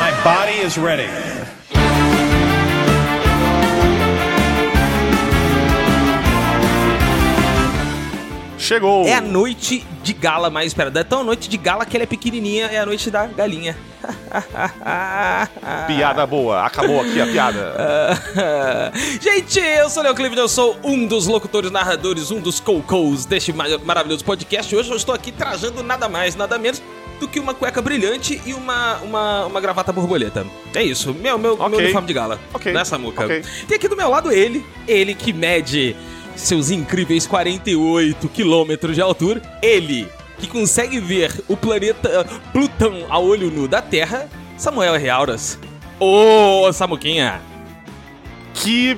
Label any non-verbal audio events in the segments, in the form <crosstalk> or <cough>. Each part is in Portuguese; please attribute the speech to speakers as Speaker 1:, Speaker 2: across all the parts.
Speaker 1: My body is ready. Chegou.
Speaker 2: É a noite de gala mais esperada. É tão noite de gala que ela é pequenininha, é a noite da galinha. <laughs>
Speaker 1: Piada boa. Acabou aqui a
Speaker 2: <laughs> Ah.
Speaker 1: piada.
Speaker 2: Gente, eu sou o Leo Clive, eu sou um dos locutores, narradores, um dos co-cos deste ma- maravilhoso podcast. Hoje eu estou aqui trajando nada mais, nada menos do que uma cueca brilhante e uma, uma, uma gravata borboleta. É isso, meu, meu, meu
Speaker 1: Ok.
Speaker 2: uniforme de gala.
Speaker 1: Ok,
Speaker 2: Nessa muca.
Speaker 1: ok.
Speaker 2: Tem aqui do meu lado ele, ele que mede seus incríveis 48 quilômetros de altura, ele que consegue ver o planeta ah, Plutão a olho nu da Terra, Samuel R. Auras. Ô, Samuquinha!
Speaker 1: Que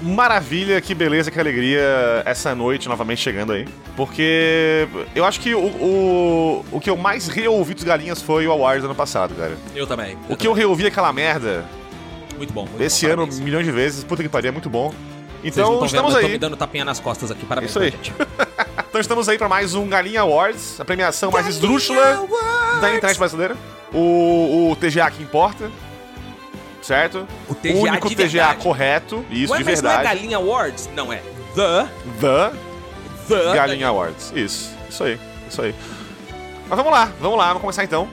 Speaker 1: maravilha, que beleza, que alegria essa noite novamente chegando aí. Porque eu acho que o, o, o que eu mais reouvi dos galinhas foi o Awards do ano passado, cara.
Speaker 2: Eu também.
Speaker 1: O que eu reouvi aquela merda
Speaker 2: Muito bom. Muito
Speaker 1: esse
Speaker 2: bom,
Speaker 1: ano
Speaker 2: parabéns.
Speaker 1: milhões de vezes, puta que pariu, é muito bom.
Speaker 2: Vocês não
Speaker 1: Então
Speaker 2: tão
Speaker 1: estamos
Speaker 2: vendo, eu tô
Speaker 1: aí.
Speaker 2: me dando tapinha nas costas aqui, parabéns.
Speaker 1: Isso aí. <laughs>
Speaker 2: pra gente.
Speaker 1: Então estamos aí pra mais um Galinha Awards, a premiação mais esdrúxula da internet brasileira. O, o TGA que importa, certo?
Speaker 2: O TGA
Speaker 1: o único
Speaker 2: de
Speaker 1: TGA
Speaker 2: verdade.
Speaker 1: correto, isso
Speaker 2: Ué,
Speaker 1: de
Speaker 2: mas não é
Speaker 1: verdade.
Speaker 2: Galinha Awards? Não, é The,
Speaker 1: The
Speaker 2: The
Speaker 1: Galinha Awards. Isso, isso aí, isso aí. Mas vamos lá, vamos lá, vamos começar então.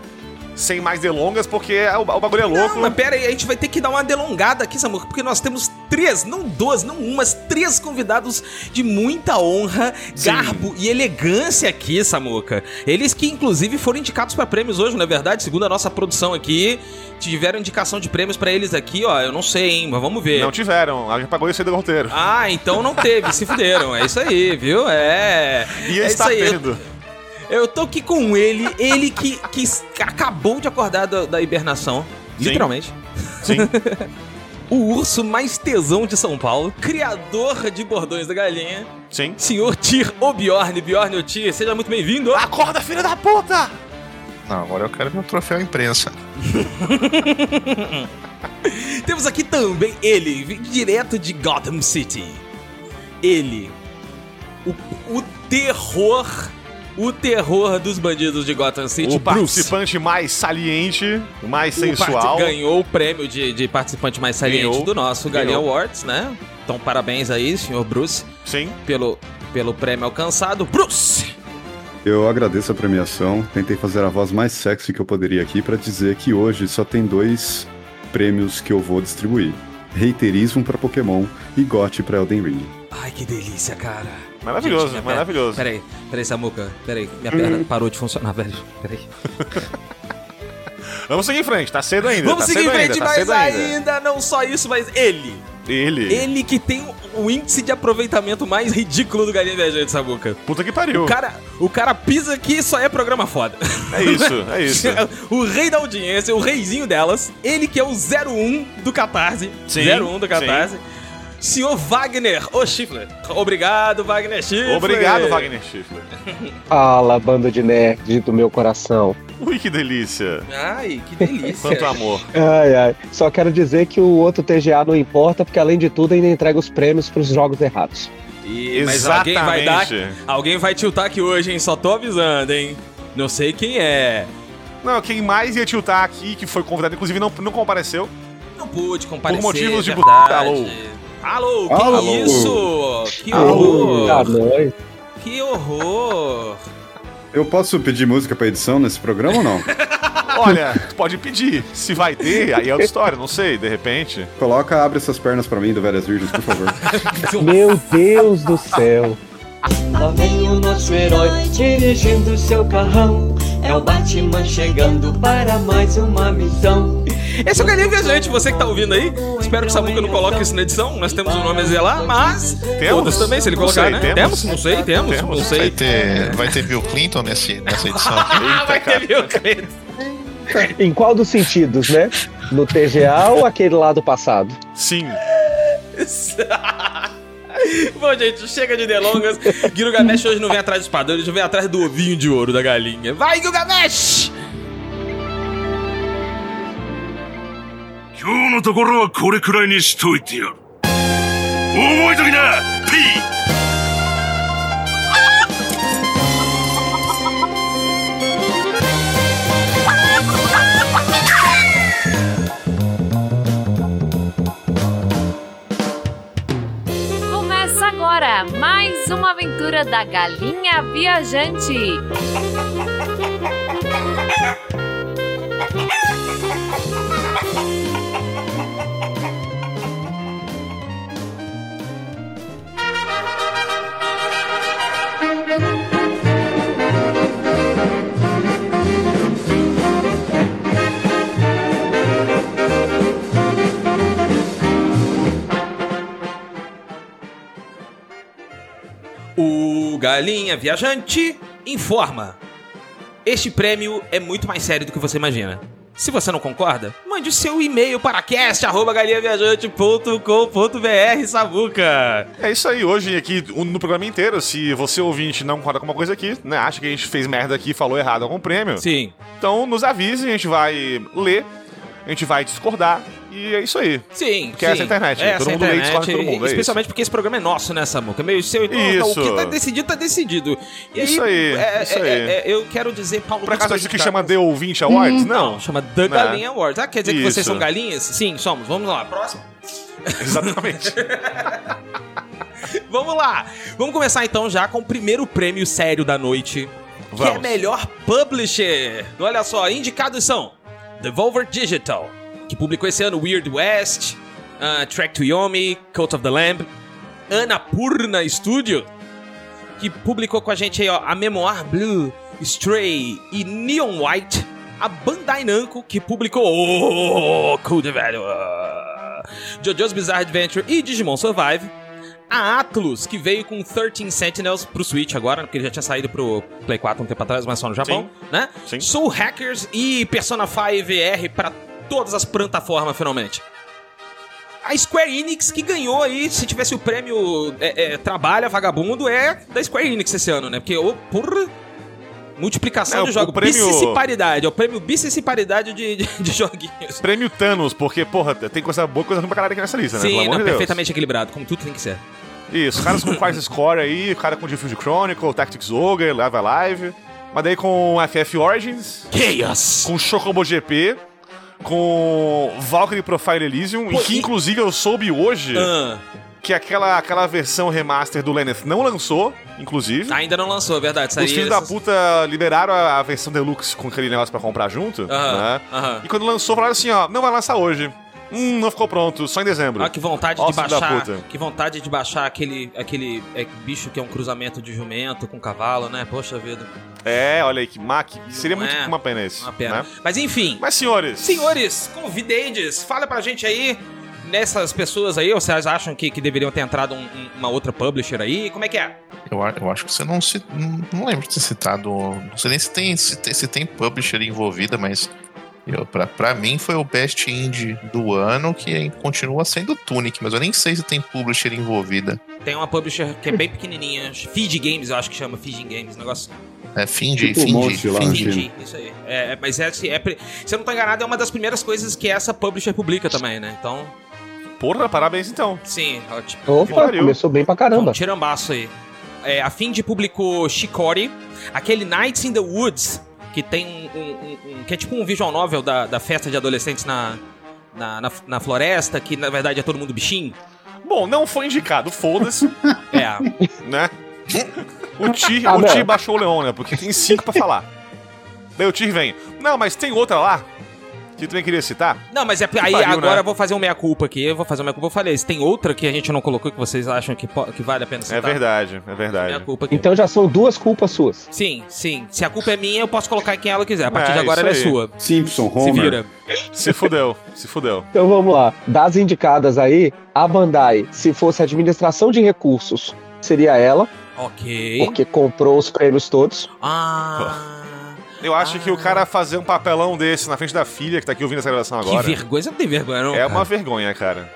Speaker 1: Sem mais delongas, porque o, o bagulho é louco.
Speaker 2: Não, mas pera aí, a gente vai ter que dar uma delongada aqui, Samuca, porque nós temos três, não duas, não umas, três convidados de muita honra,
Speaker 1: Sim.
Speaker 2: garbo e elegância aqui, Samuca. Eles que, inclusive, foram indicados pra prêmios hoje, não é verdade? Segundo a nossa produção aqui, tiveram indicação de prêmios pra eles aqui, ó, eu não sei, hein, mas vamos ver.
Speaker 1: Não tiveram, a gente pagou isso aí do roteiro.
Speaker 2: Ah, então não teve, se fuderam. É isso aí, viu? É.
Speaker 1: e
Speaker 2: é
Speaker 1: ele está
Speaker 2: eu-
Speaker 1: tendo.
Speaker 2: eu tô aqui com ele, ele que, que s- acabou de acordar da, da hibernação,
Speaker 1: Sim.
Speaker 2: literalmente. <laughs>
Speaker 1: Sim.
Speaker 2: O urso mais tesão de São Paulo, criador de bordões da galinha,
Speaker 1: Sim.
Speaker 2: senhor Tyr Obiorn, Biorn Otir, seja muito bem-vindo.
Speaker 1: Acorda, filha da puta!
Speaker 3: Não, agora eu quero ver o troféu imprensa.
Speaker 2: Temos aqui também ele, vi- direto de Gotham City. Ele, o, o terror, o terror dos bandidos de Gotham City,
Speaker 1: o
Speaker 2: Bruce.
Speaker 1: participante mais saliente, mais
Speaker 2: O
Speaker 1: sensual.
Speaker 2: parti- ganhou o prêmio de, de participante mais saliente
Speaker 1: Ganhou.
Speaker 2: do nosso Galinha
Speaker 1: Ganhou.
Speaker 2: Awards, né? Então, parabéns aí, senhor Bruce,
Speaker 1: Sim.
Speaker 2: pelo, pelo prêmio alcançado. Bruce!
Speaker 4: Eu agradeço a premiação. Tentei fazer a voz mais sexy que eu poderia aqui pra dizer que hoje só tem dois prêmios que eu vou distribuir: haterismo pra Pokémon e gote pra Elden Ring.
Speaker 2: Ai, que delícia, cara.
Speaker 1: Maravilhoso,
Speaker 2: minha perna-
Speaker 1: maravilhoso. Hum.
Speaker 2: Peraí, peraí, Samuca. Peraí, minha perna parou de funcionar, velho. Peraí.
Speaker 1: Tá Vamos seguir em frente, tá cedo ainda.
Speaker 2: Vamos
Speaker 1: tá
Speaker 2: seguir em
Speaker 1: cedo
Speaker 2: frente,
Speaker 1: ainda, tá
Speaker 2: mas
Speaker 1: cedo
Speaker 2: ainda. não só isso, mas ele.
Speaker 1: Ele.
Speaker 2: Ele que tem o índice de aproveitamento mais ridículo do Galinha Viajante, Samuca.
Speaker 1: Puta que pariu.
Speaker 2: O cara, o cara pisa aqui e só é programa foda.
Speaker 1: É isso, é
Speaker 2: <laughs>
Speaker 1: isso.
Speaker 2: o rei da audiência, o reizinho delas, ele que é o 01 do Catarse.
Speaker 1: Sim,
Speaker 2: 01 do Catarse. Senhor Wagner, ô Schiffler. Obrigado, Wagner Schiffler.
Speaker 1: Obrigado, Wagner Schiffler.
Speaker 5: Fala, bando de nerd do meu coração.
Speaker 1: Ui, que delícia.
Speaker 2: Ai, que delícia.
Speaker 1: Quanto amor.
Speaker 5: Ai, ai. Só quero dizer que o outro TGA não importa, porque além de tudo ainda entrega os prêmios pros jogos errados.
Speaker 2: E- <laughs> mas alguém vai dar. Alguém vai tiltar aqui hoje, hein? Só tô avisando, hein? Não sei quem é.
Speaker 1: Não, quem mais ia tiltar aqui, que foi convidado, inclusive não, não
Speaker 2: <laughs>
Speaker 1: compareceu.
Speaker 2: Não pude comparecer. é
Speaker 1: Por motivos de
Speaker 2: verdade.
Speaker 1: alô.
Speaker 2: Alô, que
Speaker 4: Alô.
Speaker 2: isso? Que
Speaker 5: Alô,
Speaker 2: horror.
Speaker 5: tá nóis.
Speaker 2: Que horror.
Speaker 4: Eu posso pedir música pra edição nesse programa ou não?
Speaker 1: <laughs> Olha, tu pode pedir. Se vai ter, aí é outra história, não sei, de repente.
Speaker 4: Coloca, abre essas pernas pra mim do Velhas Virgens,
Speaker 1: <laughs>
Speaker 4: por favor.
Speaker 5: <laughs> Meu Deus do céu.
Speaker 6: Lá vem o nosso herói dirigindo seu carrão. É o Batman chegando para mais uma missão.
Speaker 2: Esse é o Galinha Viajante, você que tá ouvindo aí. Espero que o Samuca não coloque isso na edição. Nós temos um nome a zelar, mas. Todos também, se ele
Speaker 1: Não
Speaker 2: colocar,
Speaker 1: sei,
Speaker 2: né?
Speaker 1: temos.
Speaker 2: Não sei, temos.
Speaker 1: Temos.
Speaker 2: Não
Speaker 3: Vai
Speaker 2: sei.
Speaker 3: ter, vai ter Bill Clinton nesse, nessa edição.
Speaker 2: Ah, vai ter <laughs> meu credo.
Speaker 5: Em qual dos sentidos, né? No TGA ou aquele lá do passado?
Speaker 1: Sim.
Speaker 2: Bom, gente, chega de delongas. Gilgamesh hoje não vem atrás do espadão, ele vem atrás do ovinho de ouro da galinha. Vai, Gilgamesh!
Speaker 7: 今日のところはこれくらいにしといてやる覚えときなピー
Speaker 8: Começa agora mais uma aventura da Galinha Viajante.
Speaker 2: O Galinha Viajante informa. Este prêmio é muito mais sério do que você imagina. Se você não concorda, mande o seu e-mail para cast.galinhaviajante.com.br, Sabuca.
Speaker 1: É isso aí, hoje aqui um, no programa inteiro, se você ouvinte não concorda com uma coisa aqui, né, acha que a gente fez merda aqui, falou errado algum prêmio,
Speaker 2: Sim,
Speaker 1: então nos avise, a gente vai ler, a gente vai discordar, e é isso aí.
Speaker 2: sim.
Speaker 1: Porque
Speaker 2: sim.
Speaker 1: essa é a internet, né?
Speaker 2: essa
Speaker 1: Todo
Speaker 2: é a
Speaker 1: mundo aí discorda de todo
Speaker 2: internet,
Speaker 1: mundo, é isso.
Speaker 2: Especialmente porque esse programa é nosso, né, Samuca? É Meio seu, então, então, o
Speaker 1: Isso.
Speaker 2: que tá decidido, tá decidido. E
Speaker 1: Isso aí,
Speaker 2: é-
Speaker 1: isso
Speaker 2: é-
Speaker 1: aí.
Speaker 2: é- eu quero dizer, Paulo...
Speaker 1: Por acaso é isso que
Speaker 2: Gustavo,
Speaker 1: chama The Ouvinte Awards?
Speaker 2: Não, <laughs>
Speaker 1: Não.
Speaker 2: chama The
Speaker 1: Né?
Speaker 2: Galinha Awards. Ah, quer dizer que vocês
Speaker 1: Isso.
Speaker 2: são galinhas? Sim, somos. Vamos lá, próximo.
Speaker 1: Exatamente.
Speaker 2: Vamos lá. Vamos começar então já com o primeiro prêmio sério da noite, que é
Speaker 1: Vamos.
Speaker 2: melhor publisher. Olha só, indicados são Devolver Digital, que publicou esse ano Weird West, ah, Track to Yomi, Cult of the Lamb, Anapurna Studio, que publicou com a gente aí, ó, a Memoir Blue, Stray e Neon White. A Bandai Namco, que publicou oh, Code Velho, ah, JoJo's Bizarre Adventure e Digimon Survive. A Atlus, que veio com 13 Sentinels pro Switch agora, porque ele já tinha saído pro Play 4 um tempo atrás, mas só no Japão, né?
Speaker 1: Sim.
Speaker 2: Soul Hackers e Persona 5 VR pra todas as plataformas, finalmente. A Square Enix, que ganhou aí, se tivesse o prêmio é, é, Trabalha Vagabundo, é da Square Enix esse ano, né? Porque, ô, por multiplicação
Speaker 1: É,
Speaker 2: de
Speaker 1: o-
Speaker 2: jogos,
Speaker 1: o prêmio-
Speaker 2: bissiparidade, é o prêmio bissiparidade de, de, de joguinhos.
Speaker 1: Prêmio Thanos, porque, porra, tem coisa boa e coisa ruim pra caralho aqui nessa lista, né? Pelo
Speaker 2: Sim,
Speaker 1: amor
Speaker 2: não,
Speaker 1: de Deus.
Speaker 2: perfeitamente equilibrado, como tudo tem que ser.
Speaker 1: Isso, caras com quais score aí, cara com Diffuse Chronicle, Tactics Ogre, Live Alive. Mas daí com FF Origins,
Speaker 2: Chaos!
Speaker 1: com Chocobo GP, com Valkyrie Profile Elysium,
Speaker 2: Pô,
Speaker 1: e que
Speaker 2: e-
Speaker 1: inclusive eu soube hoje
Speaker 2: Ah.
Speaker 1: que aquela, aquela versão remaster do Lenneth não lançou, inclusive.
Speaker 2: Ainda não lançou, é verdade.
Speaker 1: Os filhos da puta liberaram a, a versão deluxe com aquele negócio pra comprar junto,
Speaker 2: Aham,
Speaker 1: né?
Speaker 2: aham.
Speaker 1: E quando lançou, falaram assim, ó, não vai lançar hoje. Hum, não ficou pronto, só em dezembro.
Speaker 2: Ah, que vontade
Speaker 1: Ó,
Speaker 2: de
Speaker 1: filho da
Speaker 2: baixar.
Speaker 1: puta.
Speaker 2: Que vontade de baixar aquele, aquele é, bicho que é um cruzamento de jumento com cavalo, né? Poxa vida,
Speaker 1: É, olha aí, que mac. Seria
Speaker 2: Não
Speaker 1: muito
Speaker 2: é?
Speaker 1: uma pena isso.
Speaker 2: uma pena.
Speaker 1: né?
Speaker 2: Mas enfim,
Speaker 1: Mas, senhores...
Speaker 2: senhores, convidentes, fala pra gente aí nessas pessoas aí, ou vocês acham que, que deveriam ter entrado um- um- uma outra publisher aí? Como é que é?
Speaker 3: <laughs> Eu, a- eu acho que você não se. Não, não lembro de ter citado. Não sei nem se tem, se tem, se tem publisher envolvida, mas. Eu, pra, pra mim foi o best indie do ano, que é, continua sendo Tunic, mas eu nem sei se tem publisher envolvida.
Speaker 2: Tem uma publisher que é bem pequenininha, Feed Games, eu acho que chama, Feed Games, negócio
Speaker 3: É Finge,
Speaker 4: Tipo um
Speaker 3: Finge,
Speaker 4: monte lá,
Speaker 3: Finge.
Speaker 4: China.
Speaker 2: Entendi, isso aí. É, é, mas é, assim, é, pre- se eu não tô enganado, é uma das primeiras coisas que essa publisher publica também, né? Então,
Speaker 1: Porra, parabéns então.
Speaker 2: sim, ela, tipo,
Speaker 1: Que
Speaker 5: Opa,
Speaker 1: pariu.
Speaker 5: começou bem pra
Speaker 2: um
Speaker 5: caramba.
Speaker 2: tirambaço aí. É, a Find publicou Shikori, aquele Nights in the Woods, que tem um, um- um- um- que é tipo um visual novel da, da festa de adolescentes na, na, na, na floresta, que na verdade é todo mundo bichinho.
Speaker 1: Bom, não foi indicado,
Speaker 2: <laughs>
Speaker 1: foda-se,
Speaker 2: É,
Speaker 1: <laughs> né? O Tir,
Speaker 5: Ah,
Speaker 1: o
Speaker 5: não.
Speaker 1: Tir baixou o leão, né? Porque tem cinco pra falar. Daí o Tir vem. Não, mas tem outra lá que eu também queria citar.
Speaker 2: não, mas é,
Speaker 1: Que
Speaker 2: aí
Speaker 1: pariu,
Speaker 2: agora
Speaker 1: né?
Speaker 2: eu vou fazer um meia-culpa aqui, eu vou fazer um meia-culpa. Eu falei, se tem outra que a gente não colocou que vocês acham que, po- que vale a pena citar?
Speaker 1: É verdade, é verdade.
Speaker 2: Meia-culpa aqui.
Speaker 5: Então já são duas culpas suas.
Speaker 2: Sim, sim. Se a culpa é minha, eu posso colocar quem ela quiser. A
Speaker 1: É,
Speaker 2: partir de agora ela é
Speaker 1: isso aí.
Speaker 2: sua.
Speaker 4: Simpson,
Speaker 2: Se
Speaker 4: Homer.
Speaker 2: vira.
Speaker 1: Se fudeu, se fudeu.
Speaker 5: Então vamos lá. Das indicadas aí, a Bandai, se fosse administração de recursos, seria ela,
Speaker 2: Ok.
Speaker 5: porque comprou os prêmios todos.
Speaker 2: Ah.
Speaker 1: Eu acho
Speaker 2: Ah.
Speaker 1: que o cara fazer um papelão desse na frente da filha que tá aqui ouvindo essa gravação agora
Speaker 2: Que vergonha. Você não tem vergonha, não.
Speaker 1: é uma
Speaker 2: cara.
Speaker 1: vergonha, cara.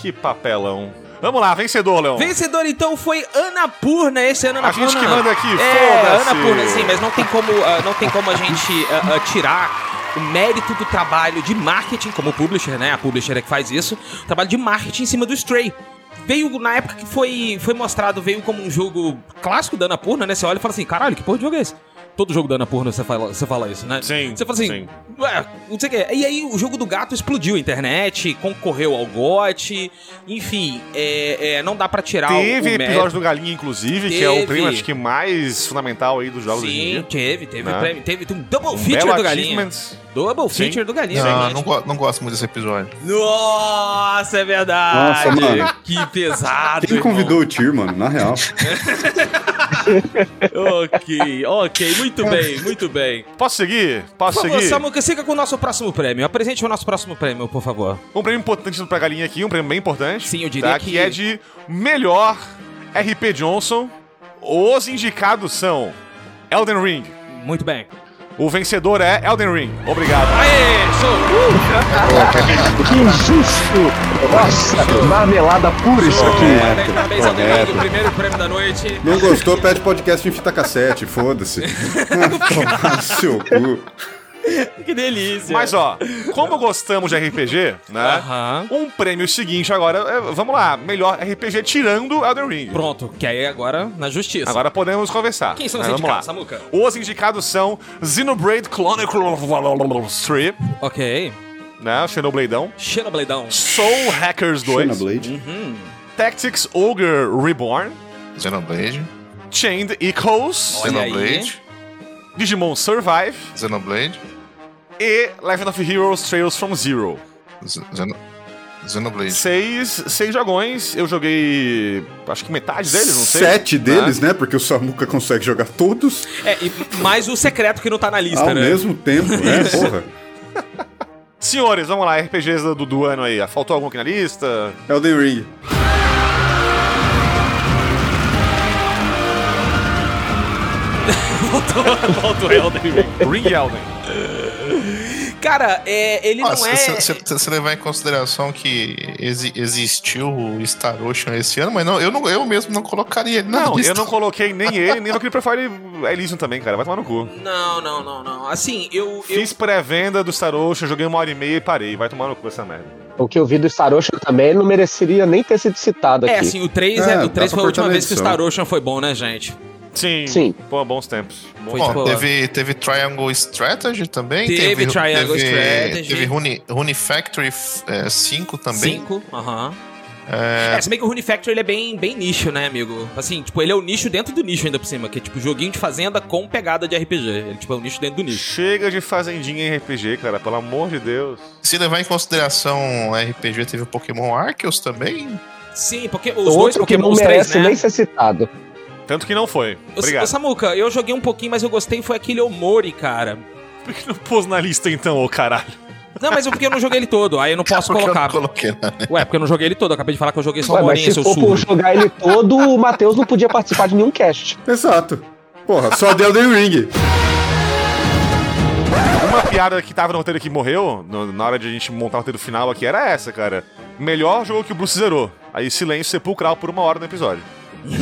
Speaker 1: Que papelão. Vamos lá, vencedor, Leão.
Speaker 2: Vencedor, então, foi Anapurna. Esse ano,
Speaker 1: A
Speaker 2: Anapurna.
Speaker 1: gente que manda aqui,
Speaker 2: É,
Speaker 1: foda-se.
Speaker 2: Anapurna, sim, mas não tem como, ah, não tem como a gente ah, ah, tirar o mérito do trabalho de marketing como publisher, né? A publisher é que faz isso. O trabalho de marketing em cima do Stray. Veio, na época que foi, foi mostrado, veio como um jogo clássico da Anapurna, né? Você olha e fala assim, caralho, que porra de jogo é esse? Todo jogo da Anapurna você fala, você fala isso, né?
Speaker 1: Sim,
Speaker 2: Você fala assim,
Speaker 1: sim.
Speaker 2: Ué, não sei o que. E aí o jogo do gato explodiu a internet, concorreu ao GOT, enfim, é, é, não dá pra tirar
Speaker 1: Teve
Speaker 2: o, o mérito.
Speaker 1: episódio do Galinha, inclusive, que é o
Speaker 2: Teve.
Speaker 1: prêmio acho que mais fundamental aí dos jogos hoje em
Speaker 2: Sim,
Speaker 1: dia.
Speaker 2: teve, teve,
Speaker 1: Né?
Speaker 2: prêmio, teve, teve um double
Speaker 1: Um
Speaker 2: feature
Speaker 1: belo
Speaker 2: do Galinha.
Speaker 1: achievement.
Speaker 2: Double
Speaker 1: Sim.
Speaker 2: feature do Galinha,
Speaker 3: Não,
Speaker 2: realmente.
Speaker 3: não, go- não gosto muito desse episódio.
Speaker 2: Nossa, é verdade.
Speaker 4: Nossa, mano.
Speaker 2: Que pesado.
Speaker 4: Quem
Speaker 2: irmão.
Speaker 4: convidou o Tyr, mano? Na real.
Speaker 2: Ok, ok. Muito bem, muito bem.
Speaker 1: Posso seguir?
Speaker 2: Por
Speaker 1: Posso
Speaker 2: favor,
Speaker 1: seguir?
Speaker 2: Samuca, siga com o nosso próximo prêmio. Apresente o nosso próximo prêmio, por favor.
Speaker 1: Um prêmio importante pra Galinha aqui, um prêmio bem importante.
Speaker 2: Sim, eu diria que-
Speaker 1: que é de melhor RP Johnson. Os indicados são Elden Ring.
Speaker 2: Muito bem.
Speaker 1: O vencedor é Elden Ring. Obrigado.
Speaker 2: Aê, show.
Speaker 5: Que injusto! Nossa, marmelada pura isso aqui.
Speaker 2: Parabéns, parabéns ao
Speaker 4: é correto.
Speaker 2: Domingo, primeiro prêmio da noite.
Speaker 1: <laughs>
Speaker 4: Não gostou, pede podcast em fita cassete, foda-se. <laughs> Tomar no seu cu.
Speaker 2: Que delícia.
Speaker 1: Mas ó, como gostamos de RPG, né?
Speaker 2: Aham.
Speaker 1: Um prêmio seguinte agora, é, vamos lá, melhor RPG tirando Elden Ring.
Speaker 2: Pronto, que aí agora na justiça.
Speaker 1: Agora podemos conversar.
Speaker 2: Quem são os
Speaker 1: Mas vamos
Speaker 2: indicados,
Speaker 1: lá.
Speaker 2: Samuca?
Speaker 1: Os indicados são Xenoblade Chronicles 3,
Speaker 2: Ok.
Speaker 1: né? Xenobladeão.
Speaker 2: Xenobladeão.
Speaker 1: Soul Hackers 2.
Speaker 4: Blade.
Speaker 1: Tactics Ogre Reborn,
Speaker 3: Xenoblade,
Speaker 1: Chained Echoes,
Speaker 2: Olha aí.
Speaker 3: Xenoblade,
Speaker 1: Digimon Survive
Speaker 3: Xenoblade,
Speaker 1: e Legend of Heroes Trails from Zero.
Speaker 3: Z- Xeno- Xenoblade.
Speaker 1: Seis, seis jogões, eu joguei acho que metade deles, não sei.
Speaker 4: Sete
Speaker 1: né?
Speaker 4: deles, né? Porque o Samuka consegue jogar todos
Speaker 2: É, e mais o secreto que não tá na lista,
Speaker 4: ao
Speaker 2: né?
Speaker 4: Ah, mesmo tempo, né? Porra.
Speaker 1: Senhores, vamos lá, RPGs do, do ano aí. Faltou algum aqui na lista?
Speaker 4: Elden é Ring.
Speaker 2: Volta o Elden Ring.
Speaker 1: <laughs> Ring Elden.
Speaker 2: <laughs> Cara, é, ele
Speaker 3: Ah,
Speaker 2: não
Speaker 3: se,
Speaker 2: é.
Speaker 3: se- se- se- se levar em consideração que exi- existiu o Star Ocean esse ano, mas não, eu, não, eu mesmo não colocaria ele na
Speaker 1: Não,
Speaker 3: lista.
Speaker 1: eu não coloquei nem ele, nem o Valkyrie Profile Elysium também, cara. Vai tomar no cu.
Speaker 2: Não, não, não, não. Assim, eu. eu...
Speaker 1: Fiz pré-venda do Star Ocean, joguei uma hora e meia e parei. Vai tomar no cu essa merda.
Speaker 5: O que eu vi do Starocha também não mereceria nem ter sido citado aqui.
Speaker 2: É, assim, o 3,
Speaker 4: É,
Speaker 2: é, o
Speaker 4: dá
Speaker 2: 3 foi a
Speaker 4: pra cortar
Speaker 2: última
Speaker 4: na
Speaker 2: vez que o
Speaker 4: edição.
Speaker 2: Star Ocean foi bom, né, gente?
Speaker 1: Sim.
Speaker 5: Sim.
Speaker 1: Pô, bons tempos. Bons
Speaker 2: Foi
Speaker 1: tempos.
Speaker 3: Bom,
Speaker 2: tipo-
Speaker 3: teve, teve Triangle Strategy também.
Speaker 2: Teve Triangle Strategy.
Speaker 3: Teve Rune, Rune Factory 5 também.
Speaker 2: 5, aham. É, se bem que o Rune Factory ele é bem, bem nicho, né, amigo? Assim, tipo, ele é o nicho dentro do nicho ainda por cima, que é tipo joguinho de fazenda com pegada de RPG. Ele, tipo, é um nicho dentro do nicho.
Speaker 1: Chega de fazendinha em RPG, cara. Pelo amor de Deus.
Speaker 3: Se levar em consideração RPG, teve o Pokémon Arceus também.
Speaker 2: Sim, porque os dois
Speaker 5: Outro que
Speaker 2: Pokémon
Speaker 5: não
Speaker 2: os três,
Speaker 5: merece
Speaker 2: né?
Speaker 5: nem ser citado.
Speaker 1: Tanto que não foi.
Speaker 2: O,
Speaker 1: Obrigado.
Speaker 2: Samuca, eu joguei um pouquinho, mas eu gostei foi aquele Omori, cara.
Speaker 1: Por que não pôs na lista então, ô caralho?
Speaker 2: Não, mas é porque eu não joguei ele todo, aí eu não posso
Speaker 3: <laughs> Porque
Speaker 2: colocar.
Speaker 3: Eu não coloquei nada.
Speaker 2: Ué, porque eu não joguei ele todo, eu acabei de falar que eu joguei só
Speaker 5: Ué,
Speaker 2: uma
Speaker 5: mas
Speaker 2: horinha,
Speaker 5: se
Speaker 2: seu
Speaker 5: for por
Speaker 2: surdo.
Speaker 5: jogar ele todo, o Matheus não podia participar de nenhum
Speaker 2: <laughs>
Speaker 5: cast.
Speaker 4: Exato. Porra, só de Elden Ring.
Speaker 1: Uma piada que tava no roteiro que morreu, no- na hora de a gente montar o roteiro final aqui, era essa, cara. Melhor jogo que o Bruce zerou. Aí silêncio sepulcral por uma hora no episódio.
Speaker 4: Vocês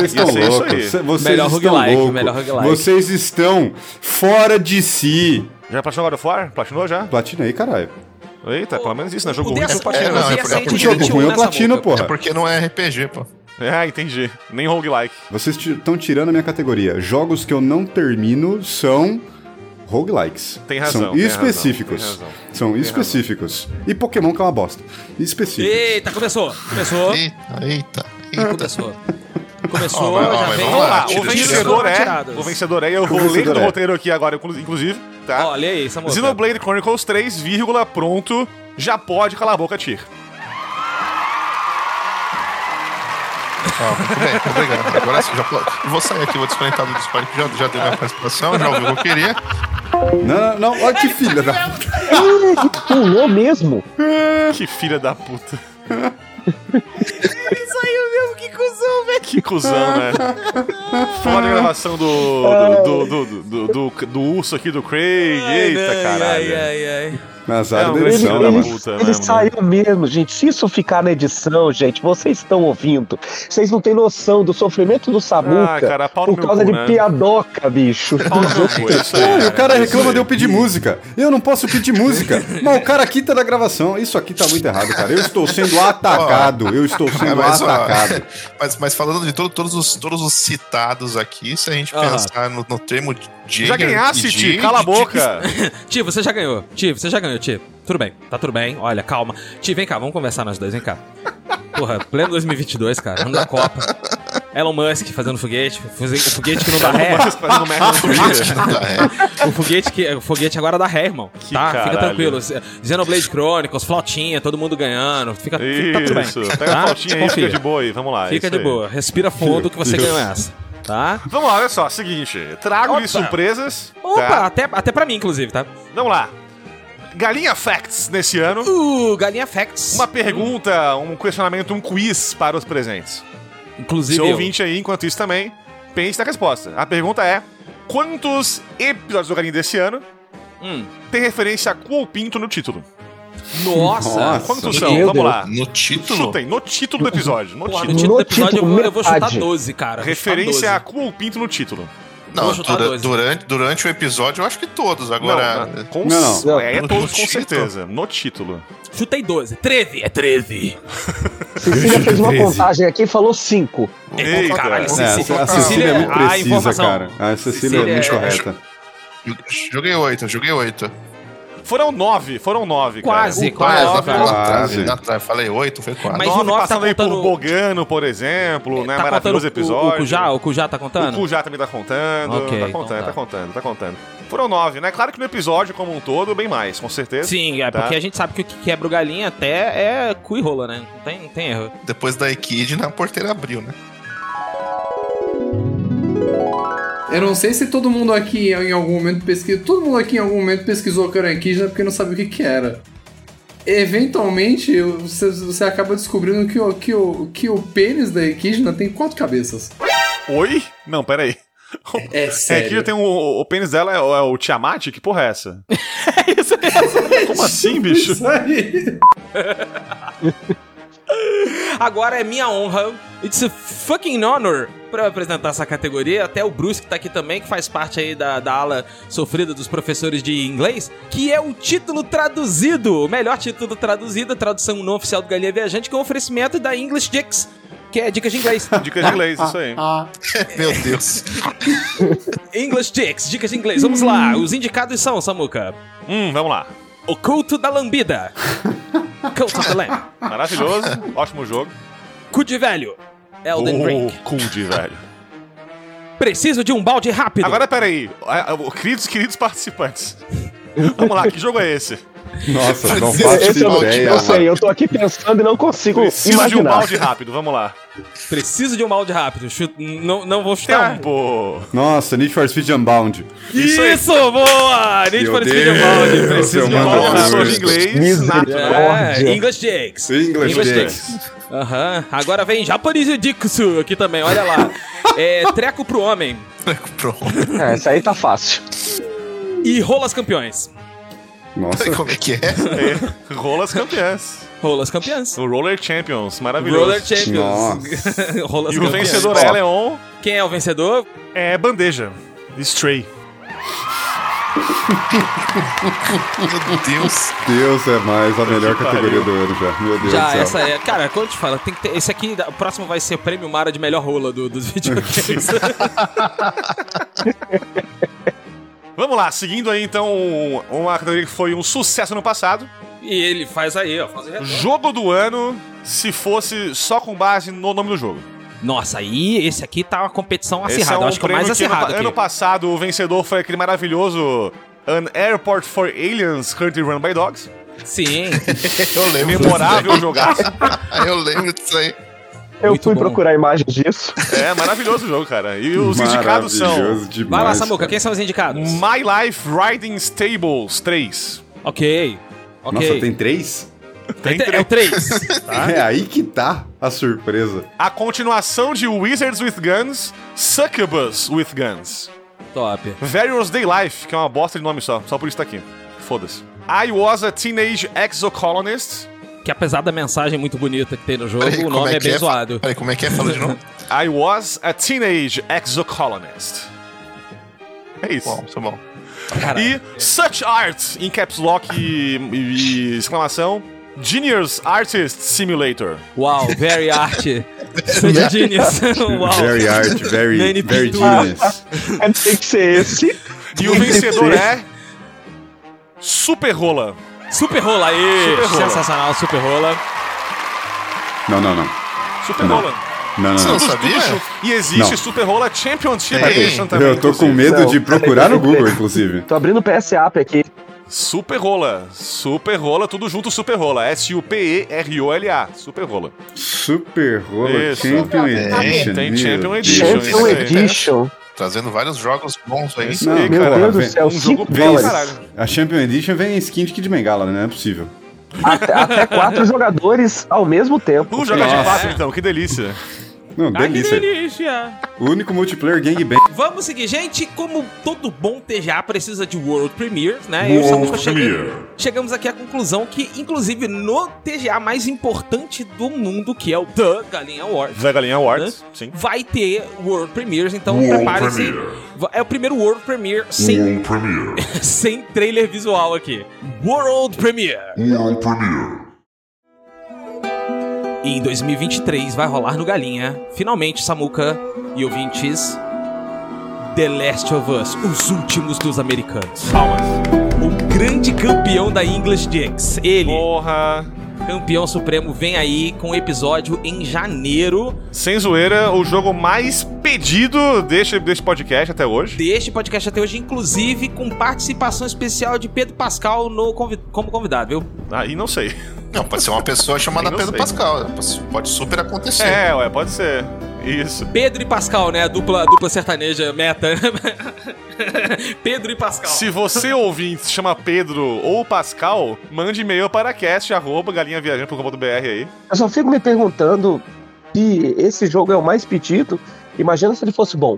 Speaker 1: Ia
Speaker 4: estão
Speaker 1: ser isso
Speaker 4: loucos.
Speaker 1: aí.
Speaker 4: Cê- Vocês
Speaker 2: Melhor
Speaker 4: estão
Speaker 2: roguelike,
Speaker 4: loucos.
Speaker 2: melhor roguelike.
Speaker 4: Vocês estão fora de si.
Speaker 1: Já platinou God of War? Platinou já?
Speaker 4: Platinei, caralho.
Speaker 1: Eita, pelo menos isso, né? Jogo
Speaker 2: O
Speaker 1: ruim
Speaker 2: dessa-
Speaker 1: eu platino.
Speaker 3: é, não,
Speaker 2: você
Speaker 3: é porque-
Speaker 2: acende
Speaker 4: O
Speaker 2: de
Speaker 4: jogo
Speaker 2: 21,
Speaker 4: ruim é
Speaker 2: né,
Speaker 4: o platino,
Speaker 2: Samuca?
Speaker 3: É
Speaker 4: porra.
Speaker 3: porque não é RPG, pô.
Speaker 1: <laughs> Ah, entendi. Nem roguelike.
Speaker 4: Vocês estão tirando a minha categoria. Jogos que eu não termino são roguelikes.
Speaker 1: Tem razão,
Speaker 4: São
Speaker 1: tem
Speaker 4: específicos.
Speaker 1: razão, tem razão.
Speaker 4: São específicos. E Pokémon que é uma bosta. Específico.
Speaker 2: Eita, começou. Começou.
Speaker 3: Eita, eita. eita.
Speaker 2: Começou. Começou,
Speaker 3: Ó, mas- ó,
Speaker 2: já
Speaker 3: mas
Speaker 2: vem.
Speaker 3: vamos lá,
Speaker 1: Ah,
Speaker 3: tira,
Speaker 1: o
Speaker 3: tira,
Speaker 1: vencedor é.
Speaker 2: Tiradas.
Speaker 1: O vencedor é. Eu
Speaker 4: O
Speaker 1: vou ler
Speaker 4: vencedor
Speaker 1: do
Speaker 4: é.
Speaker 1: roteiro aqui agora, inclu- inclusive, tá?
Speaker 2: Olha aí, Samuca.
Speaker 1: Xenoblade Chronicles 3, vírgula, pronto. Já pode calar a boca, Tyr.
Speaker 3: Ó, muito bem, muito obrigado. Agora sim, já pode. Vou sair aqui, vou desconectar do Discord, que já, já deu minha participação, já ouviu o que eu queria.
Speaker 4: Não, não, não. Olha que filha da.
Speaker 5: Pulou mesmo.
Speaker 1: Que filha da puta. Ele saiu mesmo, que cuzão, velho. Que cuzão, né? Fora a gravação do do, do, do, do, do- do urso aqui do Craig.
Speaker 2: Ai,
Speaker 1: Eita,
Speaker 2: ai,
Speaker 1: caralho.
Speaker 2: Ai, ai, ai.
Speaker 4: Azar
Speaker 1: É,
Speaker 4: da
Speaker 1: mas
Speaker 5: Ele,
Speaker 1: Edição,
Speaker 4: edição,
Speaker 1: né,
Speaker 4: né,
Speaker 5: ele-
Speaker 1: uma
Speaker 4: mano?
Speaker 1: puta
Speaker 5: ele
Speaker 1: mesmo, né?
Speaker 5: saiu mesmo, gente. Se isso ficar na edição, gente, vocês estão ouvindo. Vocês não têm noção do sofrimento do
Speaker 1: Ah,
Speaker 5: Samuca
Speaker 1: cara, pau no
Speaker 5: por
Speaker 1: meu
Speaker 5: causa
Speaker 1: cu,
Speaker 5: de
Speaker 1: né?
Speaker 5: piadoca, bicho.
Speaker 1: Pau no meu cu, é isso aí,
Speaker 2: né?
Speaker 4: Olha, o cara
Speaker 1: é isso
Speaker 4: reclama
Speaker 1: aí.
Speaker 4: de eu pedir música. Eu não posso
Speaker 2: <laughs>
Speaker 4: pedir música. Mas o cara aqui tá na gravação. Isso aqui tá muito errado, cara. Eu estou sendo atacado. Eu
Speaker 1: <laughs>
Speaker 4: estou
Speaker 3: É,
Speaker 4: sendo
Speaker 3: mas, ó,
Speaker 4: atacado.
Speaker 3: <laughs> mas, mas falando de todo- todos, os, todos os citados aqui, se a gente
Speaker 2: Aham.
Speaker 3: pensar no, no termo de.
Speaker 1: Já ganhasse, Ti, cala a <laughs> boca.
Speaker 2: Ti, você já ganhou. Ti, você já ganhou, Ti. Tudo bem, tá tudo bem. Olha, calma. Ti, vem cá, vamos conversar nós dois, vem cá. Porra, pleno 2022, cara. Ano da Copa. Elon Musk fazendo foguete. fuze- O foguete que não dá ré.
Speaker 1: Vocês fazendo um <laughs> merda no Twitter.
Speaker 3: é,
Speaker 2: O foguete, que, o foguete agora dá ré, irmão.
Speaker 1: Que
Speaker 2: tá,
Speaker 1: caralho.
Speaker 2: fica tranquilo. Xenoblade Chronicles, flautinha, todo mundo ganhando. Fica, tá tudo bem.
Speaker 1: Isso, pega a
Speaker 2: Tá?
Speaker 1: fotinha aí,
Speaker 2: Confia.
Speaker 1: fica de boa aí, vamos lá. é
Speaker 2: Fica
Speaker 1: isso
Speaker 2: de
Speaker 1: aí.
Speaker 2: boa. Respira fundo que você
Speaker 4: Meu
Speaker 2: ganhou
Speaker 4: Deus.
Speaker 2: essa. Tá?
Speaker 1: Vamos lá, olha só, seguinte, trago-lhe
Speaker 2: Opa.
Speaker 1: surpresas.
Speaker 2: Opa,
Speaker 1: tá?
Speaker 2: até, até pra mim, inclusive, tá?
Speaker 1: Vamos lá. Galinha Facts nesse ano.
Speaker 2: Uh, Galinha Facts.
Speaker 1: Uma pergunta, um questionamento, um quiz para os presentes.
Speaker 2: Inclusive.
Speaker 1: Seu
Speaker 2: eu.
Speaker 1: ouvinte aí, enquanto isso também, pense na resposta. A pergunta é: quantos episódios do Galinha desse ano
Speaker 2: Hum.
Speaker 1: tem referência a cu ou pinto no título? um.
Speaker 2: Nossa.
Speaker 4: Nossa.
Speaker 1: Quantos
Speaker 5: Meu
Speaker 1: são? Vamos
Speaker 5: Deus.
Speaker 1: lá.
Speaker 3: No título.
Speaker 1: Chutem, no título do episódio. No
Speaker 2: Porra, no
Speaker 1: título.
Speaker 2: título do
Speaker 5: No
Speaker 2: episódio eu
Speaker 5: título,
Speaker 2: vou, eu vou chutar
Speaker 5: metade.
Speaker 2: 12, cara. Eu vou chutar
Speaker 1: Referência a
Speaker 2: 12.
Speaker 1: cu ou pinto no título.
Speaker 3: Não,
Speaker 2: Vou chutar
Speaker 3: dura-
Speaker 2: dois.
Speaker 3: durante, durante o episódio eu acho que todos. Agora. né?
Speaker 1: não, com,
Speaker 4: Não,
Speaker 5: não.
Speaker 1: É,
Speaker 3: No
Speaker 1: todos com
Speaker 3: título?
Speaker 1: certeza. No título.
Speaker 2: Chutei 12. 13. É 13.
Speaker 5: Cecília fez uma
Speaker 4: 13.
Speaker 5: contagem aqui e falou cinco.
Speaker 1: Eita.
Speaker 2: Caralho,
Speaker 1: É,
Speaker 4: É,
Speaker 2: Cecília.
Speaker 4: a Cecília é muito
Speaker 2: a
Speaker 4: precisa,
Speaker 2: informação.
Speaker 4: cara. A Cecília é
Speaker 2: Cecília
Speaker 4: muito
Speaker 2: é-
Speaker 4: correta.
Speaker 3: Joguei oito, joguei oito.
Speaker 1: Foram nove, foram nove, cara.
Speaker 2: Quase,
Speaker 1: O-
Speaker 2: quase,
Speaker 1: nove,
Speaker 2: cara.
Speaker 3: na
Speaker 1: nove,
Speaker 4: Quase.
Speaker 3: trave, na trave. tá, Falei oito, foi quatro.
Speaker 2: Mas- o nove
Speaker 1: passando
Speaker 2: tá
Speaker 1: aí por
Speaker 2: contando-
Speaker 1: Bogano, por exemplo, né?
Speaker 2: tá contando
Speaker 1: Maravilhoso
Speaker 2: o-
Speaker 1: episódio.
Speaker 2: O, o Cujá? O Cujá tá contando?
Speaker 1: O Cu já também tá contando,
Speaker 2: Ok,
Speaker 1: tá
Speaker 2: então
Speaker 1: contando, tá.
Speaker 2: tá.
Speaker 1: contando, tá contando. Foram nove, né? Claro que no episódio como um todo, bem mais, com certeza.
Speaker 2: Sim, é
Speaker 1: Tá.
Speaker 2: porque a gente sabe que o que quebra o galinha até é cu e rola, né? Não tem, não
Speaker 1: <laughs>
Speaker 2: tem erro.
Speaker 3: Depois da Equidna, a porteira abriu, né?
Speaker 9: Eu não sei se todo mundo aqui em algum momento pesquisou. Todo mundo aqui em algum momento pesquisou caranquija porque não sabia o que, que era. Eventualmente, você, você acaba descobrindo que o, que o, que o pênis da Equidna tem quatro cabeças.
Speaker 1: Oi? Não, peraí.
Speaker 9: É
Speaker 1: É que tem um, o o pênis dela é, o- é o Tiamat? Que porra é essa? É
Speaker 2: <laughs>
Speaker 1: Como assim, bicho?
Speaker 9: Isso aí.
Speaker 2: Agora é minha honra. It's a fucking honor pra eu apresentar essa categoria. Até o Bruce, que tá aqui também, que faz parte aí da, da ala sofrida dos professores de inglês, que é o título traduzido. O melhor título traduzido, tradução não oficial do Galinha Viajante, com oferecimento da English Dicks, que é dicas
Speaker 1: <laughs>
Speaker 2: de inglês.
Speaker 1: Dicas de inglês, isso aí.
Speaker 9: Ah,
Speaker 3: Meu
Speaker 1: <laughs>
Speaker 3: Deus.
Speaker 2: English Dicks, dicas de inglês. Vamos lá. Os indicados são, Samuca.
Speaker 1: Hum, vamos lá.
Speaker 2: O culto da
Speaker 1: <laughs>
Speaker 2: lambida. Cult of the Lamb.
Speaker 1: Maravilhoso, ótimo jogo.
Speaker 2: Cu de velho. Elden Ring.
Speaker 1: Oh, cool de velho.
Speaker 2: Preciso de um balde rápido.
Speaker 1: Agora, peraí. Ah, ah, Queridos, queridos participantes. Vamos lá, que jogo é esse?
Speaker 4: Nossa, não
Speaker 3: Esse
Speaker 4: faço
Speaker 5: Esse
Speaker 2: é
Speaker 5: eu, não,
Speaker 4: ideia.
Speaker 5: eu sei, eu tô aqui pensando e não consigo
Speaker 1: Preciso de um
Speaker 5: imaginar.
Speaker 1: balde rápido, vamos lá.
Speaker 2: Preciso de um balde rápido. Chu- não, não vou chutar.
Speaker 1: Tempo!
Speaker 4: Nossa, Need for Speed Unbound.
Speaker 1: Tá. Isso
Speaker 2: Isso,
Speaker 1: aí.
Speaker 2: boa! Need
Speaker 4: Meu
Speaker 2: for Speed
Speaker 4: Deus,
Speaker 2: balde.
Speaker 4: eu
Speaker 2: Preciso de um
Speaker 4: mando
Speaker 1: Paulo
Speaker 2: balde
Speaker 4: Deus.
Speaker 1: Nassau
Speaker 2: rápido.
Speaker 1: de inglês, nato,
Speaker 5: Misericórdia.
Speaker 1: né?
Speaker 2: É,
Speaker 5: Ódio.
Speaker 2: English Jakes.
Speaker 4: English
Speaker 2: English
Speaker 4: Dicks.
Speaker 2: Aham. Agora vem Japanese Dixu aqui também, olha lá. É, treco pro homem.
Speaker 3: Pronto.
Speaker 5: É, essa aí tá fácil.
Speaker 2: E rolas campeões.
Speaker 4: Nossa,
Speaker 2: Tá
Speaker 3: Como é que é?
Speaker 1: É, Rolas campeãs.
Speaker 2: Rolas campeãs.
Speaker 1: O Roller Champions, maravilhoso.
Speaker 2: Roller Champions. <laughs>
Speaker 4: Nossa.
Speaker 2: rolas
Speaker 1: e o
Speaker 2: campeões.
Speaker 1: vencedor é Leon,
Speaker 2: Quem é o vencedor?
Speaker 1: é bandeja. Stray.
Speaker 3: Meu Deus.
Speaker 4: Deus é mais a melhor
Speaker 1: que
Speaker 4: categoria
Speaker 1: pariu.
Speaker 4: do ano já. Meu Deus do
Speaker 2: Tá Já,
Speaker 4: céu.
Speaker 2: essa é. Cara, quando eu te falo, tem que ter, esse aqui, o próximo vai ser o prêmio Mara de melhor rola do- dos videogames.
Speaker 1: Vamos lá, seguindo aí então um- uma categoria que foi um sucesso no passado.
Speaker 2: e ele faz aí, ó. Faz o retorno.
Speaker 1: Jogo do ano, se fosse só com base no nome do jogo.
Speaker 2: Nossa, aí esse aqui tá uma competição
Speaker 1: Esse um
Speaker 2: acirrada. eu acho que é o mais
Speaker 1: prêmio
Speaker 2: acirrado
Speaker 1: ano,
Speaker 2: aqui.
Speaker 1: ano passado o vencedor foi aquele maravilhoso An Airport for Aliens Country Run by Dogs.
Speaker 2: Sim.
Speaker 3: Eu lembro.
Speaker 1: Memorável jogaço.
Speaker 3: Eu lembro disso aí.
Speaker 5: Eu
Speaker 2: Muito
Speaker 5: fui
Speaker 2: bom.
Speaker 5: procurar imagens disso. <laughs>
Speaker 1: É, maravilhoso o jogo, cara. E os indicados são
Speaker 4: Maravilhoso demais,
Speaker 2: Vai lá, Samuca,
Speaker 4: cara.
Speaker 2: quem são os indicados?
Speaker 1: My Life Riding Stables 3.
Speaker 2: Ok. Ok.
Speaker 4: Nossa, tem três?
Speaker 1: Tem
Speaker 2: É o 3.
Speaker 4: É aí que tá a surpresa.
Speaker 1: A continuação de Wizards with Guns, Succubus with Guns.
Speaker 2: Top.
Speaker 1: Various Day Life, que é uma bosta de nome só, só por isso tá aqui. Foda-se. I Was a Teenage Exocolonist.
Speaker 2: Que apesar da mensagem muito bonita que tem no jogo,
Speaker 3: Peraí,
Speaker 2: o
Speaker 3: como
Speaker 2: nome é,
Speaker 3: que
Speaker 2: bem zoado.
Speaker 3: Peraí, como é que é? Fala de
Speaker 1: <laughs>
Speaker 3: novo.
Speaker 1: I Was a Teenage Exocolonist. É isso.
Speaker 3: bom, tá bom.
Speaker 2: Caralho.
Speaker 1: E Such Art, em caps lock e, e exclamação. Genius Artist Simulator.
Speaker 2: Uau, very art. Such genius. <laughs> Uau.
Speaker 4: Very art,
Speaker 1: <laughs>
Speaker 4: very,
Speaker 2: Nani
Speaker 4: very
Speaker 2: Pintura.
Speaker 4: genius.
Speaker 5: É, Tem que ser esse.
Speaker 1: E o vencedor é. Super Rola.
Speaker 2: Super rola aí.
Speaker 1: Super rola.
Speaker 2: Sensacional, super rola.
Speaker 4: Não, não, não.
Speaker 1: Super
Speaker 4: Não.
Speaker 1: Rola.
Speaker 4: Não,
Speaker 3: Você
Speaker 4: não, não.
Speaker 3: não
Speaker 1: Tudo- tudo
Speaker 3: sabia?
Speaker 1: junto. E existe
Speaker 4: Não.
Speaker 1: Super Rola Championship
Speaker 3: Tem.
Speaker 1: Edition também.
Speaker 4: Eu tô com
Speaker 1: inclusive.
Speaker 4: medo de
Speaker 5: Não,
Speaker 4: procurar no
Speaker 5: peraí, peraí,
Speaker 4: Google,
Speaker 5: peraí.
Speaker 4: inclusive.
Speaker 5: Tô abrindo o PSAP aqui.
Speaker 1: Super Rola. Super Rola, tudo junto, Super Rola. S-U-P-E-R-O-L-A. Super Rola.
Speaker 4: Super Rola
Speaker 1: Isso.
Speaker 4: Champion Edition.
Speaker 1: Tem
Speaker 4: meu
Speaker 1: Champion
Speaker 4: Deus.
Speaker 1: Edition,
Speaker 5: Champion
Speaker 1: isso aí.
Speaker 5: Edition.
Speaker 3: Trazendo vários jogos bons aí.
Speaker 1: Isso
Speaker 4: Não,
Speaker 1: aí,
Speaker 4: meu
Speaker 1: cara.
Speaker 4: Deus do
Speaker 1: Vem-
Speaker 5: céu,
Speaker 1: um jogo
Speaker 5: cinco
Speaker 1: bem do
Speaker 4: dólares.
Speaker 1: caralho.
Speaker 4: A Champion Edition vem em skin de Kid Bengala, né? Não é possível.
Speaker 5: Até, até quatro <laughs> jogadores ao mesmo tempo.
Speaker 1: Um jogo de
Speaker 4: Nossa.
Speaker 1: quatro, então, que delícia.
Speaker 4: Não,
Speaker 2: Ai, que
Speaker 4: delícia.
Speaker 2: delícia.
Speaker 4: O único multiplayer gangbang.
Speaker 2: Vamos seguir, gente. Como todo bom TGA precisa de World Premiere, né? E estamos chegando, chegamos aqui à conclusão que, inclusive, no TGA mais importante do mundo, que é o The Galinha Awards,
Speaker 1: The Galinha Awards, sim.
Speaker 2: vai ter World Premieres, então
Speaker 7: World
Speaker 2: prepare-se.
Speaker 7: Premiere.
Speaker 2: É o primeiro World Premiere sem,
Speaker 7: World Premiere.
Speaker 2: <laughs> sem trailer visual aqui. World Premiere!
Speaker 7: World Premiere.
Speaker 2: E em 2023 vai rolar no Galinha, finalmente, Samuca e ouvintes, The Last of Us, os últimos dos americanos. Palmas. O grande campeão da English Dicks, ele,
Speaker 1: Oh. Porra.
Speaker 2: campeão supremo, vem aí com o episódio em janeiro
Speaker 1: Sem zoeira, o jogo mais pedido deste, deste podcast até hoje.
Speaker 2: deste podcast até hoje, inclusive com participação especial de Pedro Pascal no convi- como convidado, viu?
Speaker 1: Ah, e não sei.
Speaker 3: Não, pode ser uma pessoa chamada
Speaker 1: Eu não
Speaker 3: Pedro
Speaker 1: sei.
Speaker 3: Pascal. Pode super acontecer.
Speaker 1: É, ué, pode ser. Isso.
Speaker 2: Pedro e Pascal, né? A dupla, a dupla sertaneja meta. <laughs> Pedro e Pascal.
Speaker 1: Se você ouvinte se chama Pedro ou Pascal, mande e-mail para cast.galinhaviajante.com.br aí.
Speaker 5: Eu só fico me perguntando se esse jogo é o mais pedido. Imagina se ele fosse bom.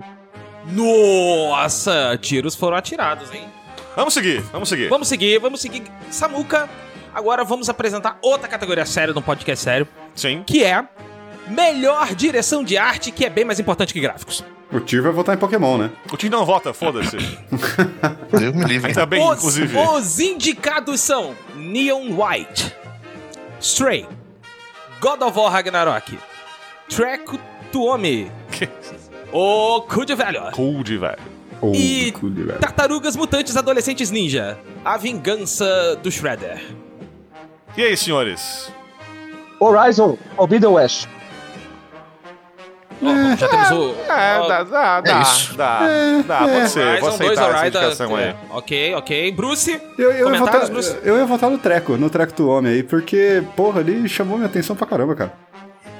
Speaker 2: Nossa, tiros foram atirados, hein?
Speaker 1: Vamos seguir, vamos seguir.
Speaker 2: Vamos seguir, vamos seguir. Samuca, agora vamos apresentar outra categoria séria do podcast sério,
Speaker 1: Sim.
Speaker 2: que é melhor direção de arte, que é bem mais importante que gráficos.
Speaker 4: O Tyr vai votar em Pokémon, né?
Speaker 1: O time não vota, foda-se.
Speaker 3: Deus
Speaker 1: <laughs>
Speaker 3: me livre.
Speaker 1: Ainda bem,
Speaker 2: os,
Speaker 1: inclusive.
Speaker 2: os indicados são Neon White, Stray, God of War Ragnarok, Trek Tuomi, O Cud Velho,
Speaker 1: Cold, velho.
Speaker 4: Ou
Speaker 2: E-
Speaker 4: cu de velho.
Speaker 2: Tartarugas Mutantes Adolescentes Ninja, A Vingança do Shredder.
Speaker 1: E aí, senhores?
Speaker 5: Horizon Forbidden West.
Speaker 2: Ó, já temos o.
Speaker 1: É,
Speaker 2: ó,
Speaker 1: dá, dá, dá,
Speaker 3: isso.
Speaker 1: dá, É. dá, pode ser, vou
Speaker 2: Horizon 2
Speaker 1: aceitar essa
Speaker 2: Horizon.
Speaker 1: indicação aí.
Speaker 2: um, é, Ok, ok. Bruce,
Speaker 4: Eu, eu, ia
Speaker 2: Comentários,
Speaker 4: votar,
Speaker 2: Bruce?
Speaker 4: eu ia votar no Treco, no Treco do Homem aí, porque, porra, ele chamou minha atenção pra caramba, cara.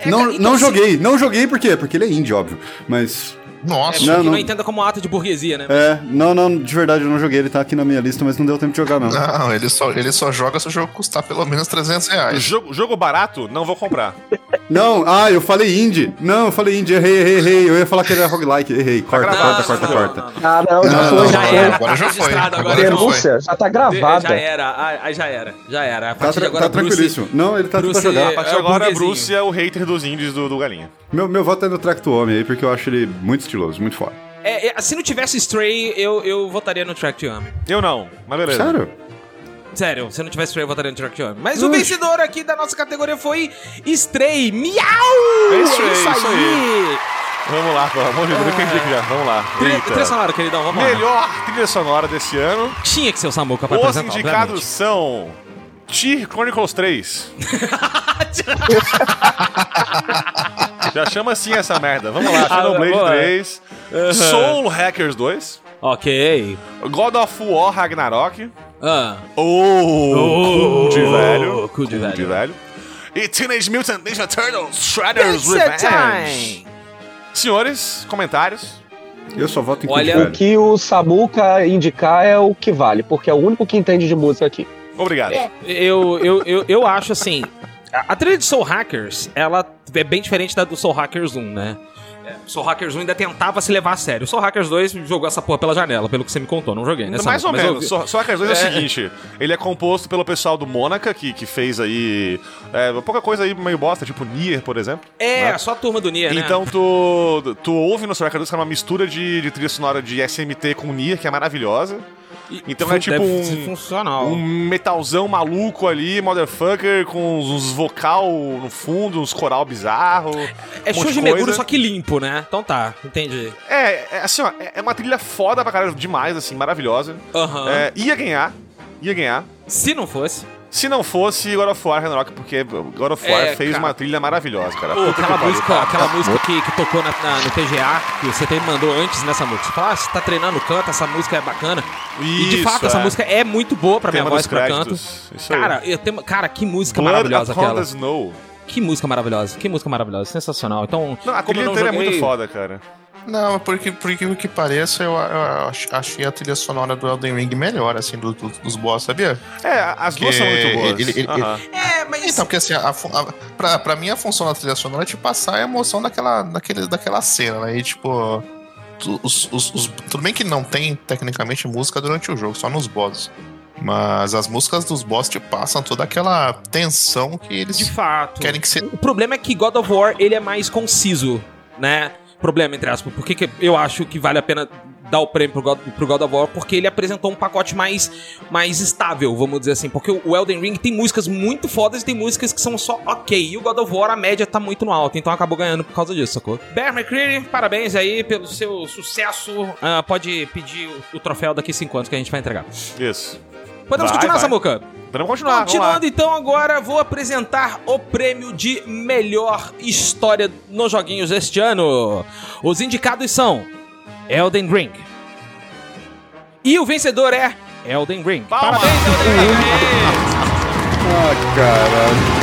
Speaker 4: não
Speaker 2: cara, então,
Speaker 4: não
Speaker 2: se-
Speaker 4: joguei, não joguei por quê? Porque ele é indie, óbvio. Mas.
Speaker 3: Nossa.
Speaker 2: é,
Speaker 4: Não,
Speaker 2: não, não
Speaker 4: não.
Speaker 2: entenda como ato de burguesia, né?
Speaker 4: É, não, não, de verdade, eu não joguei, ele tá aqui na minha lista, mas não deu tempo de jogar
Speaker 2: Ah.
Speaker 4: mesmo.
Speaker 3: Não, ele só, ele só joga se o jogo custar pelo menos 300 reais.
Speaker 1: Jogo, jogo barato, não vou comprar.
Speaker 4: Não, ah, eu falei indie. Não, eu falei indie, errei, errei, errei. Eu ia falar que ele era roguelike, errei. Corta,
Speaker 1: gravado,
Speaker 4: corta,
Speaker 1: tá
Speaker 4: corta,
Speaker 1: gravado.
Speaker 4: corta.
Speaker 5: Ah, não,
Speaker 3: Não,
Speaker 5: já
Speaker 3: não,
Speaker 5: foi,
Speaker 3: não,
Speaker 5: já
Speaker 3: não,
Speaker 5: era.
Speaker 3: não, agora já foi.
Speaker 2: Registrado agora,
Speaker 3: Agora já foi.
Speaker 5: Denúncia já tá gravada.
Speaker 2: Já era, ah, ah, já era, já era. A
Speaker 4: Tá,
Speaker 2: partir de
Speaker 4: tra
Speaker 2: agora,
Speaker 4: tá tranquilíssimo. Não, ele tá
Speaker 2: Bruce-
Speaker 4: pra jogar.
Speaker 1: A partir
Speaker 2: É,
Speaker 1: de
Speaker 2: é o
Speaker 1: agora,
Speaker 2: burguesinho.
Speaker 1: Bruce é o hater dos indies do, do Galinha.
Speaker 4: Meu, meu voto é no Tracto Homem aí, porque eu acho ele muito estiloso, muito foda.
Speaker 2: É, é, se não tivesse Stray, eu, eu votaria no Track to Homem.
Speaker 1: Eu não, mas beleza.
Speaker 4: Sério?
Speaker 2: Sério, se não tivesse Stray, eu votaria no Track to Homem. Mas o
Speaker 4: Ux.
Speaker 2: vencedor aqui da nossa categoria foi Stray. Miau!
Speaker 1: É isso aí,
Speaker 2: isso
Speaker 1: isso
Speaker 2: aí.
Speaker 1: Vamos lá, pelo amor de Deus, eu entendi já. Vamos lá.
Speaker 2: Trilha,
Speaker 1: Eita.
Speaker 2: trilha sonora, queridão, vamos lá.
Speaker 1: Melhor trilha sonora desse ano.
Speaker 2: Tinha que ser o Samuca pra
Speaker 1: Os
Speaker 2: apresentar,
Speaker 1: indicados são. Tyr Chronicles <laughs> 3. Já chama assim essa merda. Vamos lá, Xenoblade
Speaker 2: boa.
Speaker 1: 3. Soul Hackers 2.
Speaker 2: obviamente. Ok.
Speaker 1: God of War Ragnarok.
Speaker 2: Ah.
Speaker 1: Oh, cu de velho.
Speaker 2: cu de
Speaker 1: Cu
Speaker 2: velho.
Speaker 1: E Teenage Mutant Ninja Turtles Shredder's Revenge. Senhores, comentários.
Speaker 4: Eu só voto em
Speaker 2: Olha-
Speaker 4: Kid
Speaker 5: O
Speaker 4: Velho.
Speaker 5: que o Samuca indicar é o que vale, porque é o único que entende de música aqui.
Speaker 1: Obrigado.
Speaker 2: Eu, eu, eu, eu acho assim. A a trilha de Soul Hackers, ela é bem diferente da do Soul Hackers 1, né? Soul Hackers 1 ainda tentava se levar a sério. Soul Hackers 2 jogou essa porra pela janela, pelo que você me contou. Não joguei, né?
Speaker 1: Mais
Speaker 2: Samuca?
Speaker 1: ou
Speaker 2: Mas
Speaker 1: menos.
Speaker 2: eu-
Speaker 1: Só, só que às vezes é. o seguinte: ele é composto pelo pessoal do Mônaca, que, que fez aí é, pouca coisa aí meio bosta, tipo Nier, por exemplo.
Speaker 2: É,
Speaker 1: né?
Speaker 2: só a turma do Nier, né?
Speaker 1: Então tu, tu ouve no Survivor 2 que é uma mistura de, de trilha sonora de SMT com Nier, que é maravilhosa.
Speaker 2: E-
Speaker 1: então é tipo
Speaker 2: deve ser
Speaker 1: um-
Speaker 2: funcional.
Speaker 1: Um metalzão maluco ali, motherfucker, com uns, uns vocal no fundo, uns coral bizarro.
Speaker 2: É
Speaker 1: um monte
Speaker 2: Shoji
Speaker 1: de
Speaker 2: Meguro,
Speaker 1: coisa.
Speaker 2: só que limpo, né? Então tá, entendi.
Speaker 1: É, é assim, ó, é é uma trilha foda pra caralho, demais, assim, maravilhosa.
Speaker 2: Aham.
Speaker 1: É, ia ganhar, ia ganhar.
Speaker 2: Se não fosse.
Speaker 1: Se não fosse God of War Ragnarok, porque God of War
Speaker 2: É,
Speaker 1: fez
Speaker 2: cara.
Speaker 1: uma trilha maravilhosa, cara.
Speaker 2: Pô,
Speaker 1: Puta que
Speaker 2: aquela
Speaker 1: pariu,
Speaker 2: música,
Speaker 1: cara. Tá
Speaker 2: aquela música que, que tocou na, na- no TGA, que você até me mandou antes nessa música. Você fala, ah, você tá treinando, canta, essa música é bacana. e de
Speaker 1: Isso,
Speaker 2: fato, essa
Speaker 1: é.
Speaker 2: música é muito boa pra
Speaker 1: Tema
Speaker 2: minha voz,
Speaker 1: dos
Speaker 2: pra canto.
Speaker 1: créditos. Isso aí.
Speaker 2: Cara, eu tenho, cara, que música
Speaker 1: Blood
Speaker 2: maravilhosa
Speaker 1: Upon
Speaker 2: aquela.
Speaker 1: the Snow.
Speaker 2: Que música maravilhosa, que música maravilhosa, sensacional. Então,
Speaker 1: Não, a
Speaker 2: como
Speaker 1: trilha
Speaker 2: eu não
Speaker 1: inteira é
Speaker 2: joguei-
Speaker 1: muito foda, cara.
Speaker 3: Não, porque por incrível que pareça, eu, eu ach- achei a trilha sonora do Elden Ring melhor, assim, do- do- dos boss, sabia?
Speaker 1: É, as duas
Speaker 3: Que
Speaker 1: são muito boas.
Speaker 3: ele- ele-
Speaker 1: Aham.
Speaker 2: É, mas
Speaker 3: Então, porque assim, a, fu- a, pra, pra mim a função da trilha sonora é te passar a emoção daquela, daquele, daquela cena, né? E tipo. tu- os- os- os- tudo bem que não tem tecnicamente música durante o jogo, só nos bosses. Mas as músicas dos bosses te passam toda aquela tensão que eles
Speaker 2: de fato.
Speaker 3: querem que você.
Speaker 2: O problema é que God of War ele é mais conciso, né? Problema, entre aspas. Por que, que eu acho que vale a pena dar o prêmio pro God, pro God of War? Porque ele apresentou um pacote mais, mais estável, vamos dizer assim. Porque o Elden Ring tem músicas muito fodas e tem músicas que são só ok. E o God of War, a média tá muito no alto, então acabou ganhando por causa disso, sacou? Bear McCreary, parabéns aí pelo seu sucesso. Ah, pode pedir o, o troféu daqui cinco anos que a gente vai entregar.
Speaker 1: Isso.
Speaker 2: Podemos
Speaker 1: Vai,
Speaker 2: continuar,
Speaker 1: vai.
Speaker 2: Samuca?
Speaker 1: Vamos continuar, vamos lá.
Speaker 2: Continuando, então, agora vou apresentar o prêmio de melhor história nos joguinhos este ano. Os indicados são Elden Ring. E o vencedor é Elden Ring.
Speaker 1: Palmas!
Speaker 2: Parabéns, Elden Ring!
Speaker 4: Ah, cara.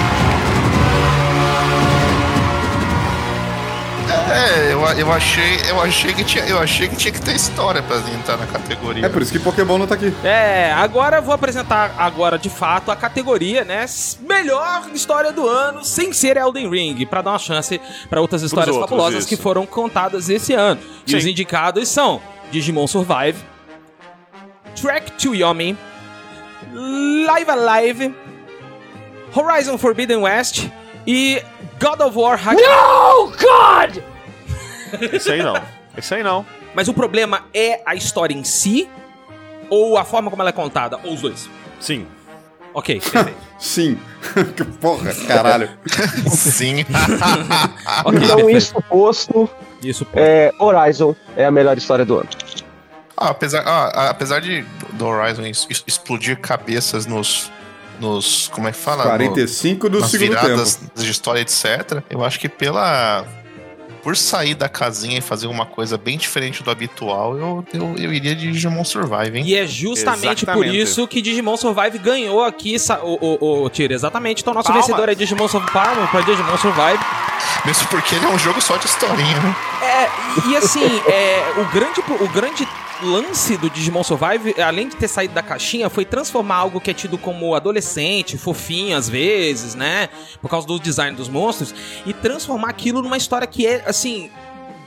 Speaker 3: É, eu, a- eu achei. Eu achei que tinha, eu achei que, tinha que ter história pra entrar na categoria.
Speaker 4: É por isso que Pokémon não tá aqui.
Speaker 2: É, agora vou apresentar agora de fato a categoria, né? s- Melhor história do ano sem ser Elden Ring, pra dar uma chance pra outras histórias
Speaker 1: outros,
Speaker 2: fabulosas
Speaker 1: isso.
Speaker 2: que foram contadas esse ano. E
Speaker 1: Sim.
Speaker 2: os indicados são Digimon Survive, Track to Yomi, Live Alive, Horizon Forbidden West e God of War Ragnarok.
Speaker 1: Uh! Isso aí não. Isso aí não.
Speaker 2: Mas o problema é a história em si ou a forma como ela é contada, ou os dois.
Speaker 1: Sim. <laughs>
Speaker 2: Ok, perfeito.
Speaker 4: Sim. <laughs> Que Porra, caralho.
Speaker 3: Sim. <laughs>
Speaker 2: Ok,
Speaker 5: Então,
Speaker 2: perfeito.
Speaker 5: isso posto,
Speaker 2: Isso, pô.
Speaker 5: é, Horizon é a melhor história do ano.
Speaker 3: Ah, apesar, ah, apesar de do Horizon es- es- explodir cabeças nos. nos como é que fala? No-
Speaker 4: 45 do
Speaker 3: nas
Speaker 4: segundo
Speaker 3: viradas
Speaker 4: tempo.
Speaker 3: de história, etc. Eu acho que pela. Por sair da casinha e fazer uma coisa bem diferente do habitual, eu, eu, eu iria de Digimon Survive, hein?
Speaker 2: E é justamente por
Speaker 1: Exatamente.
Speaker 2: isso que Digimon Survive ganhou aqui sa- o, o, o Tira. Exatamente. Então, nosso
Speaker 1: Palmas.
Speaker 2: vencedor é Digimon Survive. Palma pra Digimon Survive.
Speaker 3: Mesmo porque ele é um jogo só de historinha, né?
Speaker 2: É, e- e assim, é, o, grande, o grande lance do Digimon Survive, além de ter saído da caixinha, foi transformar algo que é tido como adolescente, fofinho às vezes, né? Por causa do design dos monstros, e transformar aquilo numa história que é, assim,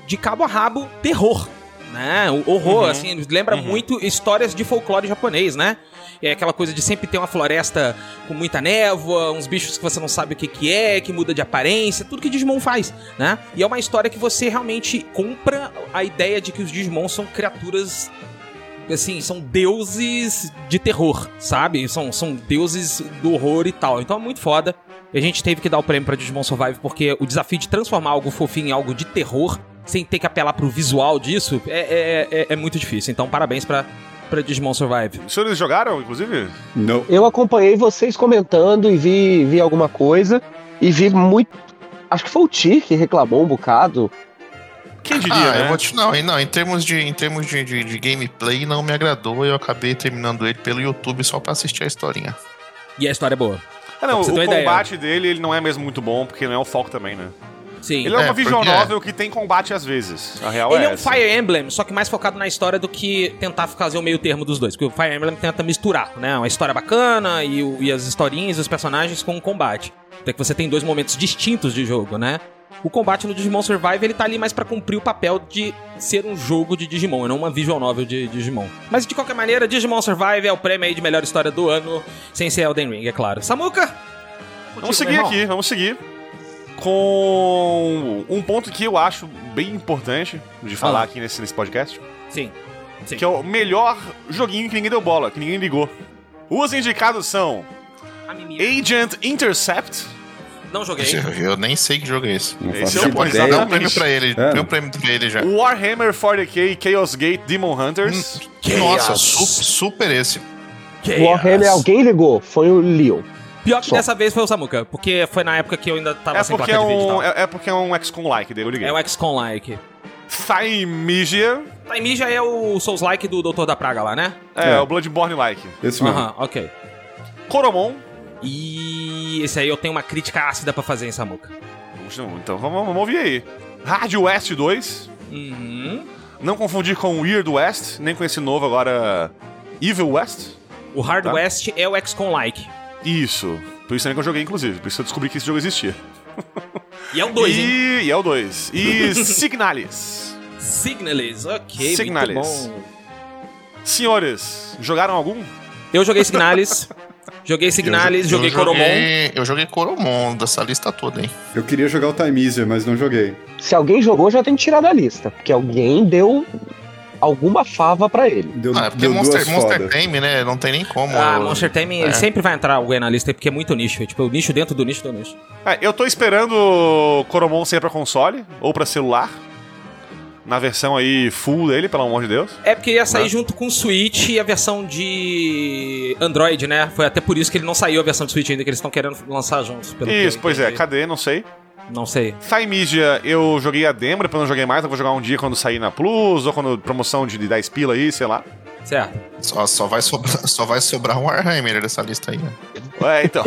Speaker 2: de cabo a rabo, terror. Né? O horror,
Speaker 1: Uhum.
Speaker 2: assim, lembra
Speaker 1: Uhum.
Speaker 2: muito histórias de folclore japonês, né? É aquela coisa de sempre ter uma floresta com muita névoa, uns bichos que você não sabe o que, que é, que muda de aparência, tudo que Digimon faz, né? E é uma história que você realmente compra a ideia de que os Digimon são criaturas assim, são deuses de terror, sabe? São, são deuses do horror e tal. Então é muito foda. E a gente teve que dar o prêmio pra Digimon Survive porque o desafio de transformar algo fofinho em algo de terror, sem ter que apelar pro visual disso, é, é, é, é muito difícil. Então parabéns pra, pra Digimon Survive.
Speaker 1: Os senhores jogaram, inclusive?
Speaker 4: Não.
Speaker 5: Eu acompanhei vocês comentando e vi, vi alguma coisa e vi muito. Acho que foi o Ti que reclamou um bocado.
Speaker 1: Quem diria,
Speaker 3: ah,
Speaker 1: né?
Speaker 3: eu vou te. Não, em- não em termos, de, em termos de, de, de gameplay, não me agradou. Eu acabei terminando ele pelo YouTube só pra assistir a historinha.
Speaker 2: E a história é boa.
Speaker 1: Ah, não,
Speaker 2: Pra
Speaker 1: o
Speaker 2: você ter uma ideia.
Speaker 1: combate dele ele não é mesmo muito bom, porque não é o foco também, né?
Speaker 2: Sim.
Speaker 1: Ele é, uma
Speaker 3: É,
Speaker 1: visual
Speaker 3: porque-
Speaker 1: novel que tem combate às vezes. A real
Speaker 2: Ele é um
Speaker 1: essa.
Speaker 2: Fire Emblem, só que mais focado na história do que tentar fazer o meio termo dos dois. Porque o Fire Emblem tenta misturar, né? Uma história bacana e, o- e as historinhas e os personagens com o combate. Até que você tem dois momentos distintos de jogo, né? o combate no Digimon Survive ele tá ali mais pra cumprir o papel de ser um jogo de Digimon, e não uma visual novel de Digimon. Mas de qualquer maneira, Digimon Survive é o prêmio aí de melhor história do ano, sem ser Elden Ring, é claro. Samuca!
Speaker 1: Vamos seguir aqui, vamos seguir com um ponto que eu acho bem importante de falar
Speaker 2: lá.
Speaker 1: aqui nesse, nesse podcast,
Speaker 2: Sim. Sim.
Speaker 1: que é o melhor joguinho que ninguém deu bola, que ninguém ligou. Os indicados são Agent Intercept, <laughs>
Speaker 2: Não joguei.
Speaker 3: Eu, eu nem sei que jogo é esse.
Speaker 4: Não
Speaker 1: Esse
Speaker 4: faço
Speaker 1: é
Speaker 3: Você
Speaker 1: o
Speaker 3: pode
Speaker 1: Pois
Speaker 3: dar
Speaker 1: é,
Speaker 3: um prêmio
Speaker 1: mas-
Speaker 3: pra ele.
Speaker 4: É.
Speaker 3: Deu um prêmio pra ele já.
Speaker 1: Warhammer 40k, Chaos Gate, Demon Hunters.
Speaker 2: Hum,
Speaker 3: Nossa, su- super esse.
Speaker 2: Chaos.
Speaker 5: O Warhammer, alguém ligou, foi o Leon.
Speaker 2: Pior que
Speaker 5: Só.
Speaker 2: dessa vez foi o Samuca, porque foi na época que eu ainda tava
Speaker 1: É
Speaker 2: tá sem
Speaker 1: porque
Speaker 2: placa
Speaker 1: é,
Speaker 2: de vídeo e
Speaker 1: um,
Speaker 2: tal.
Speaker 1: é, é porque é um XCOM-like, daí eu liguei.
Speaker 2: É o XCOM-like.
Speaker 1: Thymigia,
Speaker 2: Time já é o Souls-like do Doutor da Praga lá, né?
Speaker 1: é,
Speaker 4: É.
Speaker 1: o Bloodborne-like.
Speaker 4: Esse mesmo.
Speaker 2: Aham, ok.
Speaker 1: Coromon,
Speaker 2: E esse aí eu tenho uma crítica ácida pra fazer em Samuca.
Speaker 1: vamos- então vamos, vamos ouvir aí. Rádio West 2,
Speaker 2: Uhum.
Speaker 1: não confundir com Weird West, nem com esse novo agora, Evil West.
Speaker 2: O Hard
Speaker 1: Tá.
Speaker 2: West é o XCOM-like.
Speaker 1: Isso, por isso também que eu joguei, inclusive, por isso que eu descobri que esse jogo existia.
Speaker 2: E é o 2, hein?
Speaker 1: e, e é o 2.
Speaker 2: <laughs>
Speaker 1: E Signalis.
Speaker 2: Signalis, ok.
Speaker 1: Signalis.
Speaker 2: Muito bom.
Speaker 1: Senhores, jogaram algum?
Speaker 2: Eu joguei Signalis. <laughs> joguei Signalis,
Speaker 3: Eu jo-
Speaker 2: joguei
Speaker 3: eu
Speaker 2: Coromon.
Speaker 3: Eu joguei Coromon dessa lista toda, hein?
Speaker 4: Eu queria jogar o Timezia, mas não joguei.
Speaker 5: Se alguém jogou, já tem que tirar da lista, porque alguém deu alguma fava pra ele.
Speaker 4: Deu,
Speaker 3: Ah, é porque
Speaker 4: deu duas
Speaker 3: Monster, Monster
Speaker 4: fodas.
Speaker 3: Time, né? Não tem nem como.
Speaker 2: Ah, Monster Time, ele
Speaker 3: É.
Speaker 2: sempre vai entrar alguém na lista, porque é muito nicho. É tipo, o nicho dentro do nicho do nicho.
Speaker 1: É, eu tô esperando o Coromon sair pra console ou pra celular. Na versão aí full dele, pelo amor de Deus.
Speaker 2: É porque ia sair
Speaker 1: Né?
Speaker 2: junto com o Switch e a versão de Android, né? Foi até por isso que ele não saiu a versão de Switch ainda, que eles estão querendo lançar juntos. Pelo que eu
Speaker 1: Isso, pois é,
Speaker 2: entendi.
Speaker 1: cadê? Não sei.
Speaker 2: Não sei.
Speaker 1: Thymedia, eu joguei a demo, depois não joguei mais, eu vou jogar um dia quando sair na Plus, ou quando promoção de 10 pila aí, sei lá.
Speaker 2: Certo.
Speaker 3: Só, só vai sobrar, só vai sobrar um Warhammer dessa lista aí, né?
Speaker 1: É, então.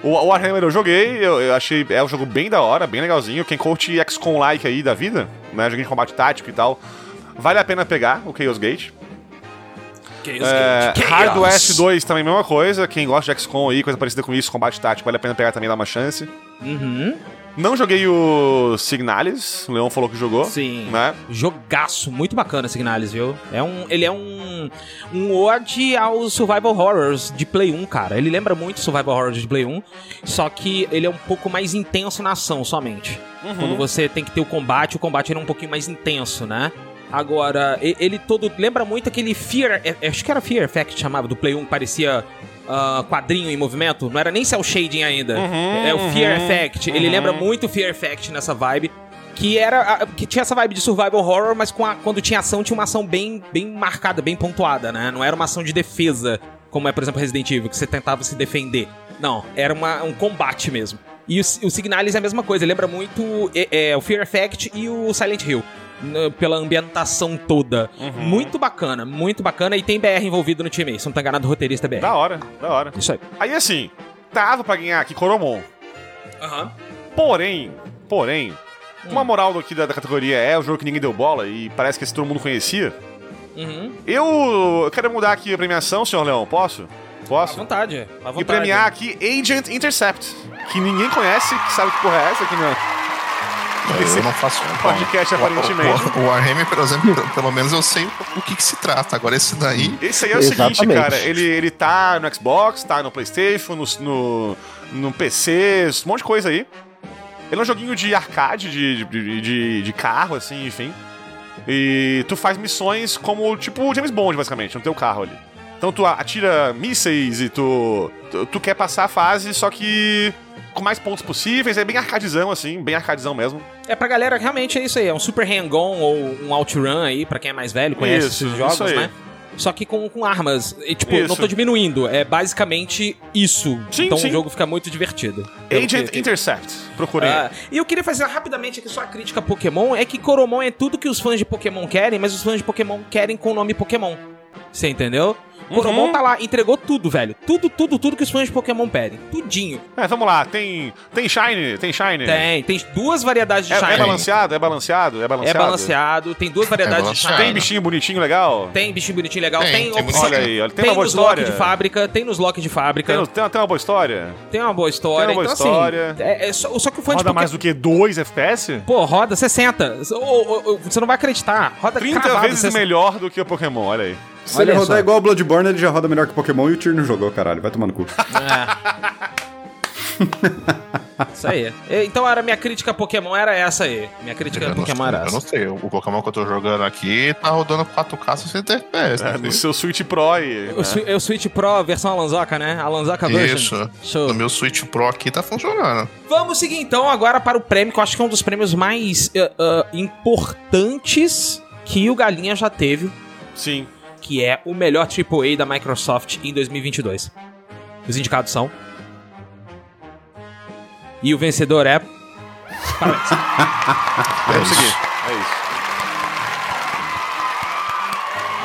Speaker 1: O o Warhammer eu joguei, eu, eu achei. É um jogo bem da hora, bem legalzinho. Quem curte XCOM-like aí da vida, né? Joguinho de combate tático e tal. Vale a pena pegar o Chaos Gate. É, Hard West 2 também, mesma coisa. Quem gosta de XCOM aí, coisa parecida com isso, combate tático, vale a pena pegar também, dar uma chance.
Speaker 2: Uhum.
Speaker 1: Não joguei o Signalis, o Leon falou que jogou.
Speaker 2: Sim.
Speaker 1: Né?
Speaker 2: Jogaço, muito bacana Signalis, viu? É um, ele é um, um ode aos Survival Horrors de Play 1, cara. Ele lembra muito Survival Horrors de Play 1, só que ele é um pouco mais intenso na ação somente. Quando você tem que ter o combate, o combate era um pouquinho mais intenso, né? Agora, e- ele todo. Lembra muito aquele Fear. é- Acho que era Fear Effect que chamava do Play 1, parecia ah, quadrinho em movimento. Não era nem cel shading ainda.
Speaker 1: Uhum,
Speaker 2: é o Fear
Speaker 1: uhum,
Speaker 2: Effect. Ele
Speaker 1: uhum.
Speaker 2: lembra muito o Fear Effect nessa vibe. Que era. a- Que tinha essa vibe de survival horror, mas com a- quando tinha ação, tinha uma ação bem, bem marcada, bem pontuada, né? Não era uma ação de defesa, como é, por exemplo, Resident Evil, que você tentava se defender. Não, era uma- um combate mesmo. E o, o Signalis é a mesma coisa, lembra muito é, é, o Fear Effect e o Silent Hill. né, Pela ambientação toda.
Speaker 1: Uhum.
Speaker 2: Muito bacana, muito bacana. E tem BR envolvido no time aí. Se não tá enganado, roteirista é BR.
Speaker 1: Da hora, da hora.
Speaker 2: Isso aí.
Speaker 1: Aí assim, tava pra ganhar aqui Coromon.
Speaker 2: Aham.
Speaker 1: Porém, porém,
Speaker 2: Hum.
Speaker 1: uma moral do aqui da, da categoria é o jogo que ninguém deu bola e parece que esse todo mundo conhecia.
Speaker 2: Uhum.
Speaker 1: Eu, eu quero mudar aqui a premiação, senhor Leão, posso?
Speaker 2: À
Speaker 1: Posso?
Speaker 2: vontade. é. À vontade.
Speaker 1: E premiar aqui Agent Intercept, que ninguém conhece, que sabe que porra é essa aqui no Esse é um
Speaker 3: Eu não faço
Speaker 1: podcast,
Speaker 3: Bom,
Speaker 1: aparentemente.
Speaker 3: O, o- o Warhammer, por exemplo, pelo- pelo menos eu sei o, o que, que se trata. Agora esse daí.
Speaker 1: Esse aí é o
Speaker 5: Exatamente.
Speaker 1: seguinte, cara, ele, ele tá no Xbox, tá no Playstation, no, no, no PC, um monte de coisa aí. Ele é um joguinho de arcade, de, de, de, de carro, assim, enfim. E tu faz missões como, tipo, James Bond, basicamente, no teu carro ali. Então tu atira mísseis e tu, tu, tu quer passar a fase, só que com mais pontos possíveis, é bem arcadizão, assim, bem arcadizão mesmo.
Speaker 2: É pra galera, realmente é isso aí. É um super hang-on ou um outrun aí, pra quem é mais velho, conhece
Speaker 1: Isso,
Speaker 2: esses jogos,
Speaker 1: isso aí.
Speaker 2: né? Só que com, com armas. E, tipo,
Speaker 1: Isso.
Speaker 2: não tô diminuindo. É basicamente isso.
Speaker 1: Sim,
Speaker 2: então
Speaker 1: sim.
Speaker 2: o jogo fica muito divertido. Pelo
Speaker 1: Agent
Speaker 2: que- que-
Speaker 1: Intercept, procurei.
Speaker 2: Ah, e eu queria fazer rapidamente aqui só a crítica a Pokémon, é que Coromon é tudo que os fãs de Pokémon querem, mas os fãs de Pokémon querem com o nome Pokémon. Você entendeu?
Speaker 1: Uhum.
Speaker 2: Coromon tá lá, entregou tudo, velho. Tudo, tudo, tudo que os fãs de Pokémon pedem. Tudinho.
Speaker 1: É, vamos lá, tem. Tem Shine, tem Shine.
Speaker 2: Tem, tem duas variedades de
Speaker 1: É, é
Speaker 2: Shiny.
Speaker 1: balanceado, é balanceado, é
Speaker 2: É
Speaker 1: balanceado.
Speaker 2: balanceado, tem duas variedades de
Speaker 3: balanceado.
Speaker 2: Shine.
Speaker 1: Tem bichinho bonitinho legal?
Speaker 2: Tem bichinho bonitinho legal,
Speaker 3: Tem,
Speaker 2: tem,
Speaker 3: tem
Speaker 2: opção-
Speaker 1: Olha aí, olha, tem uma
Speaker 2: Tem
Speaker 1: boa
Speaker 2: nos lock
Speaker 1: história.
Speaker 2: de fábrica, tem nos lock de fábrica,
Speaker 1: Tem,
Speaker 2: tem,
Speaker 1: no- tem, tem uma boa história?
Speaker 2: uma boa história.
Speaker 1: tem uma boa
Speaker 2: então,
Speaker 1: história.
Speaker 2: Assim, é, é só, só que o fã de
Speaker 1: Roda
Speaker 2: Pokémon...
Speaker 1: mais do que 2 FPS?
Speaker 2: Pô, roda 60. Ô, ô, ô, Você não vai acreditar. Roda
Speaker 1: 30
Speaker 2: Tá cravado
Speaker 1: vezes
Speaker 2: 60.
Speaker 1: melhor do que o Pokémon, olha aí.
Speaker 4: Se ele
Speaker 2: Olha
Speaker 4: rodar
Speaker 2: só.
Speaker 4: igual o Bloodborne, ele já roda melhor que o Pokémon e o Tyr não jogou, caralho. Vai tomar
Speaker 3: <laughs>
Speaker 4: no cu.
Speaker 2: É. Isso aí. É, Então era minha crítica a Pokémon, era essa aí. Minha crítica a
Speaker 3: Eu não,
Speaker 2: Pokémon
Speaker 3: sei,
Speaker 2: era
Speaker 3: eu
Speaker 2: essa.
Speaker 3: não sei, o Pokémon que eu tô jogando aqui tá rodando 4K 60 FPS.
Speaker 1: É,
Speaker 3: né?
Speaker 1: no seu Switch Pro aí.
Speaker 2: O, Swi- é o Switch Pro, versão Alanzoca, né? Alanzoca version.
Speaker 3: Isso.
Speaker 2: Show.
Speaker 3: O meu Switch Pro aqui tá funcionando.
Speaker 2: Vamos seguir então agora para o prêmio, que eu acho que é um dos prêmios mais eh, ah, importantes que o Galinha já teve,
Speaker 1: Sim.
Speaker 2: que é o melhor AAA da Microsoft em 2022. Os indicados são. E o vencedor é.
Speaker 1: Vamos seguir. É isso.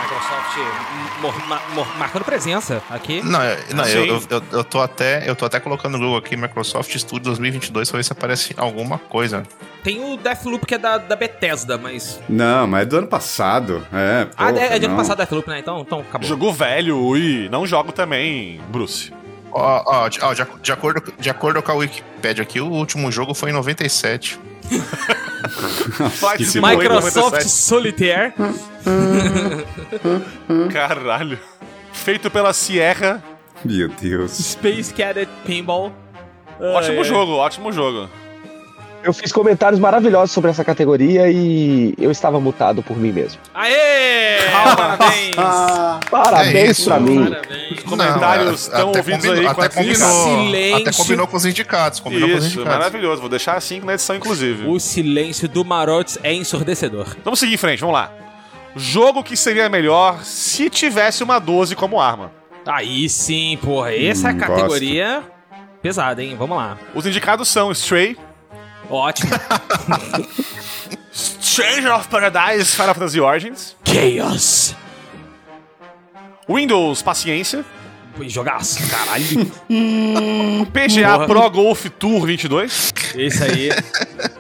Speaker 2: Microsoft mor- ma- mor- marcando presença aqui.
Speaker 3: Não, eu- não,
Speaker 1: Sim.
Speaker 3: eu, eu, eu- eu tô até, eu tô até colocando no Google aqui Microsoft Studio 2022 pra ver se aparece alguma coisa.
Speaker 2: Tem o Deathloop que é da, da Bethesda, mas.
Speaker 4: não, mas é do ano passado. É,
Speaker 2: ah,
Speaker 4: porra,
Speaker 2: é, é de ano
Speaker 4: não.
Speaker 2: passado Deathloop, né? Então, então acabou.
Speaker 1: Jogou velho, ui. Não jogo também, Bruce.
Speaker 3: Ó, ó, de- ó, de, ac- de acordo, de acordo com a Wikipedia aqui, o último jogo foi em 97.
Speaker 1: Flight
Speaker 4: que
Speaker 1: Simulator
Speaker 2: Microsoft
Speaker 1: 97.
Speaker 2: Solitaire.
Speaker 1: Caralho. Feito pela Sierra.
Speaker 4: Meu Deus.
Speaker 2: Space Cadet Pinball.
Speaker 1: ótimo
Speaker 2: é.
Speaker 1: jogo, ótimo jogo.
Speaker 5: Eu fiz comentários maravilhosos sobre essa categoria e eu estava mutado por mim mesmo.
Speaker 2: Aê! Parabéns!
Speaker 4: <laughs>
Speaker 3: É
Speaker 5: Parabéns
Speaker 3: isso,
Speaker 5: pra mim.
Speaker 2: Parabéns.
Speaker 1: Comentários
Speaker 3: Não, a-
Speaker 1: tão
Speaker 3: até
Speaker 1: ouvidos
Speaker 3: combinou-
Speaker 1: aí com
Speaker 3: até
Speaker 1: essa-
Speaker 3: combinou,
Speaker 2: Silêncio.
Speaker 3: até combinou com os indicados, combinou com os
Speaker 1: Isso,
Speaker 3: indicados.
Speaker 1: maravilhoso. Vou deixar assim na edição, inclusive.
Speaker 2: O silêncio do Marotes é ensurdecedor.
Speaker 1: Vamos seguir em frente, vamos lá. Jogo que seria melhor se tivesse uma 12 como arma.
Speaker 2: Aí sim, porra. Essa é a
Speaker 4: Hum,
Speaker 2: categoria pesada, hein? Vamos lá.
Speaker 1: Os indicados são Stray,
Speaker 2: Ótimo.
Speaker 1: Stranger of Paradise, Final Fantasy Origins,
Speaker 2: <laughs> Chaos.
Speaker 1: Windows Paciência, um
Speaker 2: Jogaço, caralho.
Speaker 1: PGA
Speaker 2: Porra.
Speaker 1: Pro Golf Tour 22,
Speaker 2: Esse aí.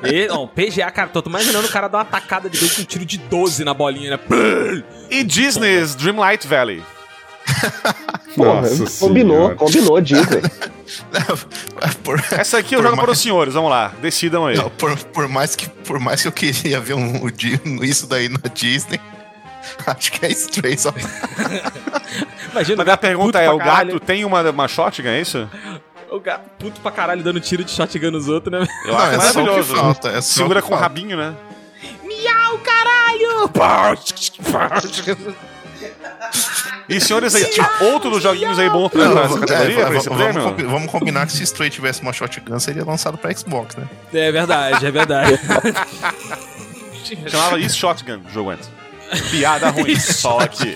Speaker 2: E, não, PGA, cara, tô imaginando o cara dar uma tacada de dois com um tiro de 12 na bolinha, né? Brrr.
Speaker 1: e Disney's Dreamlight Valley.
Speaker 5: Porra,
Speaker 4: Nossa
Speaker 5: combinou,
Speaker 4: Senhora.
Speaker 5: combinou, digo.
Speaker 3: <laughs> por,
Speaker 1: Essa aqui eu
Speaker 3: Por
Speaker 1: jogo
Speaker 3: mais-
Speaker 1: para os senhores, vamos lá, decidam aí.
Speaker 3: não, por- por mais que, por mais que eu queria ver um, um di- isso daí na Disney, <laughs> acho que é Stray só
Speaker 2: Imagina
Speaker 1: Mas a
Speaker 2: puto
Speaker 1: pergunta é,
Speaker 2: pra
Speaker 1: o
Speaker 2: caralho.
Speaker 1: gato tem uma, uma shotgun, é isso?
Speaker 2: O gato puto pra caralho dando tiro de shotgun nos outros, né?
Speaker 1: Eu
Speaker 3: Não,
Speaker 1: acho
Speaker 3: é só o que
Speaker 1: maravilhoso.
Speaker 3: falta. É só
Speaker 1: Segura
Speaker 3: o que
Speaker 1: com o
Speaker 3: falta.
Speaker 1: rabinho, né?
Speaker 2: Miau, caralho!
Speaker 1: E senhores, aí, outro dos joguinhos aí bom pra
Speaker 3: Não,
Speaker 1: entrar nessa
Speaker 3: é,
Speaker 1: categoria, pra
Speaker 3: vamos-
Speaker 1: esse
Speaker 3: vamos,
Speaker 1: prêmio?
Speaker 3: combi- vamos combinar que se Stray tivesse uma shotgun, seria lançado pra Xbox, né?
Speaker 2: É verdade, é <laughs> verdade.
Speaker 1: Chamava isso Shotgun, o jogo antes. Piada
Speaker 2: <laughs>
Speaker 1: ruim, só aqui.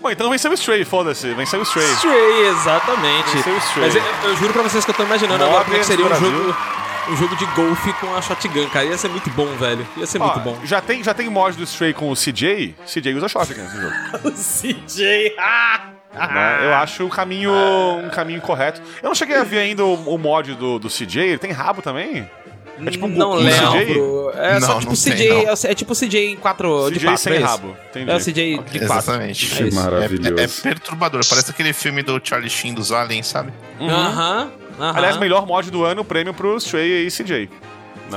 Speaker 1: Bom, então venceu o Stray, foda-se. Venceu o Stray.
Speaker 2: Stray, exatamente.
Speaker 1: Venceu é o Stray.
Speaker 2: Mas eu, eu juro pra vocês que eu tô imaginando agora como é
Speaker 1: Móveis
Speaker 2: que seria um
Speaker 1: do Brasil.
Speaker 2: jogo, um jogo de golfe com a shotgun, cara. Ia ser muito bom, velho. Ia ser
Speaker 1: Ó,
Speaker 2: é muito
Speaker 1: <laughs>
Speaker 2: bom.
Speaker 1: Já tem, já tem mod do Stray com o CJ. CJ usa Shotgun no jogo.
Speaker 2: O CJ!
Speaker 3: Ah.
Speaker 1: né? Eu acho o caminho, um caminho correto. Eu não cheguei a ver ainda o, o mod do, do CJ. Ele tem rabo também? É tipo um
Speaker 2: não
Speaker 1: Goku,
Speaker 2: lembro. É só
Speaker 3: Não,
Speaker 2: tipo
Speaker 3: não tem,
Speaker 2: CJ.
Speaker 3: não.
Speaker 2: é o- é tipo CJ em quatro de
Speaker 1: CJ
Speaker 2: quatro,
Speaker 1: sem
Speaker 2: é isso?
Speaker 1: rabo. Entendi.
Speaker 2: É o CJ de quatro.
Speaker 3: Exatamente.
Speaker 2: É
Speaker 4: Que
Speaker 2: isso.
Speaker 4: maravilhoso.
Speaker 3: É, é perturbador. Parece aquele filme do Charlie Sheen dos Aliens, sabe?
Speaker 1: Uhum.
Speaker 2: Aham. aham.
Speaker 1: Aliás, melhor mod do ano, prêmio pro Stray e CJ.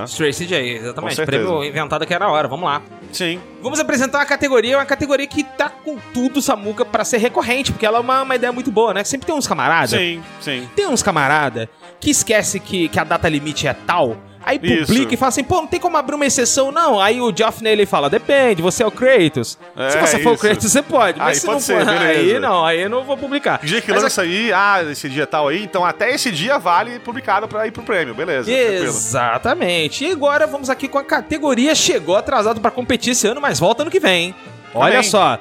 Speaker 2: Stray CJ,
Speaker 1: Com
Speaker 2: exatamente.
Speaker 1: certeza.
Speaker 2: Prêmio inventado aqui era a hora, vamos lá.
Speaker 1: Sim.
Speaker 2: Vamos apresentar uma categoria, uma categoria que tá com tudo, Samuca, pra ser recorrente, porque ela é uma, uma ideia muito boa, né? Sempre tem uns camaradas.
Speaker 1: Sim, sim.
Speaker 2: Tem uns camarada que esquece que, que a data limite é tal. Aí publica
Speaker 1: Isso.
Speaker 2: e fala assim, pô, não tem como abrir uma exceção, não. Aí o Geoff Neely fala, depende, você é o Kratos. se
Speaker 1: É,
Speaker 2: você for o
Speaker 1: isso.
Speaker 2: Kratos, você pode. Mas
Speaker 1: Aí
Speaker 2: se
Speaker 1: pode
Speaker 2: não
Speaker 1: ser,
Speaker 2: for, aí
Speaker 1: beleza.
Speaker 2: não, aí eu não vou
Speaker 1: <laughs>
Speaker 2: publicar.
Speaker 1: Que dia que
Speaker 2: Mas
Speaker 1: lança aí, ah, esse dia tal aí, então até esse dia vale publicado pra ir pro prêmio, beleza. tranquilo.
Speaker 2: Exatamente. E agora vamos aqui com a categoria Chegou Atrasado pra competir esse ano, mas volta ano que vem. hein? Olha
Speaker 1: Amém.
Speaker 2: só.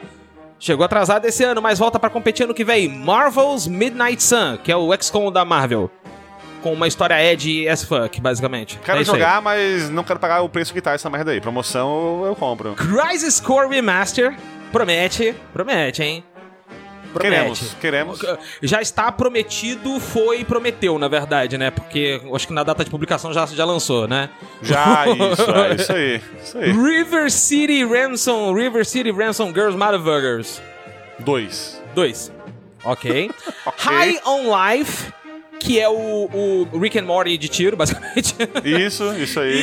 Speaker 2: Chegou atrasado esse ano, mas volta pra competir ano que vem. Marvel's Midnight Sun, que é o XCOM da Marvel. Com uma história Ed as fuck, basicamente.
Speaker 1: Quero
Speaker 2: É isso aí.
Speaker 1: jogar, mas não quero pagar o preço que tá essa merda aí. Promoção eu, eu compro.
Speaker 2: Crisis Core Remaster, Promete, promete, hein? Promete.
Speaker 1: Queremos,
Speaker 2: <laughs>
Speaker 1: queremos.
Speaker 2: Já está prometido, foi e prometeu, na verdade, né? Porque acho que na data de publicação já, já lançou, né?
Speaker 1: Já, isso, é isso aí. Isso aí.
Speaker 2: River City Ransom, River City Ransom Girls Motherfuckers.
Speaker 1: Dois.
Speaker 2: Dois.
Speaker 1: <laughs>
Speaker 2: Ok. High on Life, que é o, o Rick and Morty de tiro, basicamente.
Speaker 1: Isso, isso aí.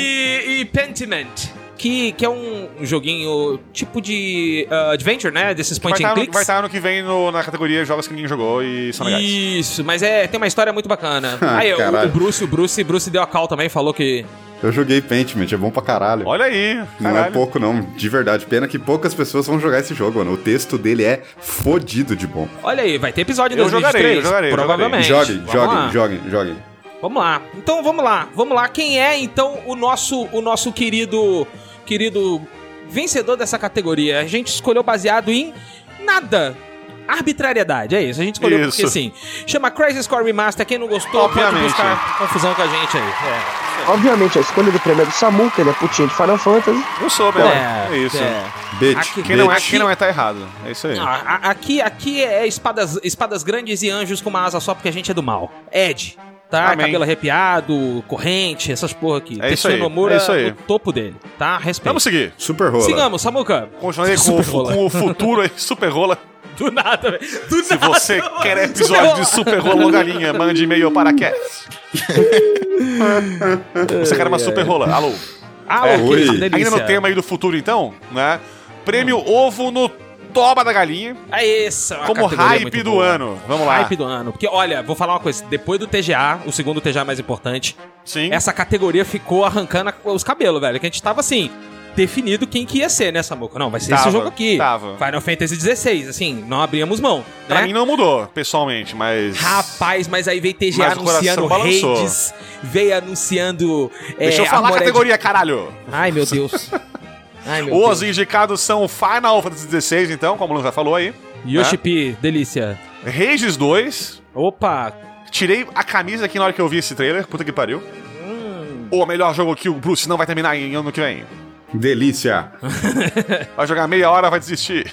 Speaker 2: <laughs> E, e Pentiment, que, que é um joguinho tipo de ah, adventure, né? Desses
Speaker 1: Vai
Speaker 2: point and
Speaker 1: estar,
Speaker 2: clicks.
Speaker 1: vai estar ano que vem no- na categoria Jogos que ninguém jogou e são legais.
Speaker 2: Isso, mas é, tem uma história muito bacana.
Speaker 4: <laughs> Ah,
Speaker 2: Aí, o, o
Speaker 4: caralho.
Speaker 2: Bruce, o Bruce, Bruce deu a call também, falou que.
Speaker 4: Eu joguei Pentiment, é bom pra caralho.
Speaker 1: Olha aí,
Speaker 4: Não é
Speaker 1: caralho.
Speaker 4: pouco, não, de verdade. Pena que poucas pessoas vão jogar esse jogo, mano. O texto dele é fodido de bom.
Speaker 2: Olha aí, vai ter episódio em
Speaker 1: Eu jogarei,
Speaker 2: 2023,
Speaker 1: eu jogarei, eu
Speaker 2: provavelmente.
Speaker 4: Joguem,
Speaker 2: É Vamos lá.
Speaker 4: joguem, joguem, joguem.
Speaker 2: Vamos lá. Então vamos lá. Vamos lá. Quem é então o nosso o nosso querido querido vencedor dessa categoria? A gente escolheu baseado em nada. Arbitrariedade, é isso. A gente escolheu
Speaker 1: Isso.
Speaker 2: porque sim. Chama Crisis Core Remaster. Quem não gostou pode
Speaker 1: Obviamente.
Speaker 2: buscar confusão com a gente aí. É.
Speaker 5: Obviamente, a escolha do prêmio é do Samu, que ele é putinho de Final Fantasy.
Speaker 1: Não soube, né? É isso.
Speaker 4: Bitch,
Speaker 2: Aqui-
Speaker 1: Quem, não é,
Speaker 2: Aqui-
Speaker 1: quem não é, tá errado. É isso aí.
Speaker 2: Ah, a- aqui, aqui é espadas, espadas grandes e anjos com uma asa só, porque a gente é do mal. Ed, tá?
Speaker 1: Amém.
Speaker 2: Cabelo arrepiado, corrente, essas porra aqui.
Speaker 1: É isso aí,
Speaker 2: Nomura
Speaker 1: é isso aí.
Speaker 2: no topo dele, tá? Respeito.
Speaker 1: Vamos seguir.
Speaker 4: super rola.
Speaker 2: Sigamos, Samuca.
Speaker 1: Continuarei com, o-
Speaker 2: Super rola.
Speaker 1: com o futuro aí, Super Rola.
Speaker 2: <laughs> Do nada, velho. Do
Speaker 1: Se
Speaker 2: nada.
Speaker 1: você quer
Speaker 2: Super
Speaker 1: episódio de Super Rola ou Galinha, mande e-mail para
Speaker 2: <laughs>
Speaker 1: cast. Você quer uma Super Rola? Alô.
Speaker 2: Ah,
Speaker 4: É,
Speaker 2: ok,
Speaker 4: oi.
Speaker 2: que delícia.
Speaker 1: Ainda no tema aí do futuro, então, né? Prêmio Ovo no Toba da Galinha,
Speaker 2: É isso, é uma
Speaker 1: como
Speaker 2: categoria
Speaker 1: hype
Speaker 2: muito
Speaker 1: do
Speaker 2: boa.
Speaker 1: ano. Vamos lá.
Speaker 2: Hype do ano. Porque, olha, vou falar uma coisa. Depois do TGA, o segundo TGA mais importante,
Speaker 1: Sim.
Speaker 2: essa categoria ficou arrancando a- os cabelos, velho. Que a gente tava assim, definido quem que ia ser, né, Samuco? Não, vai ser esse
Speaker 1: Tava,
Speaker 2: jogo aqui.
Speaker 1: tava.
Speaker 2: Final Fantasy XVI, assim, não abríamos mão,
Speaker 1: Pra
Speaker 2: né?
Speaker 1: mim não mudou, pessoalmente, mas.
Speaker 2: Rapaz, mas aí veio TGA
Speaker 1: Mas o
Speaker 2: anunciando
Speaker 1: coração balançou.
Speaker 2: Hades, veio anunciando. é,
Speaker 1: Deixa eu falar a
Speaker 2: Armored-
Speaker 1: categoria, caralho!
Speaker 2: Ai, meu Deus. Ai,
Speaker 1: <laughs>
Speaker 2: meu Deus.
Speaker 1: Os indicados são Final Fantasy XVI, então, como o Luan já falou aí.
Speaker 2: Yoshipi, delícia.
Speaker 1: Rages 2.
Speaker 2: Opa!
Speaker 1: Tirei a camisa aqui na hora que eu vi esse trailer, puta que pariu.
Speaker 2: Hum.
Speaker 1: O melhor jogo que o Bruce não vai terminar em ano que vem.
Speaker 4: Delícia.
Speaker 1: Vai jogar meia hora, vai desistir.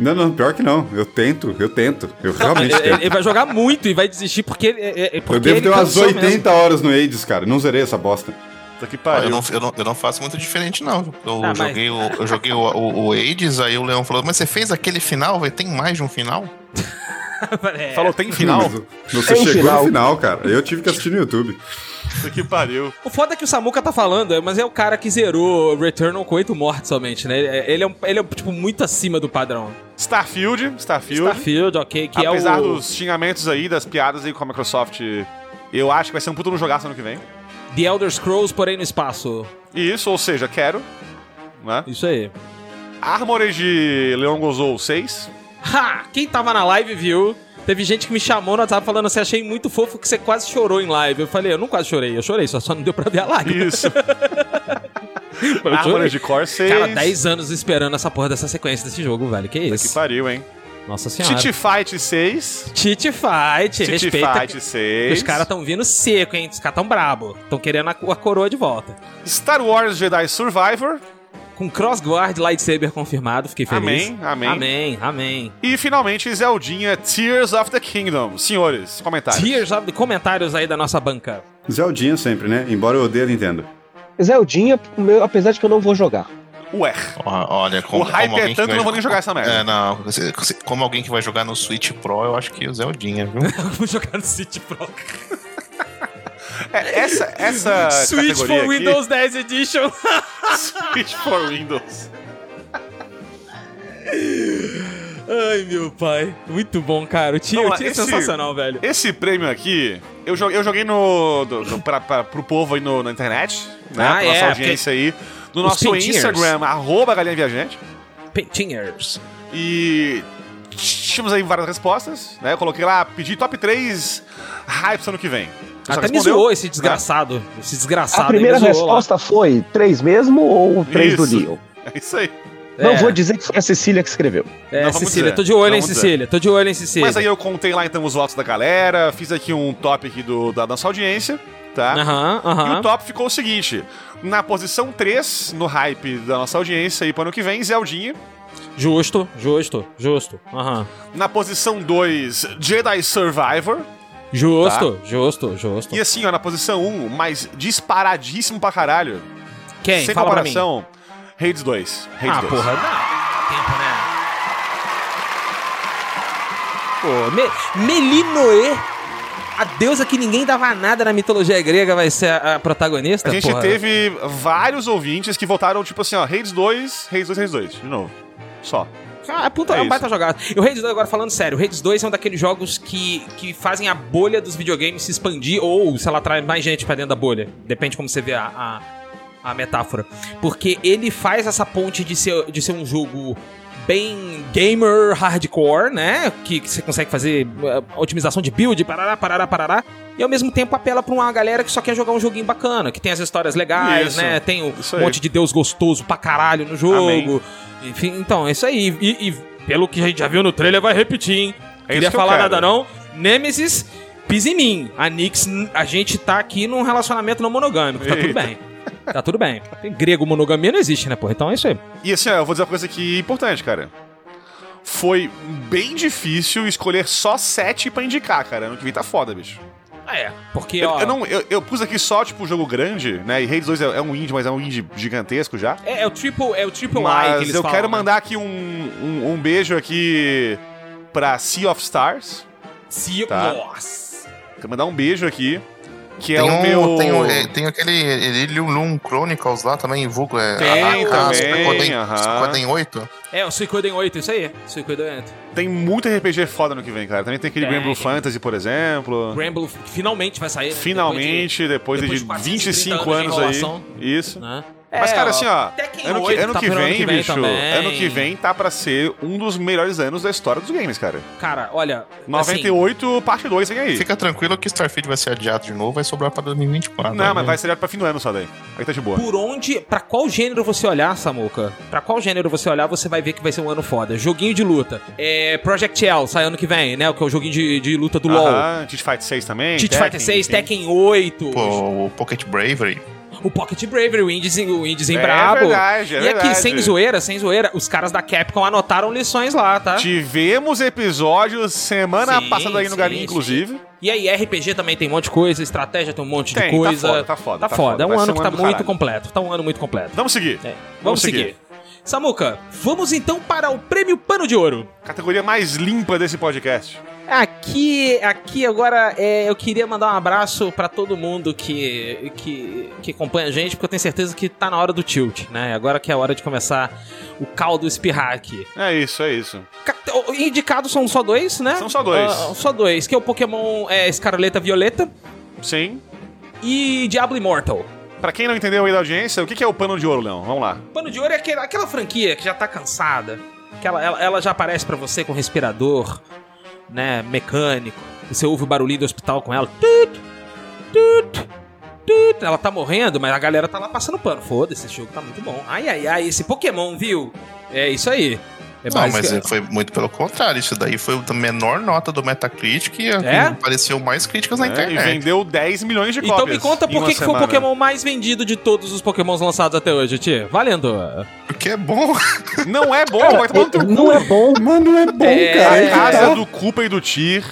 Speaker 4: Não, não, pior que não. Eu tento, eu tento. Eu
Speaker 2: <laughs>
Speaker 4: realmente
Speaker 2: Ele,
Speaker 4: tento.
Speaker 2: ele vai jogar muito e vai desistir porque. É, é- porque
Speaker 4: Eu devo
Speaker 2: ele
Speaker 4: ter umas
Speaker 2: cansou
Speaker 4: 80
Speaker 2: mesmo. <laughs>
Speaker 4: horas no AIDS, cara. Não zerei essa bosta.
Speaker 1: Puta que
Speaker 3: Olha,
Speaker 1: pariu.
Speaker 3: eu, não, eu, não, eu não faço muito diferente, não. viu? Eu
Speaker 2: Ah, mas-
Speaker 3: joguei, o, eu joguei o, o, o Hades, aí o Leão falou, mas você fez aquele final, velho? Tem mais de um final?
Speaker 2: É.
Speaker 1: Falou, tem
Speaker 2: <laughs>
Speaker 1: final?
Speaker 4: Mas o- Você
Speaker 5: Tem
Speaker 4: chegou
Speaker 5: final.
Speaker 4: no final, cara. Eu tive que assistir no YouTube.
Speaker 1: Puta que pariu.
Speaker 2: O foda é que o Samuka tá falando, é, mas é o cara que zerou Returnal com 8 mortes somente, né? Ele é- Ele é, um, ele é tipo, muito acima do padrão.
Speaker 1: Starfield, Starfield.
Speaker 2: Starfield, ok, que
Speaker 1: Apesar
Speaker 2: é o
Speaker 1: dos xingamentos aí, das piadas aí com a Microsoft, eu acho que vai ser um puto no jogaço ano que vem.
Speaker 2: The Elder Scrolls, porém no espaço.
Speaker 1: E isso, ou seja, quero. Né?
Speaker 2: Isso aí.
Speaker 1: Armored de Leon Gozou 6.
Speaker 2: Ha! Quem tava na live viu. Teve gente que me chamou no WhatsApp falando assim, achei muito fofo que você quase chorou em live. Eu falei, eu não quase chorei, eu chorei, só, só não deu pra ver a live.
Speaker 1: Isso.
Speaker 2: Eu chorei.
Speaker 1: Armored de Core 6.
Speaker 2: Cara, 10 anos esperando essa porra dessa sequência desse jogo, velho. Que
Speaker 1: Que
Speaker 2: isso?
Speaker 1: pariu, hein?
Speaker 2: Nossa senhora.
Speaker 1: Titi Fight 6.
Speaker 2: Titi Fight,
Speaker 1: Titi
Speaker 2: respeita.
Speaker 1: Fight
Speaker 2: que
Speaker 1: 6.
Speaker 2: Os tá- caras tão vindo seco, hein? Os caras tão brabo. Tão querendo a, co- a coroa de volta.
Speaker 1: Star Wars Jedi Survivor.
Speaker 2: Com Cross Guard Lightsaber confirmado, fiquei feliz.
Speaker 1: Amém, amém.
Speaker 2: Amém, amém.
Speaker 1: E finalmente Zeldinha Tears of the Kingdom. Senhores, comentários.
Speaker 2: Tears of the comentários aí da nossa banca. <laughs>
Speaker 4: Zeldinha sempre, né? Embora eu odeie a Nintendo.
Speaker 5: Zeldinha, meu, apesar de que eu não vou jogar.
Speaker 1: Ué.
Speaker 3: Ó, Olha, como,
Speaker 1: hype
Speaker 3: como
Speaker 1: é
Speaker 3: alguém que
Speaker 1: tanto,
Speaker 3: vai
Speaker 1: não vou nem jogar essa merda.
Speaker 3: É, não. você- você- Como alguém que vai jogar no Switch Pro, eu acho que o Zeldinha, viu?
Speaker 2: Vamos jogar no City Pro.
Speaker 1: É, essa essa
Speaker 2: <laughs> Switch
Speaker 1: categoria
Speaker 2: for
Speaker 1: aqui-
Speaker 2: Windows 10 Edition.
Speaker 1: <laughs> Switch for Windows.
Speaker 2: Ai, meu pai. Muito bom, cara. O tio,
Speaker 1: Não,
Speaker 2: o tio é
Speaker 1: esse-
Speaker 2: sensacional, velho.
Speaker 1: Esse prêmio aqui, eu jo- eu joguei, no, do, do- pra- pra- pro povo aí no- na internet, né?
Speaker 2: Ah,
Speaker 1: pra
Speaker 2: é,
Speaker 1: nossa
Speaker 2: porque-
Speaker 1: audiência aí. No
Speaker 2: Os
Speaker 1: nosso
Speaker 2: pintinhos.
Speaker 1: Instagram, arroba Galinha Viajante.
Speaker 2: Paintingers.
Speaker 1: E tínhamos aí várias respostas, né? Eu coloquei lá, pedi top 3 hypes ano que vem. Você
Speaker 2: Até me
Speaker 1: respondeu,
Speaker 2: zoou esse
Speaker 1: né?
Speaker 2: desgraçado. Esse desgraçado.
Speaker 5: A
Speaker 2: aí
Speaker 5: primeira
Speaker 2: me zoou lá.
Speaker 5: resposta foi três mesmo ou três do
Speaker 1: Isso.
Speaker 5: Neil?
Speaker 1: <laughs> É isso aí.
Speaker 5: Não
Speaker 2: É.
Speaker 5: vou dizer que foi a Cecília que escreveu.
Speaker 2: É,
Speaker 1: Não, vamos
Speaker 2: Cecília,
Speaker 1: dizer.
Speaker 2: tô de olho, hein,
Speaker 1: Vamos dizer.
Speaker 2: Cecília. Tô de olho, hein, Cecília.
Speaker 1: Mas aí eu contei lá então os votos da galera, fiz aqui um top aqui do, da nossa audiência, tá?
Speaker 2: Aham,
Speaker 1: E
Speaker 2: aham.
Speaker 1: o top ficou o seguinte: na posição 3, no hype da nossa audiência aí pro ano que vem, Zeldinha.
Speaker 2: Justo, justo, justo. Aham.
Speaker 1: Na posição 2, Jedi Survivor.
Speaker 2: Justo, justo, justo.
Speaker 1: Tá. E assim, ó, na posição 1, um, mas disparadíssimo pra caralho.
Speaker 2: Quem?
Speaker 1: sem
Speaker 2: Fala pra mim.
Speaker 1: comparação, Raids 2. Raids
Speaker 2: Ah,
Speaker 1: 2.
Speaker 2: porra, né? não. Tempo, né? Pô, Me Melinoe, a deusa que ninguém dava nada na mitologia grega, vai ser a, a protagonista?
Speaker 1: A gente
Speaker 2: porra.
Speaker 1: teve vários ouvintes que votaram, tipo assim, ó, Raids 2, Raids 2, Raids 2, de novo. Só.
Speaker 2: Ah, puta,
Speaker 1: É
Speaker 2: é um
Speaker 1: isso.
Speaker 2: baita jogado. E o Hades 2, agora falando sério, o Hades 2 é um daqueles jogos que, que fazem a bolha dos videogames se expandir ou, sei lá, traz mais gente pra dentro da bolha. Depende como você vê a, a, a metáfora. Porque ele faz essa ponte de ser, de ser um jogo bem gamer hardcore, né? Que, que você consegue fazer eh, otimização de build, parará, parará, parará. E ao mesmo tempo apela pra uma galera que só quer jogar um joguinho bacana, que tem as histórias legais,
Speaker 1: Isso.
Speaker 2: né? Tem o
Speaker 1: Isso
Speaker 2: um
Speaker 1: aí.
Speaker 2: monte de deus gostoso pra caralho no jogo.
Speaker 1: Amém.
Speaker 2: Enfim, então, é isso aí. E, e pelo que a gente já viu no trailer, vai repetir, hein?
Speaker 1: É
Speaker 2: Queria
Speaker 1: isso que eu
Speaker 2: falar
Speaker 1: quero.
Speaker 2: nada não. Nemesis, pisa em mim. A Nix, a gente tá aqui num relacionamento não monogâmico. Tá tudo
Speaker 1: Eita.
Speaker 2: bem. Tá tudo bem. Em grego, monogamia não existe, né, porra? Então é isso aí.
Speaker 1: E assim, ó, eu vou dizer uma coisa aqui importante, cara. Foi bem difícil escolher só sete pra indicar, cara. Ano que vem tá foda, bicho.
Speaker 2: Ah, é. Porque,
Speaker 1: Eu,
Speaker 2: ó...
Speaker 1: eu não, eu, eu pus aqui só, tipo, jogo grande, né? E Raids 2 é, é um indie, mas é um indie gigantesco já.
Speaker 2: É, é o triple, é o triple I que
Speaker 1: Mas
Speaker 2: eles
Speaker 1: eu
Speaker 2: falam,
Speaker 1: quero
Speaker 2: né?
Speaker 1: mandar aqui um, um, um beijo aqui pra Sea of Stars.
Speaker 2: Se...
Speaker 1: Tá.
Speaker 2: Nossa.
Speaker 1: Quero mandar um beijo aqui, que é
Speaker 3: tem,
Speaker 1: o
Speaker 3: um,
Speaker 1: meu...
Speaker 3: tem, um- é, tem aquele Elilium Chronicles lá também, vulgo. É,
Speaker 2: Tem também,
Speaker 3: Suicoden-
Speaker 1: aham.
Speaker 3: Suicoden 8.
Speaker 2: É, o Suicoden 8, isso aí. Suicoden 8.
Speaker 1: Tem muito RPG foda no que vem, cara. Também tem aquele
Speaker 2: Tem.
Speaker 1: Granblue Fantasy, por exemplo.
Speaker 2: Bramble finalmente vai sair. né,
Speaker 1: Finalmente, depois,
Speaker 2: depois
Speaker 1: de,
Speaker 2: de quase
Speaker 1: 25
Speaker 2: 30 anos
Speaker 1: anos
Speaker 2: de
Speaker 1: aí.
Speaker 2: enrolação.
Speaker 1: Isso.
Speaker 2: depois de- né?
Speaker 1: Mas,
Speaker 2: É,
Speaker 1: cara,
Speaker 2: ó,
Speaker 1: assim, ó.
Speaker 2: Tekken
Speaker 1: Ano que,
Speaker 2: 8
Speaker 1: ano
Speaker 2: tá
Speaker 1: que
Speaker 2: pro
Speaker 1: vem,
Speaker 2: ano que vem
Speaker 1: bicho.
Speaker 2: também.
Speaker 1: Ano que vem tá pra ser um dos melhores anos da história dos games, cara.
Speaker 2: Cara, olha. assim,
Speaker 1: 98, parte 2, vem aí.
Speaker 3: Fica tranquilo que Starfield vai ser adiado de novo, vai sobrar pra 2024.
Speaker 1: Não, mas
Speaker 3: né?
Speaker 1: vai ser direto pra fim do ano só daí. Aí tá de boa.
Speaker 2: Por onde, Pra qual gênero você olhar, Samuca? Pra qual gênero você olhar, você vai ver que vai ser um ano foda. Joguinho de luta. É, Project L sai ano que vem, né? O que é o joguinho de, de luta do LoL.
Speaker 1: Aham, Street Fighter 6 também.
Speaker 2: Street Fighter 6,
Speaker 1: enfim.
Speaker 2: Tekken 8,
Speaker 3: Pô, o Pocket Bravery.
Speaker 2: o Pocket Bravery, o Indies- o Indizinho
Speaker 1: É
Speaker 2: brabo.
Speaker 1: verdade, é
Speaker 2: e aqui,
Speaker 1: verdade.
Speaker 2: sem zoeira, sem zoeira, os caras da Capcom anotaram lições lá, tá?
Speaker 1: Tivemos episódios semana
Speaker 2: Sim,
Speaker 1: passada aí no
Speaker 2: sim,
Speaker 1: Galinha,
Speaker 2: sim.
Speaker 1: inclusive.
Speaker 2: E aí, RPG também tem um monte de coisa, estratégia tem um monte
Speaker 1: Tem,
Speaker 2: de
Speaker 1: tá
Speaker 2: coisa.
Speaker 1: foda, tá foda,
Speaker 2: Tá,
Speaker 1: tá
Speaker 2: foda.
Speaker 1: foda.
Speaker 2: É
Speaker 1: Vai
Speaker 2: um
Speaker 1: ser
Speaker 2: ano
Speaker 1: um
Speaker 2: que
Speaker 1: ano
Speaker 2: tá
Speaker 1: do
Speaker 2: muito
Speaker 1: caralho.
Speaker 2: completo. Tá um ano muito completo.
Speaker 1: Vamos seguir.
Speaker 2: É, Vamos,
Speaker 1: Vamos
Speaker 2: seguir.
Speaker 1: seguir.
Speaker 2: Samuca, vamos então para o prêmio Pano de Ouro.
Speaker 1: Categoria mais limpa desse podcast.
Speaker 2: Aqui, aqui agora é, eu queria mandar um abraço pra todo mundo que, que que acompanha a gente, porque eu tenho certeza que tá na hora do tilt, né? Agora que é a hora de começar o caldo espirrar aqui.
Speaker 1: É isso, é isso.
Speaker 2: Ca- o- Indicados são só dois, né?
Speaker 1: São só dois.
Speaker 2: Ah, só dois, que é o Pokémon é, Escarleta Violeta
Speaker 1: Sim.
Speaker 2: e Diablo Immortal.
Speaker 1: Pra quem não entendeu aí da audiência, o que que é o pano de ouro, Leão? Vamos lá.
Speaker 2: Pano de Ouro é aquela, aquela franquia que já tá cansada. Que ela, ela, ela já aparece pra você com respirador, né? Mecânico. Você ouve o barulhinho do hospital com ela. Tut, tut, tut. Ela tá morrendo, mas a galera tá lá passando pano. Foda-se, esse jogo tá muito bom. Ai, ai, ai, esse Pokémon, viu? É isso aí. É
Speaker 3: Não, mas
Speaker 2: basic-
Speaker 3: é, foi muito pelo contrário. Isso daí foi a menor nota do Metacritic e
Speaker 2: É?
Speaker 3: apareceu mais críticas na
Speaker 1: né? E
Speaker 3: internet.
Speaker 1: vendeu 10 milhões de
Speaker 2: Então
Speaker 1: cópias.
Speaker 2: me conta
Speaker 1: em
Speaker 2: por
Speaker 1: uma
Speaker 2: que, que foi o
Speaker 1: semana.
Speaker 2: Pokémon mais vendido de todos os Pokémons lançados até hoje, Tia. Valendo.
Speaker 3: Porque é bom. <laughs>
Speaker 1: Não é bom, vai tomar no teu cu.
Speaker 5: Não é bom.
Speaker 4: Mano, é bom,
Speaker 2: É,
Speaker 4: cara.
Speaker 1: A
Speaker 4: aí que tá.
Speaker 1: casa do Koopa e do Tyr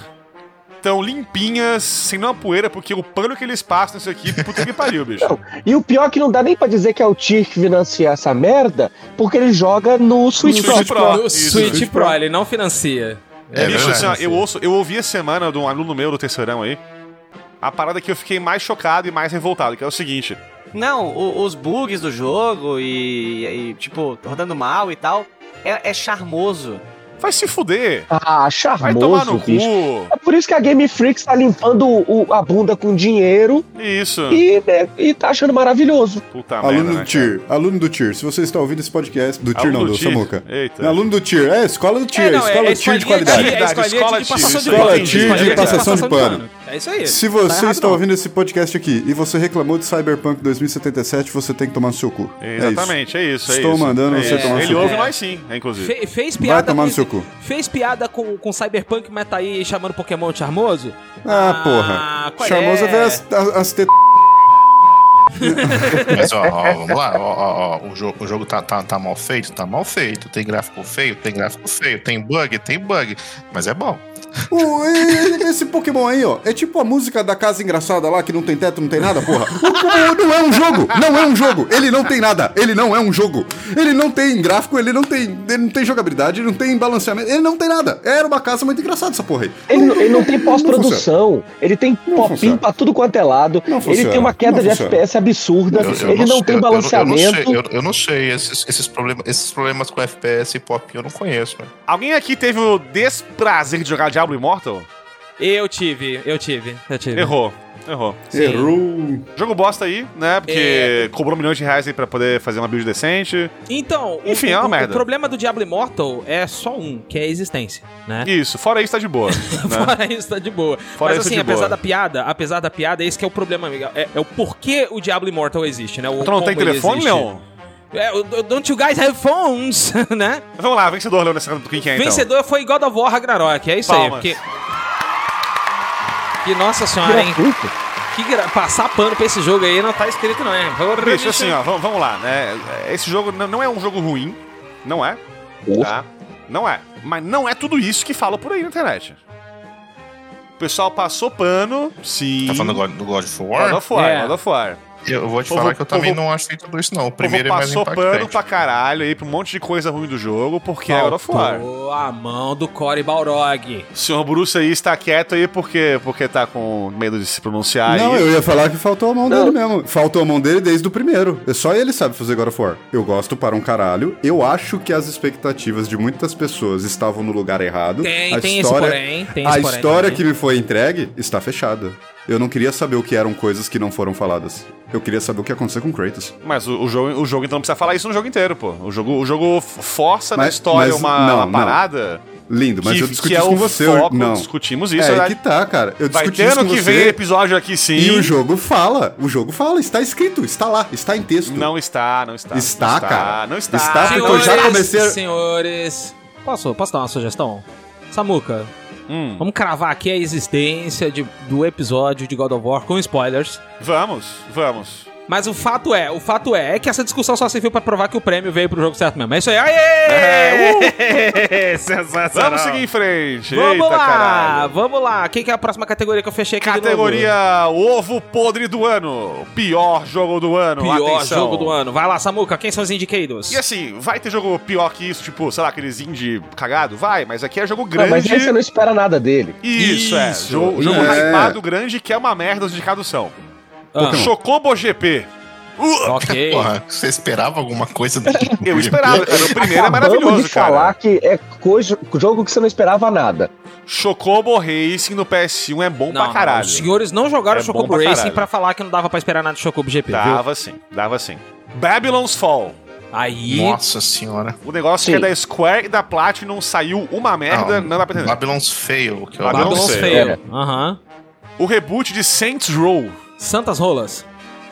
Speaker 1: estão limpinhas, sem nenhuma poeira, porque o pano que eles passam nisso aqui, puta que pariu, bicho.
Speaker 5: Não, E o pior é que não dá nem pra dizer que é o Tyr que financia essa merda, porque ele joga no Switch
Speaker 1: Switch
Speaker 5: Pro.
Speaker 1: Pro.
Speaker 5: Pro.
Speaker 2: No
Speaker 1: isso.
Speaker 2: Switch Pro, ele não financia.
Speaker 3: É
Speaker 1: bicho,
Speaker 3: verdade.
Speaker 1: assim, ó, eu, ouço, eu ouvi a semana de um aluno meu do terceirão aí, a parada que eu fiquei mais chocado e mais revoltado, que é o seguinte.
Speaker 10: Não, o- os bugs do jogo e, e, tipo, rodando mal e tal, é, é charmoso.
Speaker 1: Vai se fuder.
Speaker 5: Ah,
Speaker 1: Vai tomar
Speaker 5: charmoso,
Speaker 1: no
Speaker 5: bicho.
Speaker 1: cu.
Speaker 5: É por isso que a Game Freak tá limpando o- a bunda com dinheiro
Speaker 1: Isso.
Speaker 5: e, né, e tá achando maravilhoso.
Speaker 1: Puta merda,
Speaker 4: Aluno
Speaker 1: né,
Speaker 4: do
Speaker 1: cara?
Speaker 4: Tier, aluno do Tier, se você está ouvindo esse podcast, do Tier
Speaker 1: Aluno
Speaker 4: não,
Speaker 1: do
Speaker 4: do
Speaker 1: Tier.
Speaker 4: Samuca.
Speaker 1: Eita.
Speaker 4: Aluno do Tier, é, escola do Tier, escola
Speaker 2: é
Speaker 4: do Tier de qualidade.
Speaker 1: Tier. Escola
Speaker 2: tipo
Speaker 1: de passação de
Speaker 4: pano. Escola de passação de pano.
Speaker 2: É isso aí.
Speaker 4: Se
Speaker 2: Tá
Speaker 4: você
Speaker 2: errado,
Speaker 4: está
Speaker 2: não.
Speaker 4: ouvindo esse podcast aqui e você reclamou de Cyberpunk 2077, você tem que tomar no seu cu. É isso.
Speaker 1: Exatamente, é isso. é
Speaker 4: Estou
Speaker 1: isso.
Speaker 4: mandando
Speaker 1: É
Speaker 4: você
Speaker 1: isso.
Speaker 4: tomar no
Speaker 1: Ele
Speaker 4: seu
Speaker 1: ouve
Speaker 2: cu.
Speaker 1: nós sim, é, inclusive.
Speaker 2: Fe- fez piada
Speaker 4: tomar
Speaker 2: com
Speaker 4: no seu
Speaker 2: isso-
Speaker 4: cu.
Speaker 2: Fez piada com, com Cyberpunk, mas tá aí chamando Pokémon de charmoso?
Speaker 4: Ah, porra.
Speaker 2: qual
Speaker 4: Charmosa
Speaker 2: é?
Speaker 4: vê as, as, as te-
Speaker 3: Mas ó, ó, vamos lá, ó, ó, ó, o jogo, o jogo tá, tá, tá mal feito? Tá mal feito. Tem gráfico feio? Tem gráfico feio. Tem bug? Tem bug. Mas é bom.
Speaker 4: O- e- e- esse Pokémon aí, ó, é tipo a música da casa engraçada lá, que não tem teto, não tem nada, porra. O Pokémon não é um jogo, não é um jogo. Ele não tem nada, ele não é um jogo. Ele não tem gráfico, ele não tem, ele não tem jogabilidade, ele não tem balanceamento, ele não tem nada. Era uma casa muito engraçada essa porra aí.
Speaker 5: Ele, não- ele não tem pós-produção, ele tem pop-in pra tudo quanto é lado, ele
Speaker 3: funciona,
Speaker 5: tem uma queda
Speaker 3: não
Speaker 5: de
Speaker 3: funciona.
Speaker 5: FPS absurda,
Speaker 3: Eu- eu
Speaker 5: ele não, tem
Speaker 3: eu- eu- Eu,
Speaker 5: balanceamento.
Speaker 3: não sei, eu, eu não sei. Esses, esses, problemas, esses problemas com FPS e pop eu não conheço, né?
Speaker 1: Alguém aqui teve o desprazer de jogar Diablo Immortal?
Speaker 2: Eu tive, eu tive, eu tive.
Speaker 1: Errou, errou.
Speaker 2: Sim. Errou.
Speaker 1: Jogo bosta aí, né?
Speaker 2: É,
Speaker 1: Porque cobrou milhões de reais aí pra poder fazer uma build decente.
Speaker 2: Então, o-
Speaker 1: Enfim,
Speaker 2: o,
Speaker 1: é uma
Speaker 2: o
Speaker 1: merda.
Speaker 2: problema do Diablo Immortal é só um, que é a existência.
Speaker 1: Isso, fora isso tá de
Speaker 2: <laughs>
Speaker 1: boa. né?
Speaker 2: É. Fora isso, tá de boa.
Speaker 1: Fora
Speaker 2: Mas
Speaker 1: isso,
Speaker 2: assim,
Speaker 1: de
Speaker 2: apesar
Speaker 1: boa.
Speaker 2: da piada, apesar da piada, esse que é o problema, amiga. É, é o porquê o Diablo Immortal existe, né? O,
Speaker 1: Tu não tem
Speaker 2: como ele
Speaker 1: telefone,
Speaker 2: existe.
Speaker 1: Leon?
Speaker 2: É, o- o- don't you guys have phones, <laughs> né?
Speaker 1: Vamos lá, vencedor, Leon, nessa do quem que é, então.
Speaker 2: Vencedor foi God of War Ragnarok, é isso
Speaker 1: Palmas.
Speaker 2: aí. Porque... Que nossa senhora, hein? Que gra- passar pano pra esse jogo aí não tá escrito, não, é? Porra,
Speaker 1: Bicho,
Speaker 2: bicho.
Speaker 1: assim, ó, vamos vamos lá, né? Esse jogo n- não é um jogo ruim, não é? Tá? Não é. Mas não é tudo isso que falam por aí na internet. O pessoal passou pano, sim.
Speaker 3: Tá falando do God, do God of
Speaker 4: É.
Speaker 3: War?
Speaker 1: God of War, God of War.
Speaker 3: Eu vou te
Speaker 1: Povo-
Speaker 3: falar que eu também
Speaker 1: povo-
Speaker 3: não achei tudo isso, não. O
Speaker 1: O povo
Speaker 3: primeiro é mais
Speaker 1: passou pano
Speaker 3: impactante.
Speaker 1: pra caralho aí pra um monte de coisa ruim do jogo, porque é God of War.
Speaker 2: Faltou a mão do Cory Balrog.
Speaker 1: O senhor Bruce aí está quieto aí porque, porque tá com medo de se pronunciar
Speaker 4: não,
Speaker 1: aí.
Speaker 4: eu ia falar que faltou a mão dele mesmo. Faltou a mão dele desde o primeiro. É Só ele sabe fazer God of War. Eu gosto para um caralho. Eu acho que as expectativas de muitas pessoas estavam no lugar errado.
Speaker 2: Tem-
Speaker 4: a
Speaker 2: tem esse
Speaker 4: história,
Speaker 2: porém, tem
Speaker 4: a
Speaker 2: esse porém
Speaker 4: história
Speaker 2: também.
Speaker 4: que me foi entregue está fechada. Eu não queria saber o que eram coisas que não foram faladas. Eu queria saber o que aconteceu com Kratos.
Speaker 1: Mas o, o jogo, o jogo então não precisa falar isso no jogo inteiro, pô. O jogo, o jogo f- força na
Speaker 4: Mas-
Speaker 1: história
Speaker 4: mas-
Speaker 1: uma,
Speaker 4: não,
Speaker 1: uma
Speaker 4: não.
Speaker 1: parada.
Speaker 4: Lindo, mas
Speaker 1: que,
Speaker 4: eu discuti
Speaker 1: que é
Speaker 4: isso com
Speaker 1: o
Speaker 4: você. eu-
Speaker 1: Foco,
Speaker 4: não.
Speaker 1: Discutimos isso.
Speaker 4: é,
Speaker 1: né?
Speaker 4: que tá, cara. Eu
Speaker 1: Vai
Speaker 4: discuti
Speaker 1: ter
Speaker 4: isso
Speaker 1: ano
Speaker 4: com
Speaker 1: que
Speaker 4: você.
Speaker 1: vem episódio aqui sim.
Speaker 4: E o jogo fala. O jogo fala. Está escrito. Está lá. Está em texto.
Speaker 1: Não está, não está.
Speaker 4: Está,
Speaker 1: não
Speaker 4: cara.
Speaker 1: Não está. Então é
Speaker 4: Está, porque eu já
Speaker 2: Senhores,
Speaker 4: comecei a-
Speaker 2: Senhores, posso, posso dar uma sugestão? Samuca,
Speaker 1: Hum.
Speaker 2: vamos cravar aqui a existência de- do episódio de God of War com spoilers.
Speaker 1: Vamos, vamos.
Speaker 2: Mas o fato é, o fato é, é que essa discussão só serviu pra provar que o prêmio veio pro jogo certo mesmo. É isso aí. Aê! Uh,
Speaker 1: Sensacional. Vamos seguir em frente.
Speaker 2: Vamos
Speaker 1: É, Eita,
Speaker 2: lá,
Speaker 1: caralho.
Speaker 2: vamos lá. Quem que é a próxima categoria que eu fechei aqui de novo?
Speaker 1: Categoria Ovo Podre do Ano. Pior jogo do ano.
Speaker 2: Pior
Speaker 1: Atenção.
Speaker 2: jogo do ano. Vai lá, Samuca, quem são os indicados?
Speaker 1: E assim, vai ter jogo pior que isso, tipo, sei lá, aqueles indie cagado? Vai, mas aqui é jogo
Speaker 5: Não,
Speaker 1: grande.
Speaker 5: mas aí você não espera nada dele.
Speaker 1: Isso, é.
Speaker 5: Isso.
Speaker 1: Jogo, jogo
Speaker 5: É.
Speaker 1: hypado grande que é uma merda, os indicados são.
Speaker 2: Ah.
Speaker 1: Chocobo GP. Uh!
Speaker 2: Ok.
Speaker 3: Porra, você esperava
Speaker 1: <laughs>
Speaker 3: alguma coisa do
Speaker 1: Eu esperava, cara. O primeiro é
Speaker 5: Acabamos
Speaker 1: maravilhoso,
Speaker 5: de falar
Speaker 1: cara.
Speaker 5: que é coisa- jogo que você não esperava nada.
Speaker 1: Chocobo Racing no PS1 é bom
Speaker 2: Não,
Speaker 1: pra caralho.
Speaker 2: Os senhores não jogaram
Speaker 1: É
Speaker 2: o Chocobo
Speaker 1: bom pra
Speaker 2: Racing
Speaker 1: caralho.
Speaker 2: pra falar que não dava pra esperar nada do Chocobo GP, viu?
Speaker 1: Dava sim, dava sim. Babylon's Fall.
Speaker 2: Aí...
Speaker 3: Nossa senhora.
Speaker 1: O negócio que é da Square e da Platinum saiu uma merda, É, não, dá pra entender.
Speaker 3: Babylon's Fail. Que eu
Speaker 1: Babylon's
Speaker 3: adoro.
Speaker 1: Fail.
Speaker 2: É. Aham.
Speaker 1: O reboot de Saints Row.
Speaker 2: Santas Rolas.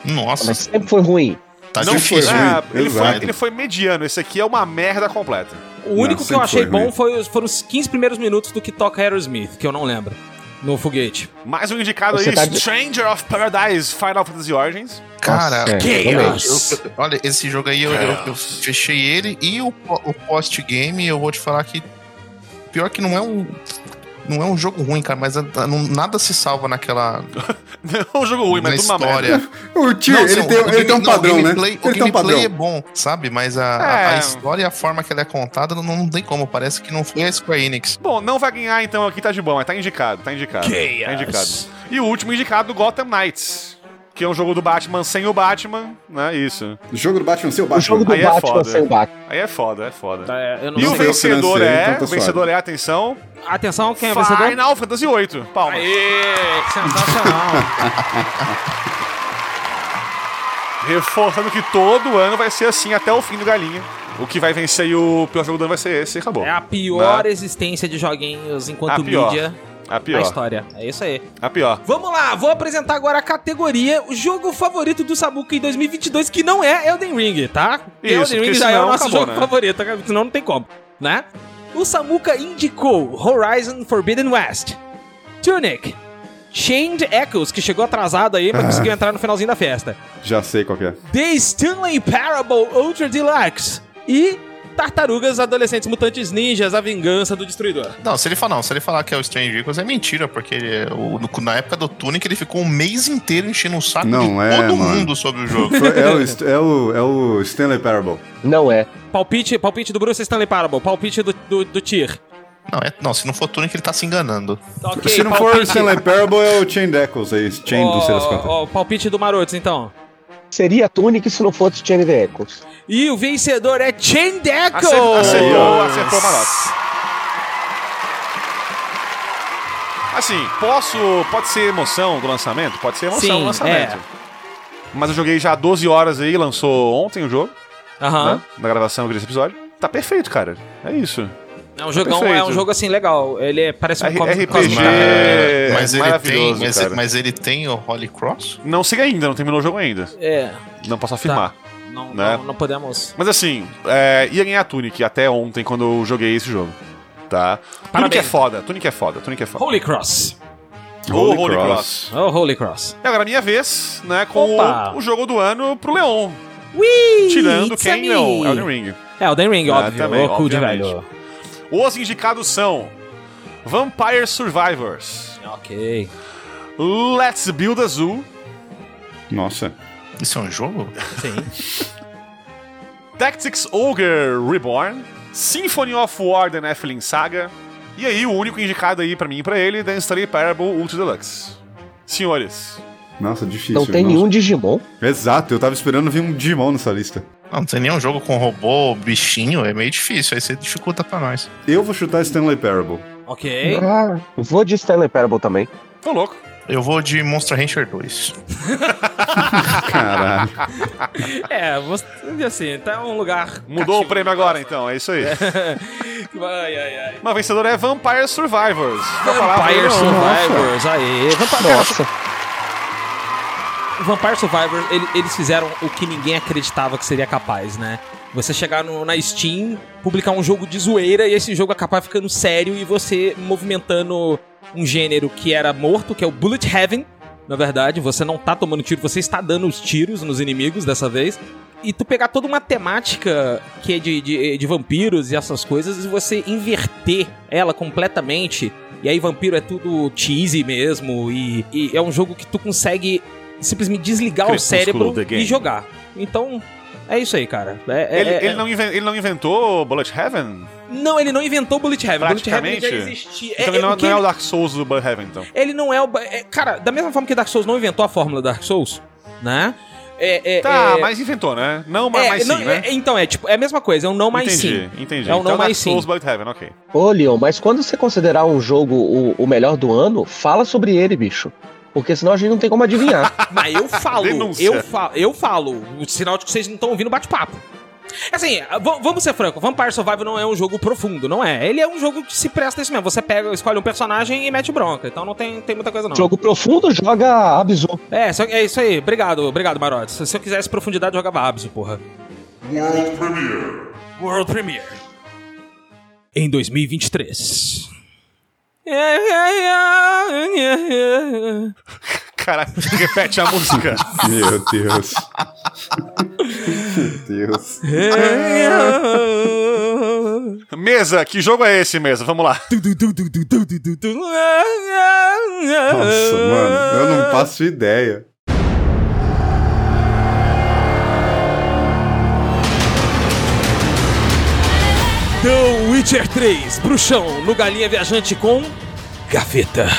Speaker 3: Nossa.
Speaker 5: Mas sempre foi ruim.
Speaker 3: Tá
Speaker 1: não
Speaker 3: difícil.
Speaker 1: foi, ah, ele, foi,
Speaker 3: Exato.
Speaker 1: ele foi mediano. Esse aqui é uma merda completa.
Speaker 2: O único que eu achei bom foi os, foram os 15 primeiros minutos do que toca Aerosmith, que eu não lembro. No foguete.
Speaker 1: Mais um indicado
Speaker 2: Você
Speaker 1: aí,
Speaker 2: tá de-
Speaker 1: Stranger of Paradise Final Fantasy Origins. <laughs>
Speaker 3: Cara,
Speaker 1: Nossa,
Speaker 5: é,
Speaker 3: eu- eu-
Speaker 1: Chaos.
Speaker 3: eu- eu- olha, esse jogo aí eu, eu- eu fechei ele e o, po- o post-game, eu vou te falar que. Pior que não é um. Não é um jogo ruim, cara, mas é- tá- não- nada se salva naquela.
Speaker 1: não é um jogo ruim,
Speaker 3: mas
Speaker 1: tudo uma merda.
Speaker 4: O <laughs> tio, ele
Speaker 3: assim, o
Speaker 4: tem- ele
Speaker 3: game-
Speaker 4: tem um padrão,
Speaker 3: o
Speaker 4: né?
Speaker 3: gameplay, O
Speaker 4: Ele tem um
Speaker 3: gameplay
Speaker 4: padrão.
Speaker 3: é bom, sabe? Mas a, a- a
Speaker 1: É.
Speaker 3: história e a forma que ela é contada não, não tem como. Parece que não foi a Square Enix.
Speaker 1: Bom, não vai ganhar então aqui, tá de bom, mas tá indicado, tá indicado.
Speaker 3: Chaos.
Speaker 1: Tá indicado. E o último indicado, Gotham Knights. Que é um jogo do Batman sem o Batman, né? Isso.
Speaker 4: O jogo do Batman sem o Batman.
Speaker 1: Aí é foda. Aí é foda, é foda.
Speaker 2: eu não
Speaker 1: e o
Speaker 2: sei.
Speaker 1: vencedor
Speaker 4: Financeiro,
Speaker 1: é.
Speaker 4: então tá
Speaker 1: o vencedor é, atenção.
Speaker 2: Atenção, quem é o vencedor?
Speaker 1: Final Fantasy VIII. Palmas.
Speaker 2: Aê, que sensacional.
Speaker 1: <laughs> Reforçando que todo ano vai ser assim até o fim do Galinha. O que vai vencer e o pior jogo do ano vai ser esse e acabou. É a
Speaker 2: Pior existência de joguinhos enquanto
Speaker 1: A pior.
Speaker 2: mídia.
Speaker 1: A pior.
Speaker 2: na história. É isso aí.
Speaker 1: A pior.
Speaker 2: Vamos lá, vou apresentar agora a categoria o jogo favorito do Sabuca em 2022, que não é Elden Ring, tá? Porque
Speaker 1: Isso,
Speaker 2: Elden Ring
Speaker 1: porque
Speaker 2: já é o
Speaker 1: senão
Speaker 2: nosso
Speaker 1: acabou,
Speaker 2: jogo
Speaker 1: né?
Speaker 2: favorito, cara, senão não tem como, né? O Samuca indicou Horizon Forbidden West, Tunic, Chained Echoes, que chegou atrasado aí, mas
Speaker 1: <laughs>
Speaker 4: Ah.
Speaker 2: conseguiu entrar no finalzinho da festa.
Speaker 4: Já sei qual que é.
Speaker 2: The Stanley Parable Ultra Deluxe e Tartarugas Adolescentes Mutantes Ninjas, A Vingança do Destruidor.
Speaker 3: Não, se ele falar, não, se ele falar que é o Strange Equals é mentira, porque ele é o- no- na época do Tunic ele ficou um mês inteiro enchendo o saco
Speaker 4: Não
Speaker 3: de
Speaker 4: é,
Speaker 3: todo
Speaker 4: mano.
Speaker 3: mundo sobre o
Speaker 4: <laughs>
Speaker 3: jogo.
Speaker 4: Foi- é, o, St- é, o, é o Stanley Parable.
Speaker 5: Não é.
Speaker 2: Palpite, palpite do Bruce Stanley Parable, palpite do, do, do Tyr.
Speaker 3: Não, é- não, se não for Tunic, ele tá se enganando.
Speaker 4: Se não for o Stanley Parable, é o Chain Deckles aí. Chain do Seras Quantas.
Speaker 2: Ó, palpite do Marotos, então.
Speaker 5: Seria Tunic se não fosse Chain the Echoes.
Speaker 2: E o vencedor é Chain Deco!
Speaker 1: Acertou, acertou, acertou Maroto. Assim, posso. Pode ser emoção do lançamento? Pode ser emoção
Speaker 2: Sim,
Speaker 1: do lançamento.
Speaker 2: é.
Speaker 1: Mas eu joguei já 12 horas aí, lançou ontem o jogo.
Speaker 2: Aham.
Speaker 1: né, Na gravação desse episódio. Tá perfeito, cara. É isso.
Speaker 2: É um jogão, é um jogo assim legal. Ele é, parece um
Speaker 1: R-
Speaker 2: comic
Speaker 1: RPG.
Speaker 2: cosmo-
Speaker 1: É,
Speaker 3: mas, ele tem,
Speaker 1: maravilhoso,
Speaker 3: mas,
Speaker 1: cara.
Speaker 3: mas ele tem o Holy Cross?
Speaker 1: Não sei ainda, não terminou o jogo ainda.
Speaker 2: É.
Speaker 1: Não posso afirmar.
Speaker 2: Não,
Speaker 1: Né?
Speaker 2: não, não podemos.
Speaker 1: Mas assim, é, ia ganhar Tunic até ontem quando eu joguei esse jogo. Tá? Tunic é
Speaker 2: Parabéns.
Speaker 1: foda, Tunic é foda, Tunic é foda.
Speaker 2: Holy Cross.
Speaker 1: Ô, Holy, Cross.
Speaker 2: Oh, Holy Cross.
Speaker 1: E É agora minha vez, né, com
Speaker 2: Opa.
Speaker 1: o, o jogo do ano pro Leon.
Speaker 2: Ui,
Speaker 1: Tirando
Speaker 2: it's a
Speaker 1: quem,
Speaker 2: me.
Speaker 1: Leon? Elden Ring.
Speaker 2: É, Elden Ring,
Speaker 1: Ah,
Speaker 2: óbvio.
Speaker 1: também,
Speaker 2: Ô, cu de
Speaker 1: obviamente.
Speaker 2: velho.
Speaker 1: Os indicados são Vampire Survivors,
Speaker 2: Ok.
Speaker 1: Let's Build a Zoo,
Speaker 4: Nossa.
Speaker 3: Isso é um jogo?
Speaker 2: Sim.
Speaker 1: Tactics Ogre Reborn, Symphony of War The Nephilim Saga, e aí o único indicado aí pra mim e pra ele, The Stanley Parable Ultra Deluxe. Senhores,
Speaker 4: Nossa, difícil.
Speaker 5: Não tem
Speaker 4: nossa.
Speaker 5: nenhum Digimon.
Speaker 4: Exato, eu tava esperando ver um Digimon nessa lista.
Speaker 3: Não, não tem nenhum jogo com robô, bichinho, é meio difícil, aí você dificulta pra nós.
Speaker 4: Eu vou chutar Stanley Parable.
Speaker 1: <laughs>
Speaker 2: Ok.
Speaker 5: Ah, vou de Stanley Parable também.
Speaker 1: tô louco.
Speaker 3: Eu vou de Monster Rancher 2.
Speaker 1: <laughs>
Speaker 4: Caralho.
Speaker 2: É, você, assim, tá um lugar.
Speaker 1: Mudou o prêmio agora, então, é isso aí. <laughs>
Speaker 2: Ai, ai, ai.
Speaker 1: Mas o vencedor é Vampire Survivors. Uma palavra aí,
Speaker 2: Vampire
Speaker 1: não. é,
Speaker 2: Survivors, aí. Vampire,
Speaker 1: <laughs>
Speaker 5: Nossa.
Speaker 2: Vampire Survivors, ele- eles fizeram o que ninguém acreditava que seria capaz, né? Você chegar no- na Steam, publicar um jogo de zoeira e esse jogo acabar ficando sério e você movimentando um gênero que era morto, que é o Bullet Heaven. Na verdade, você não tá tomando tiro, você está dando os tiros nos inimigos dessa vez. E tu pegar toda uma temática que é de, de, de vampiros e essas coisas e você inverter ela completamente. E aí, vampiro é tudo cheesy mesmo. E, e é um jogo que tu consegue simplesmente desligar o
Speaker 1: Crepúsculo
Speaker 2: cérebro
Speaker 1: the
Speaker 2: e
Speaker 1: game.
Speaker 2: jogar. Então, é isso aí, cara. É- é-
Speaker 1: Ele,
Speaker 2: é-
Speaker 1: ele não inven- ele não inventou Bullet Heaven?
Speaker 2: não, ele não inventou Bullet Heaven. Bullet Heaven
Speaker 1: Praticamente?
Speaker 2: já existia.
Speaker 1: Então
Speaker 2: É- é-
Speaker 1: ele não,
Speaker 2: o que
Speaker 1: não é
Speaker 2: ele-
Speaker 1: o Dark Souls do Bullet Heaven, então.
Speaker 2: ele não é o. ba- é, cara, da mesma forma que Dark Souls não inventou a fórmula Dark Souls, né? É, é,
Speaker 1: Tá,
Speaker 2: é-
Speaker 1: mas inventou, né? Não, mas,
Speaker 2: é,
Speaker 1: mas sim,
Speaker 2: não,
Speaker 1: né?
Speaker 2: é- então, é tipo, é a mesma coisa, é um não mais
Speaker 1: entendi,
Speaker 2: sim.
Speaker 1: entendi.
Speaker 2: É um
Speaker 1: então
Speaker 2: não
Speaker 1: Dark
Speaker 2: mais sim.
Speaker 1: Souls Bullet Heaven, ok.
Speaker 5: Ô, Leon, mas quando você considerar um jogo o, o melhor do ano, fala sobre ele, bicho. Porque senão a gente não tem como
Speaker 1: <laughs>
Speaker 5: adivinhar.
Speaker 2: Mas eu falo,
Speaker 1: Denúncia.
Speaker 2: eu falo, eu falo. O sinal de que vocês não estão ouvindo o bate-papo. Assim, v- vamos ser franco, Vampire Survival não é um jogo profundo, não é. Ele é um jogo que se presta a isso mesmo. Você pega, escolhe um personagem e mete bronca. Então não tem, tem muita coisa, não.
Speaker 5: jogo profundo joga Abzu.
Speaker 2: É, só- é isso aí. Obrigado, obrigado, Marotti. Se, se eu quisesse profundidade, eu jogava Abzu, porra.
Speaker 7: World Premiere.
Speaker 2: World Premiere. Em 2023. Em
Speaker 1: Caralho, repete a música.
Speaker 4: Meu Deus. Meu Deus.
Speaker 1: mesa, que jogo é esse, mesa? Vamos lá.
Speaker 4: Nossa, mano, eu não faço ideia.
Speaker 2: The Então, Witcher 3, bruxão, no Galinha Viajante com... Gaveta.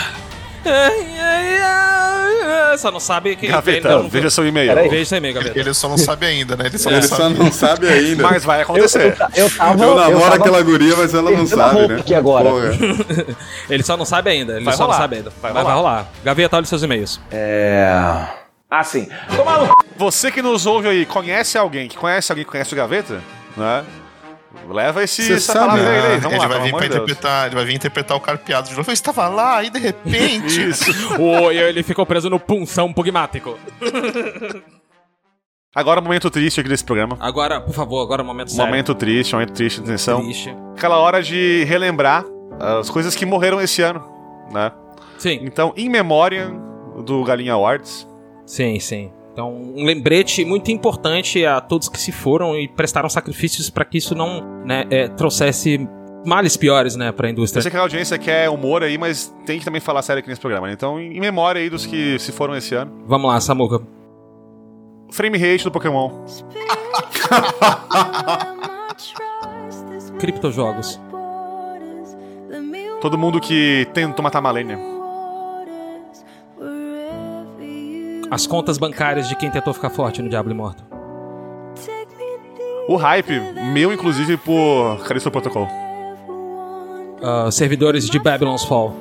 Speaker 2: Só não sabe que...
Speaker 1: Gaveta,
Speaker 2: não, não-
Speaker 1: veja seu e-mail.
Speaker 5: Peraí.
Speaker 2: Veja isso aí, meu Gaveta.
Speaker 3: Ele só
Speaker 4: <laughs>
Speaker 3: não sabe ainda, né? Ele só não
Speaker 4: Ele
Speaker 3: sabe.
Speaker 4: só não sabe ainda.
Speaker 1: É, Mas vai acontecer.
Speaker 5: Eu, eu tava.
Speaker 4: eu namoro
Speaker 5: tava
Speaker 4: aquela guria, mas ela não
Speaker 5: perdendo a
Speaker 4: sabe,
Speaker 5: roupa
Speaker 4: né?
Speaker 5: aqui agora.
Speaker 4: Porra.
Speaker 2: Ele só não sabe ainda, ele
Speaker 1: Vai
Speaker 2: só
Speaker 1: rolar.
Speaker 2: não sabe ainda.
Speaker 1: Vai
Speaker 2: Mas
Speaker 1: rolar.
Speaker 2: vai rolar. Gaveta, olha os seus e-mails.
Speaker 10: Assim.
Speaker 1: Você que nos ouve aí, conhece alguém que conhece alguém que conhece o Gaveta? Né? Leva esse,
Speaker 4: Você
Speaker 1: essa
Speaker 4: sabe,
Speaker 1: palavra
Speaker 4: né?
Speaker 1: dele aí.
Speaker 3: Ah,
Speaker 1: Vamos
Speaker 3: ele,
Speaker 1: lá,
Speaker 3: vai
Speaker 1: pelo
Speaker 3: vir
Speaker 1: amor
Speaker 3: pra
Speaker 1: de Deus.
Speaker 3: interpretar, ele vai vir interpretar o carpeado de novo. Eu estava lá e de repente.
Speaker 2: Oi, ele ficou preso no punção pugmático.
Speaker 1: Agora, momento triste aqui desse programa.
Speaker 2: Agora, por favor, agora é um momento sério.
Speaker 1: Momento triste, momento triste, atenção.
Speaker 2: Triste.
Speaker 1: ah, Aquela hora de relembrar as coisas que morreram esse ano, né?
Speaker 2: Sim.
Speaker 1: Então, em memória do Galinha Awards.
Speaker 2: Sim, sim. Então, um lembrete muito importante a todos que se foram e prestaram sacrifícios para que isso não né, é, trouxesse males piores né, para a
Speaker 1: Eu
Speaker 2: indústria.
Speaker 1: sei que a audiência quer humor aí, mas tem que também falar sério aqui nesse programa. né? Então, em memória aí dos que se foram esse ano.
Speaker 2: Vamos lá, Samuca.
Speaker 1: Frame rate do Pokémon.
Speaker 2: Criptojogos.
Speaker 1: Todo mundo que tentou matar a Malenia.
Speaker 2: As contas bancárias de quem tentou ficar forte no Diablo Imortal.
Speaker 1: O hype, meu inclusive, por Callisto Protocol.
Speaker 2: Ah, servidores de Babylon's Fall.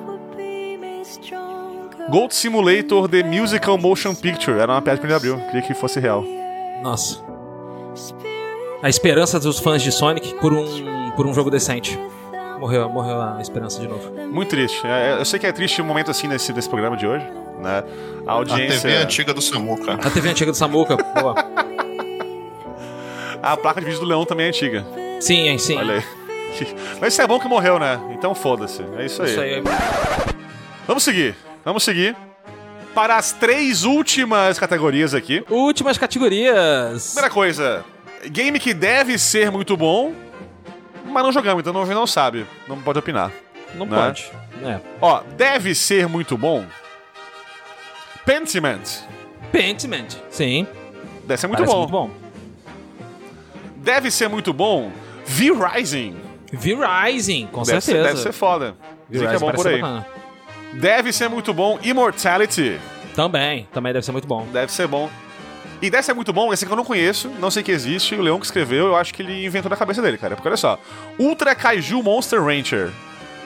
Speaker 1: Gold Simulator The Musical Motion Picture. Era uma piada que ele abriu. Queria que fosse real.
Speaker 2: Nossa. A esperança dos fãs de Sonic por um, por um jogo decente. Morreu, morreu a esperança de novo.
Speaker 1: Muito triste. É, Eu sei que é triste um momento assim nesse, nesse programa de hoje, né? A
Speaker 3: A TV
Speaker 1: audiência.
Speaker 3: antiga do Samuca.
Speaker 2: A TV antiga do Samuca, boa.
Speaker 1: A, placa de vídeo do Leão também é antiga.
Speaker 2: Sim, hein, sim.
Speaker 1: Olha aí. <laughs> Mas isso é bom que morreu, né? Então foda-se. É isso aí.
Speaker 2: Isso aí.
Speaker 1: Vamos seguir. Vamos seguir. Para as três últimas categorias aqui.
Speaker 2: Últimas categorias.
Speaker 1: Primeira coisa: game que deve ser muito bom, mas não jogamos, então não, não sabe. Não pode opinar.
Speaker 2: Não
Speaker 1: né?
Speaker 2: pode. né?
Speaker 1: Ó, deve ser muito bom. Pentiment.
Speaker 2: Pentiment. Sim.
Speaker 1: Deve ser muito
Speaker 2: Parece
Speaker 1: bom.
Speaker 2: muito bom.
Speaker 1: Deve ser muito bom. V-Rising.
Speaker 2: V-Rising, com
Speaker 1: deve Ser,
Speaker 2: certeza.
Speaker 1: deve ser foda. Dizem que é
Speaker 2: V-Rising
Speaker 1: bom por
Speaker 2: parece
Speaker 1: aí.
Speaker 2: bacana.
Speaker 1: Deve ser muito bom. Immortality.
Speaker 2: Também, também deve ser muito bom.
Speaker 1: Deve ser bom. E deve ser muito bom, esse aqui eu não conheço, não sei que existe, o Leão que escreveu, eu acho que ele inventou na cabeça dele, cara. Porque olha só, Ultra Kaiju Monster Rancher.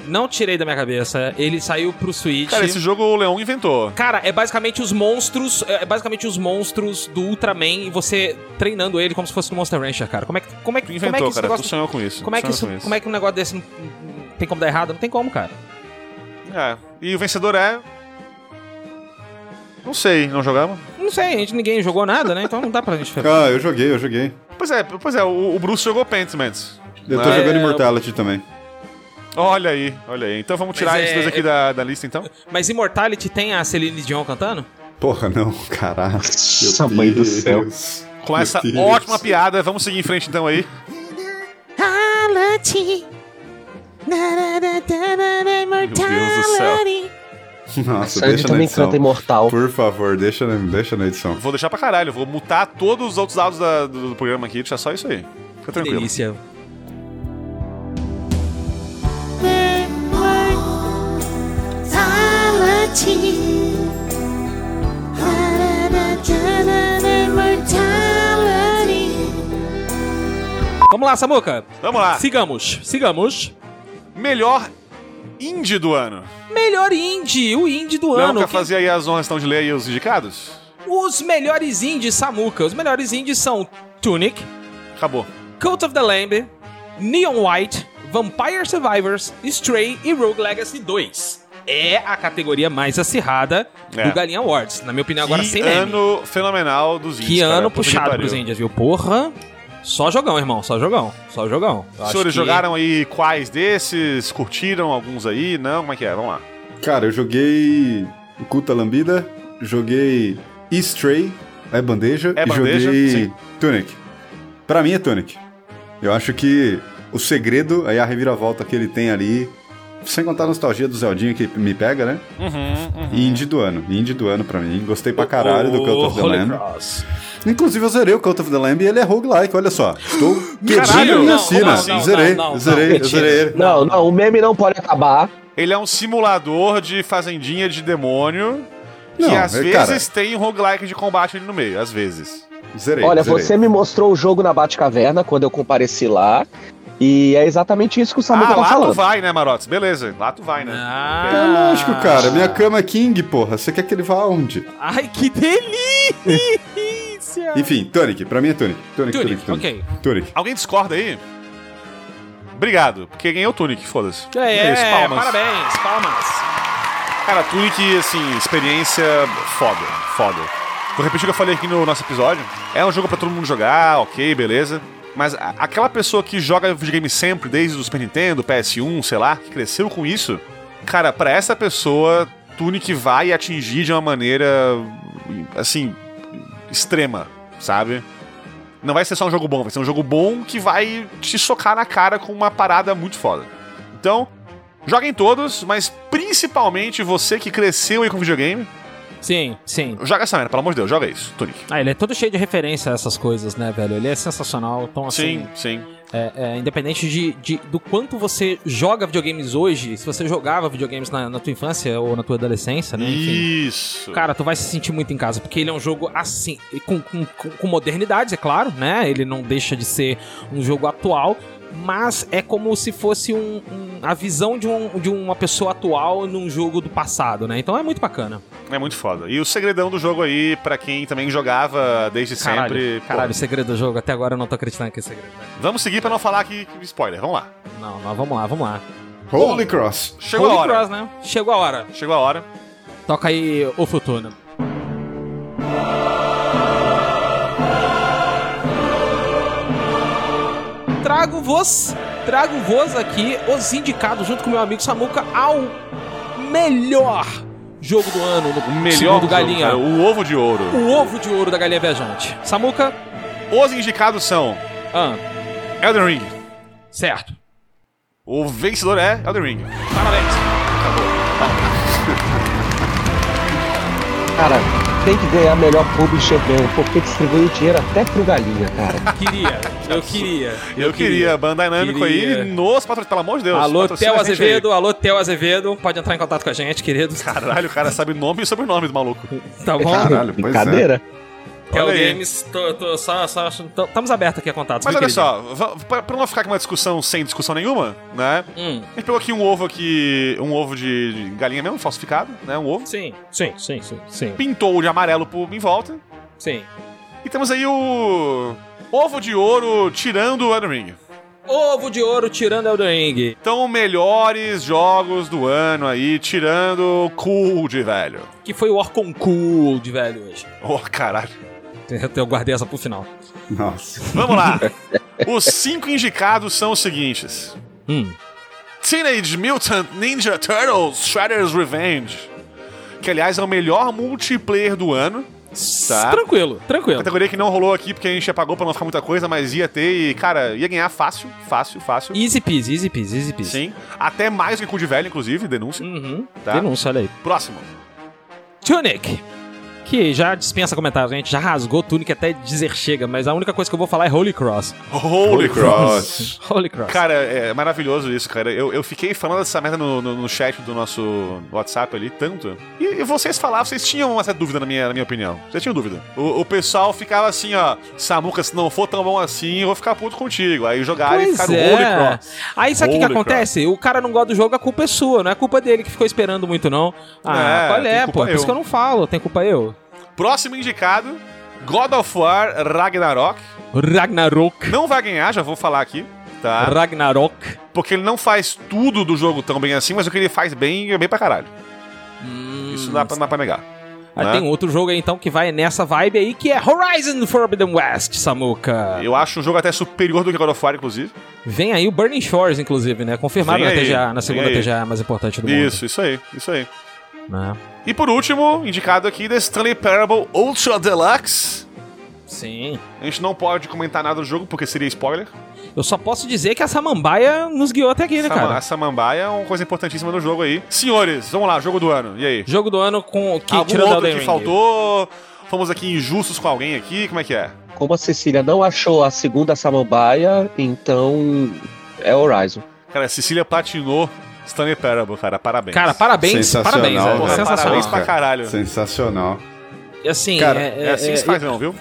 Speaker 2: Não tirei da minha cabeça. Ele saiu pro Switch.
Speaker 1: Cara, esse jogo o Leão inventou.
Speaker 2: Cara, é basicamente os monstros, é basicamente os monstros do Ultraman e você treinando ele como se fosse um Monster Rancher, cara. Como é que como é que
Speaker 1: Inventou,
Speaker 2: como é que esse
Speaker 1: cara,
Speaker 2: negócio-
Speaker 1: tu sonhou com isso.
Speaker 2: Como é que
Speaker 1: sonhou com
Speaker 2: isso,
Speaker 1: isso.
Speaker 2: como é que um negócio desse não- não- tem como dar errado? Não tem como, cara.
Speaker 1: É. E o vencedor é... Não sei, não jogamos?
Speaker 2: Não sei, a gente ninguém jogou nada, né? Então não dá pra gente
Speaker 4: Ah, eu joguei, eu joguei.
Speaker 1: Pois é, pois é, o, o Bruce jogou Pentiment.
Speaker 4: Eu tô
Speaker 1: né?
Speaker 4: jogando Immortality também.
Speaker 1: Olha aí, olha aí. Então vamos
Speaker 2: Mas
Speaker 1: tirar
Speaker 2: é-
Speaker 1: esses dois aqui
Speaker 2: é-
Speaker 1: da, da lista, então?
Speaker 2: Mas Immortality tem a Celine Dion cantando?
Speaker 4: Porra, não, caralho. Meu
Speaker 5: mãe do
Speaker 4: Deus.
Speaker 5: céu.
Speaker 1: Com
Speaker 4: Meu
Speaker 1: essa
Speaker 4: Deus.
Speaker 1: ótima piada, vamos seguir em frente então aí. Meu Deus do céu.
Speaker 4: Nossa,
Speaker 5: Ele
Speaker 4: deixa na
Speaker 5: também
Speaker 4: edição.
Speaker 5: canta Imortal.
Speaker 4: Por favor, deixa, na- deixa na edição.
Speaker 1: Vou deixar pra caralho, vou mutar todos os outros áudios da- do, do programa aqui, deixar só isso aí. Fica
Speaker 2: Que
Speaker 1: tranquilo.
Speaker 2: delícia. Vamos lá, Samuca.
Speaker 1: Vamos lá.
Speaker 2: Sigamos, sigamos.
Speaker 1: Melhor indie do ano.
Speaker 2: Melhor indie, o indie do
Speaker 1: Não
Speaker 2: ano.
Speaker 1: quer
Speaker 2: que-
Speaker 1: fazer aí as honras estão de ler aí os indicados?
Speaker 2: Os melhores indies, Samuca. Os melhores indies são Tunic,
Speaker 1: Acabou.
Speaker 2: Cult of the Lamb, Neon White, Vampire Survivors, Stray e Rogue Legacy 2. É a categoria mais acirrada
Speaker 1: É.
Speaker 2: do Galinha Awards. Na minha opinião, agora
Speaker 1: que
Speaker 2: sem meme.
Speaker 1: ano fenomenal dos indies.
Speaker 2: Que
Speaker 1: cara.
Speaker 2: ano
Speaker 1: Puta que
Speaker 2: puxado
Speaker 1: pariu.
Speaker 2: pros índias, viu? Porra! Só jogão, irmão, só jogão, só jogão. Eu
Speaker 1: Os
Speaker 2: acho
Speaker 1: senhores
Speaker 2: que-
Speaker 1: jogaram aí quais desses? Curtiram alguns aí? Não? Como é que é? Vamos lá.
Speaker 4: Cara, eu joguei Culta Lambida, joguei Stray, é bandeja,
Speaker 1: É
Speaker 4: e
Speaker 1: bandeja,
Speaker 4: joguei
Speaker 1: sim.
Speaker 4: Tunic. Pra mim é Tunic. Eu acho que o segredo, aí a reviravolta que ele tem ali, sem contar a nostalgia do Zeldinho que me pega, né?
Speaker 1: Uhum, uhum.
Speaker 4: E Indie do ano, indie do ano pra mim. Gostei pra caralho do Cult of the
Speaker 2: Holy
Speaker 4: Lamb.
Speaker 2: Cross.
Speaker 4: Inclusive eu zerei o Cult of the Lamb e ele é roguelike, olha só. Estou
Speaker 1: Caralho!
Speaker 4: quebrando
Speaker 1: Não,
Speaker 4: minha sina.
Speaker 2: não, não,
Speaker 4: Zerei,
Speaker 2: não, não, não,
Speaker 4: zerei, eu
Speaker 2: mentira.
Speaker 4: zerei ele.
Speaker 5: Não, não, o meme não pode acabar.
Speaker 1: Ele é um simulador de fazendinha de demônio. que
Speaker 4: Não,
Speaker 1: às
Speaker 4: é,
Speaker 1: vezes
Speaker 4: cara.
Speaker 1: tem um roguelike de combate ali no meio, às vezes.
Speaker 4: Zerei,
Speaker 5: Olha,
Speaker 4: zerei.
Speaker 5: você me mostrou o jogo na Batcaverna quando eu compareci lá. E é exatamente isso que o Samuel
Speaker 1: ah,
Speaker 5: tá
Speaker 1: lá tu
Speaker 5: falando.
Speaker 1: vai, né, Marotos? Beleza, lá tu vai, né?
Speaker 2: Ah.
Speaker 4: É lógico, cara. Minha cama é king, porra. Você quer que ele vá aonde?
Speaker 2: Ai, que
Speaker 1: <laughs>
Speaker 2: delícia!
Speaker 4: Enfim, Tonic. Pra mim é Tonic. Tonic, Tonic,
Speaker 2: Tunic,
Speaker 4: Tonic.
Speaker 2: ok.
Speaker 4: Tonic.
Speaker 1: Alguém discorda aí? Obrigado, porque ganhei o Tunic, foda-se.
Speaker 2: É,
Speaker 1: isso, palmas.
Speaker 2: parabéns, palmas.
Speaker 1: Cara, Tunic, assim, experiência foda, foda. Vou repetir o que eu falei aqui no nosso episódio. É um jogo pra todo mundo jogar, ok, beleza. Mas a- aquela pessoa que joga videogame um, sempre, desde o Super Nintendo, PS1, sei lá, que cresceu com isso, cara, pra essa pessoa Tunic vai atingir de uma maneira, assim, extrema, sabe? Não vai ser só um jogo bom, vai ser um jogo bom que vai te socar na cara com uma parada muito foda. Então, joguem todos, mas principalmente você que cresceu aí com videogame.
Speaker 2: Sim, sim.
Speaker 1: Joga essa merda, pelo amor de Deus, joga isso, Tunic.
Speaker 2: Ah, ele é todo cheio de referência a essas coisas, né, velho? Ele é sensacional. Então, assim.
Speaker 1: Sim, sim.
Speaker 2: É, é, independente de, de- do quanto você joga videogames hoje, se você jogava videogames na, na tua infância ou na tua adolescência, né? enfim.
Speaker 1: Isso.
Speaker 2: Cara, tu vai se sentir muito em casa, porque ele é um jogo assim, e com, com, com, com modernidades, é claro, né? Ele não deixa de ser um jogo atual, mas é como se fosse um, um- a visão de, um, de uma pessoa atual num jogo do passado, né? Então é muito bacana.
Speaker 1: É muito foda. E o segredão do jogo aí, pra quem também jogava desde
Speaker 2: Caralho,
Speaker 1: sempre. pô,
Speaker 2: caralho, segredo do jogo. Até agora eu não tô acreditando que é segredo.
Speaker 1: Vamos seguir pra não falar aqui que- spoiler, vamos lá.
Speaker 2: Não, não, vamos lá, vamos lá.
Speaker 1: Holy
Speaker 11: Cross.
Speaker 1: Chegou
Speaker 2: Holy
Speaker 1: a hora.
Speaker 2: Cross, né? Chegou a hora.
Speaker 1: Chegou a hora.
Speaker 2: Toca aí o Futuro. Trago vos, trago vos aqui os indicados junto com meu amigo Samuca ao melhor jogo do ano no
Speaker 1: Melhor
Speaker 2: segundo
Speaker 1: do
Speaker 2: galinha.
Speaker 1: o ovo de ouro.
Speaker 2: O ovo de ouro da galinha viajante. Samuca, ah,
Speaker 1: Os indicados são Elden Ring.
Speaker 2: Certo.
Speaker 1: O vencedor é Elden Ring.
Speaker 2: Parabéns.
Speaker 1: <laughs>
Speaker 5: Cara, tem que ganhar melhor publisher mesmo, porque distribuiu dinheiro até pro galinha, cara.
Speaker 2: queria, eu queria.
Speaker 1: Eu, queria, Bandai Namco
Speaker 2: Queria.
Speaker 1: aí, nos patrocínios, pelo amor de Deus.
Speaker 2: Alô,
Speaker 1: patrocina
Speaker 2: Theo
Speaker 1: a gente aí.
Speaker 2: Azevedo, alô, Theo Azevedo. Pode entrar em contato com a gente, queridos.
Speaker 1: Caralho, o cara sabe nome e sobrenome do maluco.
Speaker 2: Tá bom?
Speaker 11: Caralho, pois Brincadeira.
Speaker 2: é. Theo
Speaker 1: Olha aí.
Speaker 2: Games, tô, tô só, só, estamos abertos aqui a contatos.
Speaker 1: Mas
Speaker 2: viu,
Speaker 1: olha
Speaker 2: queridinho?
Speaker 1: só, va- pra pra não ficar com uma discussão sem discussão nenhuma, né?
Speaker 2: Hum,
Speaker 1: A gente pegou aqui um ovo aqui. Um ovo de de galinha mesmo, falsificado, né? Um ovo.
Speaker 2: Sim, sim, sim, sim, sim.
Speaker 1: Pintou de amarelo por em volta.
Speaker 2: Sim.
Speaker 1: E temos aí o. Ovo de ouro tirando o Elden Ring.
Speaker 2: Ovo de ouro tirando Elden Ring.
Speaker 1: Então, melhores jogos do ano aí, tirando o Cold, velho.
Speaker 2: Que foi o Orcon Cold, velho, hoje.
Speaker 1: Oh, caralho.
Speaker 2: Eu guardei essa pro final.
Speaker 4: Nossa.
Speaker 1: Vamos lá. Os cinco indicados são os seguintes:
Speaker 2: Hum.
Speaker 1: Teenage Mutant Ninja Turtles Shredder's Revenge. Que, aliás, é o melhor multiplayer do ano. Tá?
Speaker 2: Tranquilo, tranquilo.
Speaker 1: Categoria que não rolou aqui porque a gente apagou pra não ficar muita coisa, mas ia ter e, cara, ia ganhar fácil, fácil, fácil.
Speaker 2: Easy peasy, easy peasy, easy peasy.
Speaker 1: Sim. Até mais que cu de velho, inclusive, denúncia.
Speaker 2: Uhum.
Speaker 1: Tá?
Speaker 2: Denúncia, olha aí.
Speaker 1: Próximo.
Speaker 2: Tunic. Que já dispensa comentários, a gente já rasgou Tunic até dizer chega, mas a única coisa que eu vou falar é Holy Cross. <laughs>
Speaker 1: Holy Cross.
Speaker 2: Holy Cross.
Speaker 1: Cara, é maravilhoso isso, cara. Eu, eu fiquei falando dessa merda no, no- no chat do nosso WhatsApp ali, tanto. E, e vocês falavam, vocês tinham uma certa dúvida, na minha, na minha opinião. Vocês tinham dúvida. O, o pessoal ficava assim, ó, Samuca, se não for tão bom assim, eu vou ficar puto contigo. Aí jogaram e
Speaker 2: Pois
Speaker 1: ficaram
Speaker 2: é.
Speaker 1: Holy Cross.
Speaker 2: Aí sabe o que, que
Speaker 1: Holy Cross.
Speaker 2: acontece? O cara não gosta do jogo, a culpa é sua, não é culpa dele que ficou esperando muito, não.
Speaker 1: É,
Speaker 2: Ah, qual
Speaker 1: tem
Speaker 2: é,
Speaker 1: culpa
Speaker 2: pô? Por
Speaker 1: eu.
Speaker 2: isso que eu não falo, tem culpa eu.
Speaker 1: Próximo indicado, God of War Ragnarok.
Speaker 2: Ragnarok.
Speaker 1: Não vai ganhar, já vou falar aqui, tá?
Speaker 2: Ragnarok.
Speaker 1: Porque ele não faz tudo do jogo tão bem assim, mas o que ele faz bem é bem pra caralho.
Speaker 2: Hum,
Speaker 1: Isso dá pra, não dá pra negar.
Speaker 2: Aí
Speaker 1: né?
Speaker 2: tem outro jogo aí então que vai nessa vibe aí, que é Horizon Forbidden West, Samuca.
Speaker 1: Eu acho um jogo até superior do que God of War, inclusive.
Speaker 2: Vem aí o Burning Shores, inclusive, né? Confirmado
Speaker 1: Vem
Speaker 2: na
Speaker 1: aí,
Speaker 2: TGA, na
Speaker 1: vem
Speaker 2: segunda
Speaker 1: aí.
Speaker 2: TGA mais importante do né?
Speaker 1: Isso, isso aí, isso aí.
Speaker 2: mundo. Isso.
Speaker 1: E por último, indicado aqui, The Stanley Parable Ultra Deluxe.
Speaker 2: Sim.
Speaker 1: A gente não pode comentar nada do jogo, porque seria spoiler.
Speaker 2: Eu só posso dizer que a Samambaia nos guiou até aqui, né,
Speaker 1: Sama-
Speaker 2: cara?
Speaker 1: A Samambaia é uma coisa importantíssima do jogo aí. Senhores, vamos lá, jogo do ano. E aí?
Speaker 2: Jogo do ano com que
Speaker 1: Algum
Speaker 2: tirando
Speaker 1: outro
Speaker 2: Elden
Speaker 1: que
Speaker 2: Ring.
Speaker 1: faltou? Fomos aqui injustos com alguém aqui? Como é que é?
Speaker 5: Como a Cecília não achou a segunda samambaia, então é Horizon.
Speaker 1: Cara, Cecília platinou Stanley Parable, cara. Parabéns.
Speaker 2: Cara, parabéns,
Speaker 1: Sensacional,
Speaker 2: parabéns, é,
Speaker 1: velho.
Speaker 2: sensacional.
Speaker 1: Parabéns pra
Speaker 2: cara.
Speaker 1: caralho.
Speaker 4: Sensacional.
Speaker 2: E Assim,
Speaker 4: Cara,
Speaker 2: é,
Speaker 1: É assim que se faz, não, viu?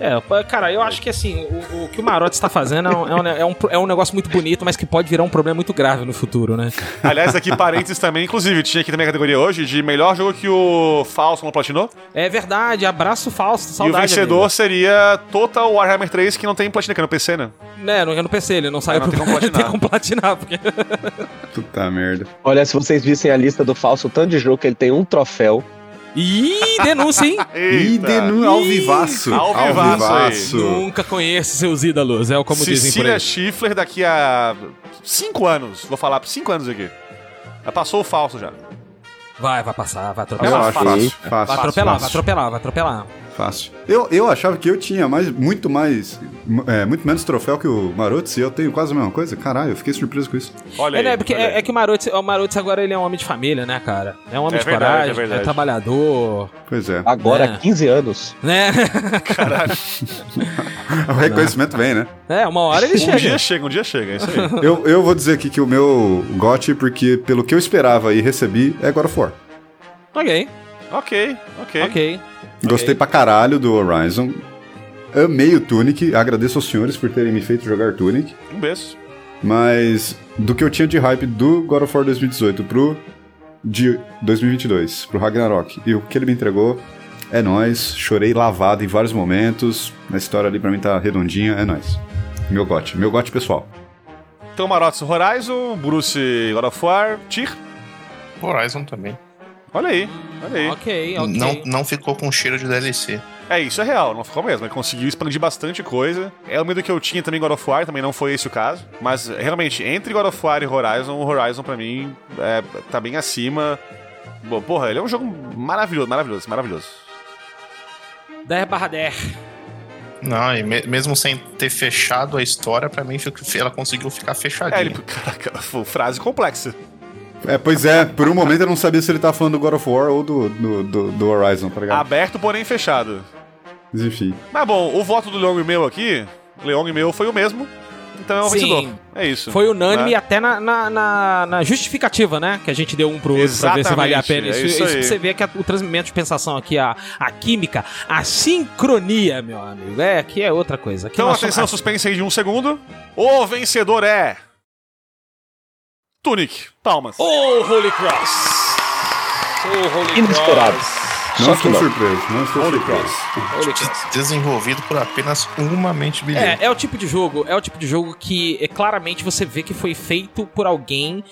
Speaker 2: É, pô, cara, eu acho que assim, o, o que o Marotti está fazendo é um, é, um, é um- é um negócio muito bonito, mas que pode virar um problema muito grave no futuro, né?
Speaker 1: Aliás, aqui parênteses também, inclusive, tinha aqui também a categoria hoje de melhor jogo que o Fausto não platinou.
Speaker 2: É verdade, abraço falso, saudade.
Speaker 1: e o vencedor
Speaker 2: amigo.
Speaker 1: seria Total Warhammer 3, que não tem platina aqui no PC, né?
Speaker 2: Né, não é no PC, ele não saiu
Speaker 1: não
Speaker 2: pro-
Speaker 1: tem como platinar.
Speaker 2: como <laughs> platinar, porque...
Speaker 4: Puta merda.
Speaker 5: Olha, se vocês vissem a lista do falso, o tanto de jogo que ele tem um troféu.
Speaker 2: Ih, denúncia, hein?
Speaker 1: Eita.
Speaker 4: E
Speaker 2: é
Speaker 4: denu... ao vivaço.
Speaker 1: Ao vivaço aí.
Speaker 2: Nunca conheço seus ídolos, é o como dizem por
Speaker 1: Cecília
Speaker 2: aí.
Speaker 1: Schiffler daqui a 5 anos, vou falar, 5 anos aqui. Ela passou o falso já.
Speaker 2: Vai, vai passar,
Speaker 1: Tá
Speaker 2: vai
Speaker 4: Eu
Speaker 2: atropelar.
Speaker 4: acho fácil, fácil,
Speaker 2: vai atropelar,
Speaker 4: fácil.
Speaker 2: vai atropelar, vai atropelar.
Speaker 4: Fácil. Eu, eu achava que eu tinha mais, muito mais. m- é, muito menos troféu que o Marotos e eu tenho quase a mesma coisa. Caralho, eu fiquei surpreso com isso.
Speaker 1: Olha
Speaker 2: é, né,
Speaker 1: aí,
Speaker 2: porque
Speaker 1: olha
Speaker 2: é,
Speaker 1: aí.
Speaker 2: é que o Marotes, o Marotes agora ele é um homem de família, né, cara? É um homem
Speaker 1: É
Speaker 2: de
Speaker 1: verdade, é
Speaker 2: coragem, é,
Speaker 1: verdade.
Speaker 2: trabalhador.
Speaker 4: Pois é.
Speaker 5: Agora,
Speaker 2: É.
Speaker 5: 15 anos.
Speaker 2: Né?
Speaker 1: Caralho.
Speaker 4: O reconhecimento vem, né?
Speaker 2: É, uma hora ele
Speaker 1: Um dia
Speaker 2: chega.
Speaker 1: chega, um dia chega, é isso aí.
Speaker 4: <laughs> Eu, eu vou dizer aqui que o meu gote, porque pelo que eu esperava e recebi, é God of War.
Speaker 2: <laughs> ok,
Speaker 1: Ok, ok.
Speaker 2: ok.
Speaker 4: Gostei pra caralho do Horizon. Amei o Tunic. Agradeço aos senhores por terem me feito jogar Tunic.
Speaker 1: Um beijo.
Speaker 4: Mas do que eu tinha de hype do God of War 2018 pro de 2022, pro Ragnarok, e o que ele me entregou é nóis. Chorei lavado em vários momentos. A história ali pra mim tá redondinha, é nóis. Meu gote, meu gote pessoal.
Speaker 1: Então, Marotos Horizon, Bruce God of War, Tyr.
Speaker 3: Horizon também.
Speaker 1: Olha aí, olha aí.
Speaker 2: Ok,
Speaker 3: Não, não ficou com cheiro de DLC.
Speaker 1: É, isso é real, não ficou mesmo. Ele conseguiu expandir bastante coisa. É o medo que eu tinha também em God of War, também não foi esse o caso. Mas, realmente, entre God of War e Horizon, o Horizon, pra mim, é, tá bem acima. Bom, porra, ele é um jogo maravilhoso, maravilhoso, maravilhoso.
Speaker 2: 10 barra 10.
Speaker 3: Não, e me- mesmo sem ter fechado a história, pra mim fica- ela conseguiu ficar fechadinha.
Speaker 1: É, ele, <laughs> caraca, foi frase complexa.
Speaker 4: É, pois é, por um momento eu não sabia se ele tava falando do God of War ou do, do, do, do Horizon, tá ligado?
Speaker 1: Aberto, porém fechado.
Speaker 4: Mas enfim.
Speaker 1: Mas bom, o voto do Leong e meu aqui, Leong e meu foi o mesmo. Então é o
Speaker 2: Sim.
Speaker 1: vencedor. É isso.
Speaker 2: Foi unânime
Speaker 1: Né?
Speaker 2: até na, na, na- na justificativa, né? Que a gente deu um pro outro pra ver se
Speaker 1: Exatamente,
Speaker 2: valia a pena.
Speaker 1: é
Speaker 2: Isso,
Speaker 1: isso
Speaker 2: isso
Speaker 1: aí.
Speaker 2: que você vê que a- o transmimento de pensação aqui, a, a química, a sincronia, meu amigo. É, aqui é outra coisa. Aqui
Speaker 1: Então,
Speaker 2: nós somos-
Speaker 1: atenção, suspense aí de um segundo. O vencedor é. Tunic. Palmas.
Speaker 2: Oh, Holy Cross! Oh, Holy
Speaker 5: Inesperado.
Speaker 4: Não
Speaker 5: Só que
Speaker 4: estou
Speaker 5: não.
Speaker 4: surpreso, não estou
Speaker 1: Holy
Speaker 4: surpreso. Um
Speaker 3: De- Desenvolvido por apenas uma mente bilhão.
Speaker 2: É, é o tipo de jogo, é o tipo de jogo que é, claramente você vê que foi feito por alguém.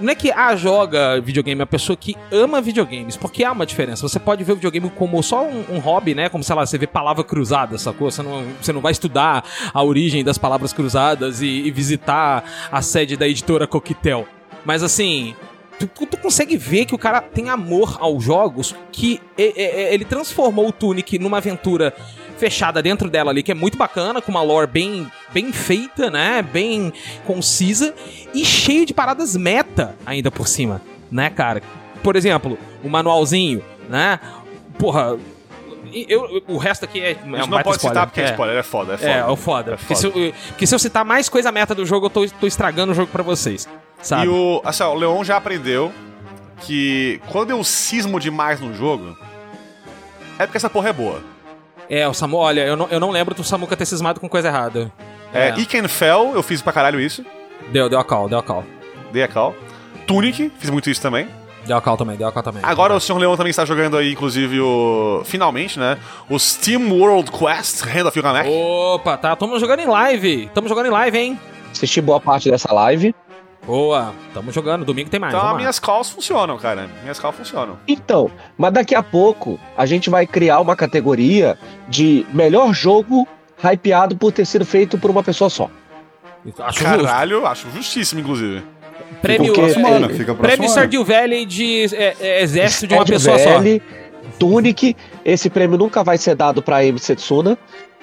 Speaker 2: Não é que ah, joga videogame, é a pessoa que ama videogames, porque há uma diferença. Você pode ver o videogame como só um, um hobby, né? Como, sei lá, você vê palavra cruzada, sacou? Você não, você não vai estudar a origem das palavras cruzadas e, e visitar a sede da editora Coquetel. Mas assim, tu, tu- tu consegue ver que o cara tem amor aos jogos, que e- e- e- ele transformou o Tunic numa aventura fechada dentro dela ali, que é muito bacana, com uma lore bem, bem feita, né? Bem concisa e cheio de paradas meta ainda por cima, né, cara? Por exemplo, o manualzinho, né? Porra, e eu, o resto aqui é, é
Speaker 1: A gente
Speaker 2: um
Speaker 1: não
Speaker 2: baita
Speaker 1: pode citar
Speaker 2: spoiler.
Speaker 1: porque é spoiler, é foda, é foda.
Speaker 2: É, é o foda.
Speaker 1: É
Speaker 2: Porque, se
Speaker 1: foda.
Speaker 2: eu, porque se eu citar mais coisa meta do jogo, eu tô, tô estragando o jogo pra vocês. Sabe?
Speaker 1: E o, assim, ó, o Leon já aprendeu que quando eu cismo demais no jogo, é porque essa porra é boa.
Speaker 2: É, o Samu, olha, eu não, eu não lembro do Samuca ter cismado com coisa errada.
Speaker 1: É, Iken Fell, eu fiz pra caralho isso,
Speaker 2: Deu, deu a call, deu a call.
Speaker 1: dei a cal. Tunic, fiz muito isso também.
Speaker 2: Deu a call também, deu a call também.
Speaker 1: Agora o Sr. Leon também está jogando aí, inclusive, o. Finalmente, né? O Steam World Quest, Hand of Yugamek.
Speaker 2: Opa, tá, tamo jogando em live. Tamo jogando em live, hein?
Speaker 5: Assisti boa parte dessa live.
Speaker 2: Boa, tamo jogando, domingo tem mais.
Speaker 1: Então
Speaker 2: vamos lá.
Speaker 1: minhas calls funcionam, cara. Minhas calls funcionam.
Speaker 5: Então, mas daqui a pouco a gente vai criar uma categoria de melhor jogo hypeado por ter sido feito por uma pessoa só.
Speaker 2: Acho
Speaker 1: Caralho, acho justíssimo, inclusive.
Speaker 2: Prêmio,
Speaker 5: Porque- é Próximo ano,
Speaker 4: fica próximo
Speaker 2: prêmio
Speaker 4: ano.
Speaker 2: Stardew Valley de é, é, exército de uma
Speaker 5: Stardew
Speaker 2: pessoa
Speaker 5: Valley, Tunic, esse prêmio nunca vai ser dado pra Amy Setsuna.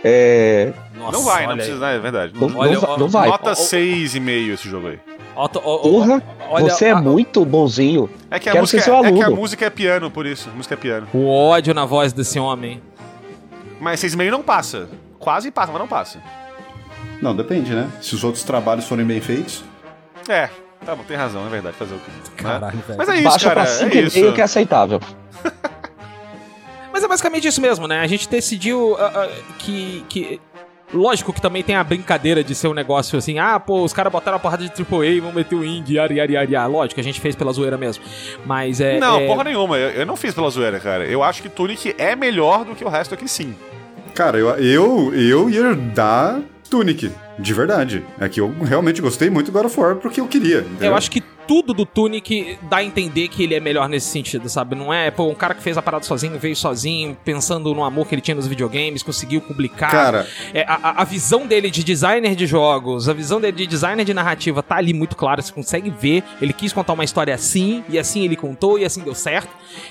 Speaker 5: É,
Speaker 2: só. Nossa,
Speaker 1: não vai, não
Speaker 2: olha
Speaker 1: precisa, né? é verdade.
Speaker 5: não,
Speaker 2: Olha,
Speaker 5: não va-
Speaker 2: ó,
Speaker 5: não vai.
Speaker 1: Nota
Speaker 2: Ó, ó,
Speaker 1: 6,5 esse jogo aí.
Speaker 2: Ó, ó, ó, ó,
Speaker 5: Porra,
Speaker 2: olha,
Speaker 5: você é
Speaker 2: a-
Speaker 5: muito bonzinho.
Speaker 1: É que, a
Speaker 5: Quero
Speaker 1: música,
Speaker 5: ser seu
Speaker 1: é que a
Speaker 5: aluno.
Speaker 1: música é piano, por isso. A música é piano.
Speaker 2: O ódio na voz desse homem.
Speaker 1: Mas 6,5 não passa. Quase passa, mas não passa.
Speaker 4: Não, depende, né? Se os outros trabalhos forem bem feitos.
Speaker 1: É, tá bom, tem razão, é verdade. Fazer o quê? né?
Speaker 2: Caralho, velho.
Speaker 1: Mas é isso,
Speaker 5: Baixa
Speaker 1: cara.
Speaker 5: pra 5,5
Speaker 1: É isso.
Speaker 5: que é aceitável.
Speaker 2: Mas é basicamente isso mesmo, né? A gente decidiu ah, ah, que, que. Lógico que também tem a brincadeira de ser um negócio assim, ah, pô, os caras botaram a porrada de AAA e vão meter o indie, ari, ari, ari, ari. Lógico, a gente fez pela zoeira mesmo. Mas é.
Speaker 1: Não,
Speaker 2: é-
Speaker 1: porra nenhuma. Eu, eu não fiz pela zoeira, cara. Eu acho que Tunic é melhor do que o resto aqui sim.
Speaker 4: Cara, eu, eu, eu ia dar Tunic, de verdade. É que eu realmente gostei muito do God of War porque eu queria. entendeu?
Speaker 2: Eu acho que tudo do Tunic dá a entender que ele é melhor nesse sentido, sabe? Não é, pô, um cara que fez a parada sozinho, veio sozinho, pensando no amor que ele tinha nos videogames, conseguiu publicar.
Speaker 12: Cara.
Speaker 2: É, a, a- a visão dele de designer de jogos, a visão dele de designer de narrativa tá ali muito clara, você consegue ver. Ele quis contar uma história assim, e assim ele contou, e assim deu certo.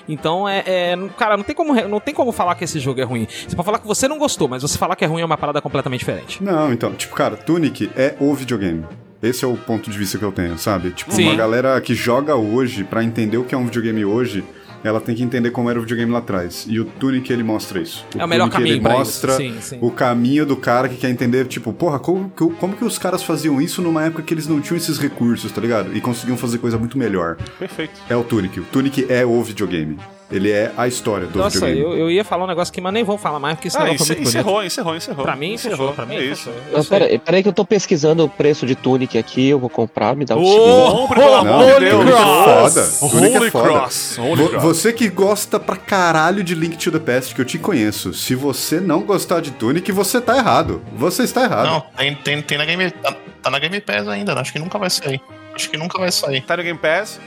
Speaker 2: Então, é, é, não- cara, não tem, como, re- não tem como falar que esse jogo é ruim. Você pode falar que você não gostou, mas você falar que é ruim é uma parada completamente diferente.
Speaker 4: Não, então, tipo, cara, Tunic é o videogame. Esse é o ponto de vista que eu tenho, sabe? Tipo,
Speaker 2: Sim.
Speaker 4: uma galera que joga hoje, pra entender o que é um videogame hoje, ela tem que entender como era o videogame lá atrás. E o Tunic, ele mostra isso.
Speaker 2: É o melhor
Speaker 4: Tunic,
Speaker 2: caminho
Speaker 4: ele
Speaker 2: pra
Speaker 4: mostra
Speaker 2: isso. Sim, sim.
Speaker 4: o caminho do cara que quer entender, tipo, porra, como, que- como que os caras faziam isso numa época que eles não tinham esses recursos, tá ligado? E conseguiam fazer coisa muito melhor.
Speaker 1: Perfeito.
Speaker 4: É o Tunic. O Tunic é o videogame. Ele é a história do
Speaker 2: Nossa,
Speaker 4: videogame.
Speaker 2: eu, eu ia falar um negócio que mas nem vou falar mais, porque senão
Speaker 1: Ah,
Speaker 2: foi
Speaker 1: ence-
Speaker 2: muito
Speaker 1: encerrou,
Speaker 2: bonito.
Speaker 1: encerrou, encerrou.
Speaker 2: Pra mim,
Speaker 1: Encerrou,
Speaker 2: fechou, pra mim,
Speaker 1: é isso.
Speaker 2: fechou.
Speaker 5: Não, peraí, peraí que eu tô pesquisando o preço de Tunic aqui, eu vou comprar, me dá
Speaker 1: Oh!
Speaker 5: um
Speaker 2: Ô,
Speaker 5: segundo.
Speaker 1: compre, pelo
Speaker 4: Não,
Speaker 1: amor de
Speaker 4: Tunic
Speaker 1: Deus.
Speaker 4: é foda.
Speaker 1: Holy
Speaker 4: Tunic é foda.
Speaker 1: Cross, Holy
Speaker 4: Vo-
Speaker 1: Cross.
Speaker 4: Você que gosta pra caralho de Link to the Past, que eu te conheço, se você não gostar de Tunic, você tá errado. Você está
Speaker 1: É.
Speaker 4: errado.
Speaker 3: Não, tem, tem, tem na Game tá, tá na Game Pass ainda, né? acho que nunca vai sair. Acho que nunca vai sair.
Speaker 1: Tá no Game Pass.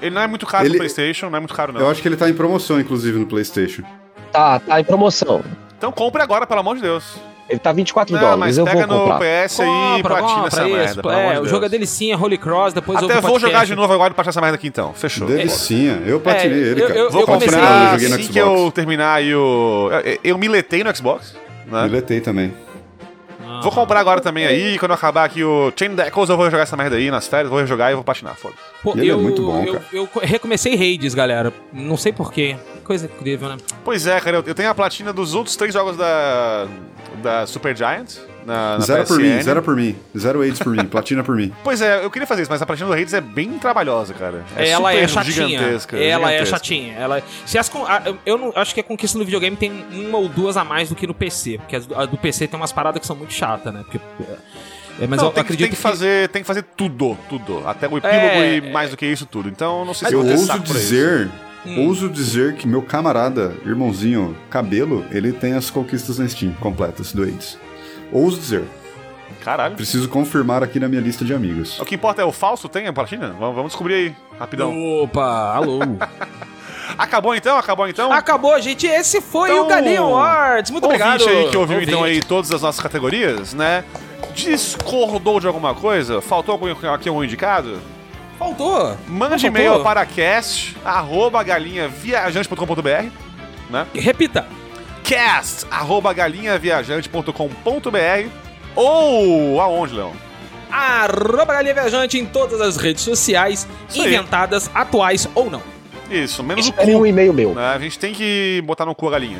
Speaker 1: Ele não é muito caro no
Speaker 4: Ele-
Speaker 1: PlayStation, não é muito caro, não.
Speaker 4: Eu acho que ele tá em promoção, inclusive, no PlayStation.
Speaker 5: Tá, tá em promoção.
Speaker 1: Então compre agora, pelo amor de Deus.
Speaker 5: Ele tá 24
Speaker 1: Não,
Speaker 5: dólares,
Speaker 1: mas
Speaker 5: eu
Speaker 1: pega
Speaker 5: vou
Speaker 1: no
Speaker 5: comprar.
Speaker 1: PS aí e
Speaker 2: Compra,
Speaker 1: platina
Speaker 2: compra
Speaker 1: essa
Speaker 2: isso,
Speaker 1: merda. pelo
Speaker 2: é,
Speaker 1: amor de
Speaker 2: o
Speaker 1: Deus.
Speaker 2: jogo é delicinha, Holy Cross, depois ouve
Speaker 1: Até
Speaker 2: o
Speaker 1: vou
Speaker 2: podcast.
Speaker 1: jogar de novo agora e baixar essa merda aqui então. Fechou.
Speaker 4: Delicinha. Eu platinei
Speaker 2: É,
Speaker 4: ele,
Speaker 2: eu-
Speaker 4: cara.
Speaker 2: eu-
Speaker 1: Vou
Speaker 2: eu comecei-
Speaker 1: comprar
Speaker 4: eu joguei no
Speaker 1: assim
Speaker 4: Xbox.
Speaker 1: que eu terminar aí o... Eu, eu me letei no Xbox. Né?
Speaker 4: Miletei é também.
Speaker 2: Ah.
Speaker 1: Vou comprar agora também aí. Quando acabar aqui o Chain Deckles, eu vou jogar essa merda aí nas férias. Vou jogar e vou patinar, foda
Speaker 2: Pô,
Speaker 4: Ele é
Speaker 2: eu,
Speaker 4: muito bom,
Speaker 2: eu,
Speaker 4: cara.
Speaker 2: eu co- recomecei raids, galera. Não sei porquê. Coisa incrível, né?
Speaker 1: Pois é, cara. Eu, eu tenho a platina dos outros três jogos da, da Supergiant. Tá Na, na
Speaker 4: Zero por
Speaker 1: PSN.
Speaker 4: mim, zero por mim. Zero AIDS por mim, platina por
Speaker 1: <laughs>
Speaker 4: mim.
Speaker 1: Pois é, eu queria fazer isso, mas a platina do Hades é bem trabalhosa, cara.
Speaker 2: ela
Speaker 1: super
Speaker 2: é chatinha.
Speaker 1: Gigantesca,
Speaker 2: ela é
Speaker 1: gigantesca.
Speaker 2: chatinha. Ela... Se as con- a- eu- Eu não... acho que a conquista no videogame tem uma ou duas a mais do que no PC. Porque as do- a do PC tem umas paradas que são muito chatas, né? Porque... é, mas
Speaker 1: Não,
Speaker 2: eu
Speaker 1: tem, que-
Speaker 2: acredito
Speaker 1: tem que, fazer, tem que fazer tudo, tudo. Até o epílogo
Speaker 2: É,
Speaker 1: e mais do que isso tudo. Então, não sei se
Speaker 4: Eu
Speaker 1: vou ter
Speaker 4: ouso
Speaker 1: saco pra isso.
Speaker 4: dizer,
Speaker 1: Hum.
Speaker 4: ouso dizer que meu camarada, irmãozinho, cabelo, ele tem as conquistas na Steam completas do AIDS. Ouso dizer.
Speaker 1: Caralho.
Speaker 4: Preciso confirmar aqui na minha lista de amigos.
Speaker 1: O que importa é o falso tem a platina? Vamos, vamos descobrir aí, rapidão.
Speaker 2: Opa,
Speaker 1: <laughs>
Speaker 2: alô.
Speaker 1: Então- Acabou então? Acabou então?
Speaker 2: Acabou, gente. Esse foi
Speaker 1: Então,
Speaker 2: o Galinha Awards. Muito
Speaker 1: ouvinte
Speaker 2: obrigado.
Speaker 1: aí que ouviu então
Speaker 2: ouvinte.
Speaker 1: aí todas as nossas categorias, né? Discordou de alguma coisa? Faltou algum, aqui algum indicado?
Speaker 2: Faltou.
Speaker 1: Mande
Speaker 2: Faltou.
Speaker 1: e-mail para cast, arroba galinhaviajante.com.br, né?
Speaker 2: Repita.
Speaker 1: Cast, arroba galinhaviajante.com.br ou aonde, Leão?
Speaker 2: Arroba Galinha Viajante em todas as redes sociais,
Speaker 1: aí.
Speaker 2: inventadas, atuais ou não.
Speaker 1: Isso, menos
Speaker 2: É,
Speaker 1: o
Speaker 5: Espere
Speaker 1: cu.
Speaker 5: um e-mail meu.
Speaker 1: né? A gente tem que botar no cu a galinha.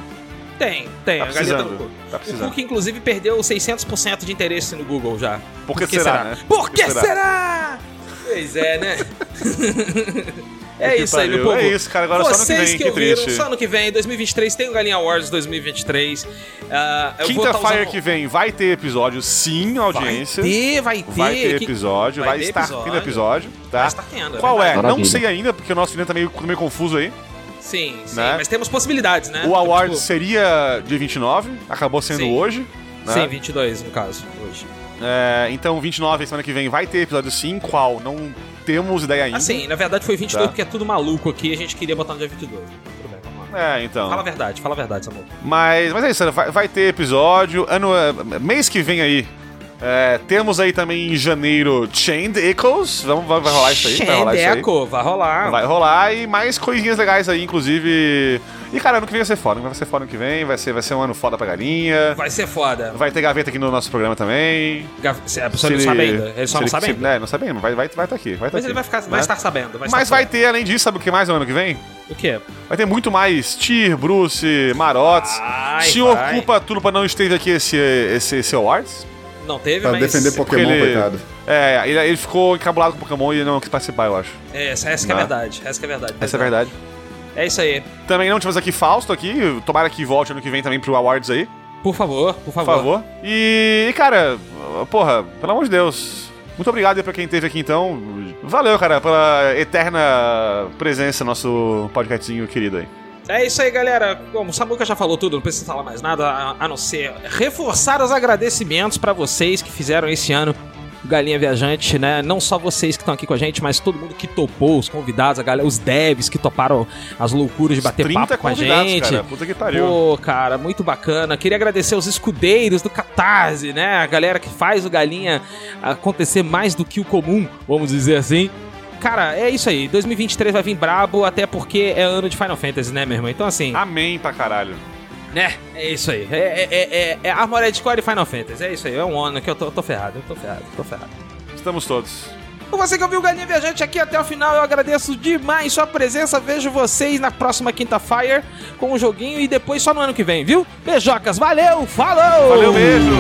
Speaker 2: Tem, tem.
Speaker 1: Tá
Speaker 2: a galinha tá no
Speaker 1: precisando,
Speaker 2: cu.
Speaker 1: tá precisando.
Speaker 2: O Cook, inclusive, perdeu 600% de interesse no Google já.
Speaker 1: Por que será, né?
Speaker 2: Por que será? Pois
Speaker 1: <laughs>
Speaker 2: é, né? é
Speaker 1: Que
Speaker 2: isso aí, meu
Speaker 1: pariu.
Speaker 2: povo.
Speaker 1: É isso, cara, agora só no que
Speaker 2: Vocês
Speaker 1: vem,
Speaker 2: que
Speaker 1: que
Speaker 2: ouviram,
Speaker 1: triste.
Speaker 2: só no que vem, 2023, tem o Galinha Awards 2023. Ah, eu vou tá usando-
Speaker 1: Quinta-feira que vem vai ter episódio, sim, audiência.
Speaker 2: ter, vai ter.
Speaker 1: Vai ter
Speaker 2: Que-
Speaker 1: episódio, vai,
Speaker 2: vai ter
Speaker 1: estar
Speaker 2: episódio.
Speaker 1: tendo episódio, tá?
Speaker 2: Vai estar tendo, é
Speaker 1: Qual é?
Speaker 2: verdade.
Speaker 1: Não
Speaker 2: Maravilha.
Speaker 1: sei ainda, porque o nosso filho tá meio, meio confuso aí.
Speaker 2: Sim, sim.
Speaker 1: Né?
Speaker 2: Mas temos possibilidades, né?
Speaker 1: O award
Speaker 2: Tipo,
Speaker 1: seria dia 29, acabou sendo
Speaker 2: Sim.
Speaker 1: hoje. Né?
Speaker 2: Sim, 22 no caso, hoje.
Speaker 1: É, então, 29, semana que vem, vai ter episódio sim, qual? Não temos ideia ainda.
Speaker 2: Assim, na verdade foi 22
Speaker 1: Tá.
Speaker 2: porque é tudo maluco aqui e a gente queria botar no dia 22. Tudo bem, vamos lá.
Speaker 1: É, então.
Speaker 2: Fala a verdade, fala a verdade, Samuel.
Speaker 1: Mas, mas é isso, vai, vai ter episódio. Ano, é, mês que vem aí. é, temos aí também em janeiro Chained Echoes. Vamos, vai, vai rolar isso aí. vai rolar isso aí. Ah,
Speaker 2: Xendeco, vai rolar.
Speaker 1: Vai rolar e mais coisinhas legais aí, inclusive. E cara, ano que vem vai ser foda. Vai ser foda ano que vem, vai ser, vai ser um ano foda pra galinha.
Speaker 2: Vai ser foda.
Speaker 1: Vai ter gaveta aqui no nosso programa também.
Speaker 2: Gav- se- A pessoa não sabe ainda. Ele só
Speaker 1: se
Speaker 2: não sabe
Speaker 1: se-
Speaker 2: ainda.
Speaker 1: É, não sabe ainda, vai vai, vai tá aqui. Vai tá
Speaker 2: Mas
Speaker 1: aqui,
Speaker 2: ele vai, ficar,
Speaker 1: né?
Speaker 2: vai estar sabendo. Vai
Speaker 1: Mas vai ter, além disso, sabe o que mais no ano que vem?
Speaker 2: O quê?
Speaker 1: Vai ter muito mais Tyr, Bruce, Marotes.
Speaker 2: Vai,
Speaker 1: Se
Speaker 2: vai.
Speaker 1: ocupa tudo pra não esteve aqui esse, esse, esse Awards.
Speaker 2: Não teve,
Speaker 4: Pra
Speaker 2: mas...
Speaker 4: defender
Speaker 1: Porque
Speaker 4: Pokémon, coitado.
Speaker 1: É, ele, ele ficou encabulado com o Pokémon e não quis participar, eu acho.
Speaker 2: É, essa, essa que é a
Speaker 1: Né?
Speaker 2: verdade. Essa que é a verdade.
Speaker 1: Essa é a verdade.
Speaker 2: É isso aí.
Speaker 1: Também não tivemos aqui Fausto aqui, tomara que volte ano que vem também pro Awards aí.
Speaker 2: Por favor, por
Speaker 1: Por
Speaker 2: favor.
Speaker 1: favor. E, e, cara, porra, pelo amor de Deus. Muito obrigado aí pra quem esteve aqui então. Valeu, cara, pela eterna presença no nosso podcastinho querido aí.
Speaker 2: É isso aí, galera. Bom, o Samuca já falou tudo, não precisa falar mais nada, a, a não ser reforçar os agradecimentos pra vocês que fizeram esse ano Galinha Viajante, né? Não só vocês que estão aqui com a gente, mas todo mundo que topou, os convidados, a galera, os devs que toparam as loucuras de bater
Speaker 1: 30
Speaker 2: papo com a
Speaker 1: convidados,
Speaker 2: gente.
Speaker 1: cara. Puta que pariu.
Speaker 2: Pô, cara, muito bacana. Queria agradecer os escudeiros do Catarse, né? A galera que faz o Galinha acontecer mais do que o comum, vamos dizer assim. Cara, é isso aí. 2023 vai vir brabo, até porque é ano de Final Fantasy, né, meu irmão? Então, assim.
Speaker 1: Amém pra caralho.
Speaker 2: Né? É isso aí. É, é, é, é, é Armored Core e Final Fantasy. É isso aí. É um ano que eu tô, eu tô ferrado. Eu tô ferrado. eu Tô ferrado.
Speaker 1: Estamos todos.
Speaker 2: Com você que ouviu o Galinha Viajante aqui até o final, eu agradeço demais sua presença. Vejo vocês na próxima quinta-feira com o joguinho e depois só no ano que vem, viu? Beijocas, valeu, falou!
Speaker 1: Valeu, beijo!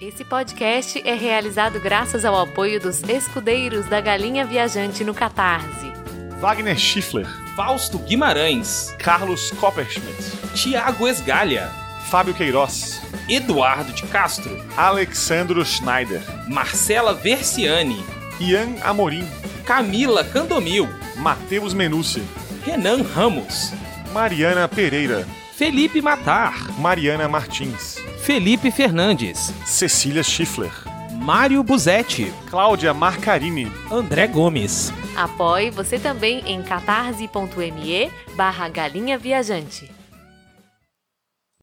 Speaker 8: Esse podcast é realizado graças ao apoio dos escudeiros da Galinha Viajante no Catarse.
Speaker 1: Wagner Schiffler.
Speaker 13: Fausto Guimarães.
Speaker 1: Carlos Copperschmidt.
Speaker 13: Tiago Esgalha.
Speaker 1: Fábio Queiroz.
Speaker 13: Eduardo de Castro.
Speaker 1: Alexandro Schneider.
Speaker 13: Marcela Versiani.
Speaker 1: Ian Amorim.
Speaker 13: Camila Candomil.
Speaker 1: Matheus Menucci.
Speaker 13: Renan Ramos.
Speaker 1: Mariana Pereira.
Speaker 13: Felipe Matar.
Speaker 1: Mariana Martins.
Speaker 13: Felipe Fernandes.
Speaker 1: Cecília Schiffler.
Speaker 13: Mário Buzetti.
Speaker 1: Cláudia Marcarini.
Speaker 2: André Gomes.
Speaker 8: Apoie você também em catarse.me barra Galinha Viajante.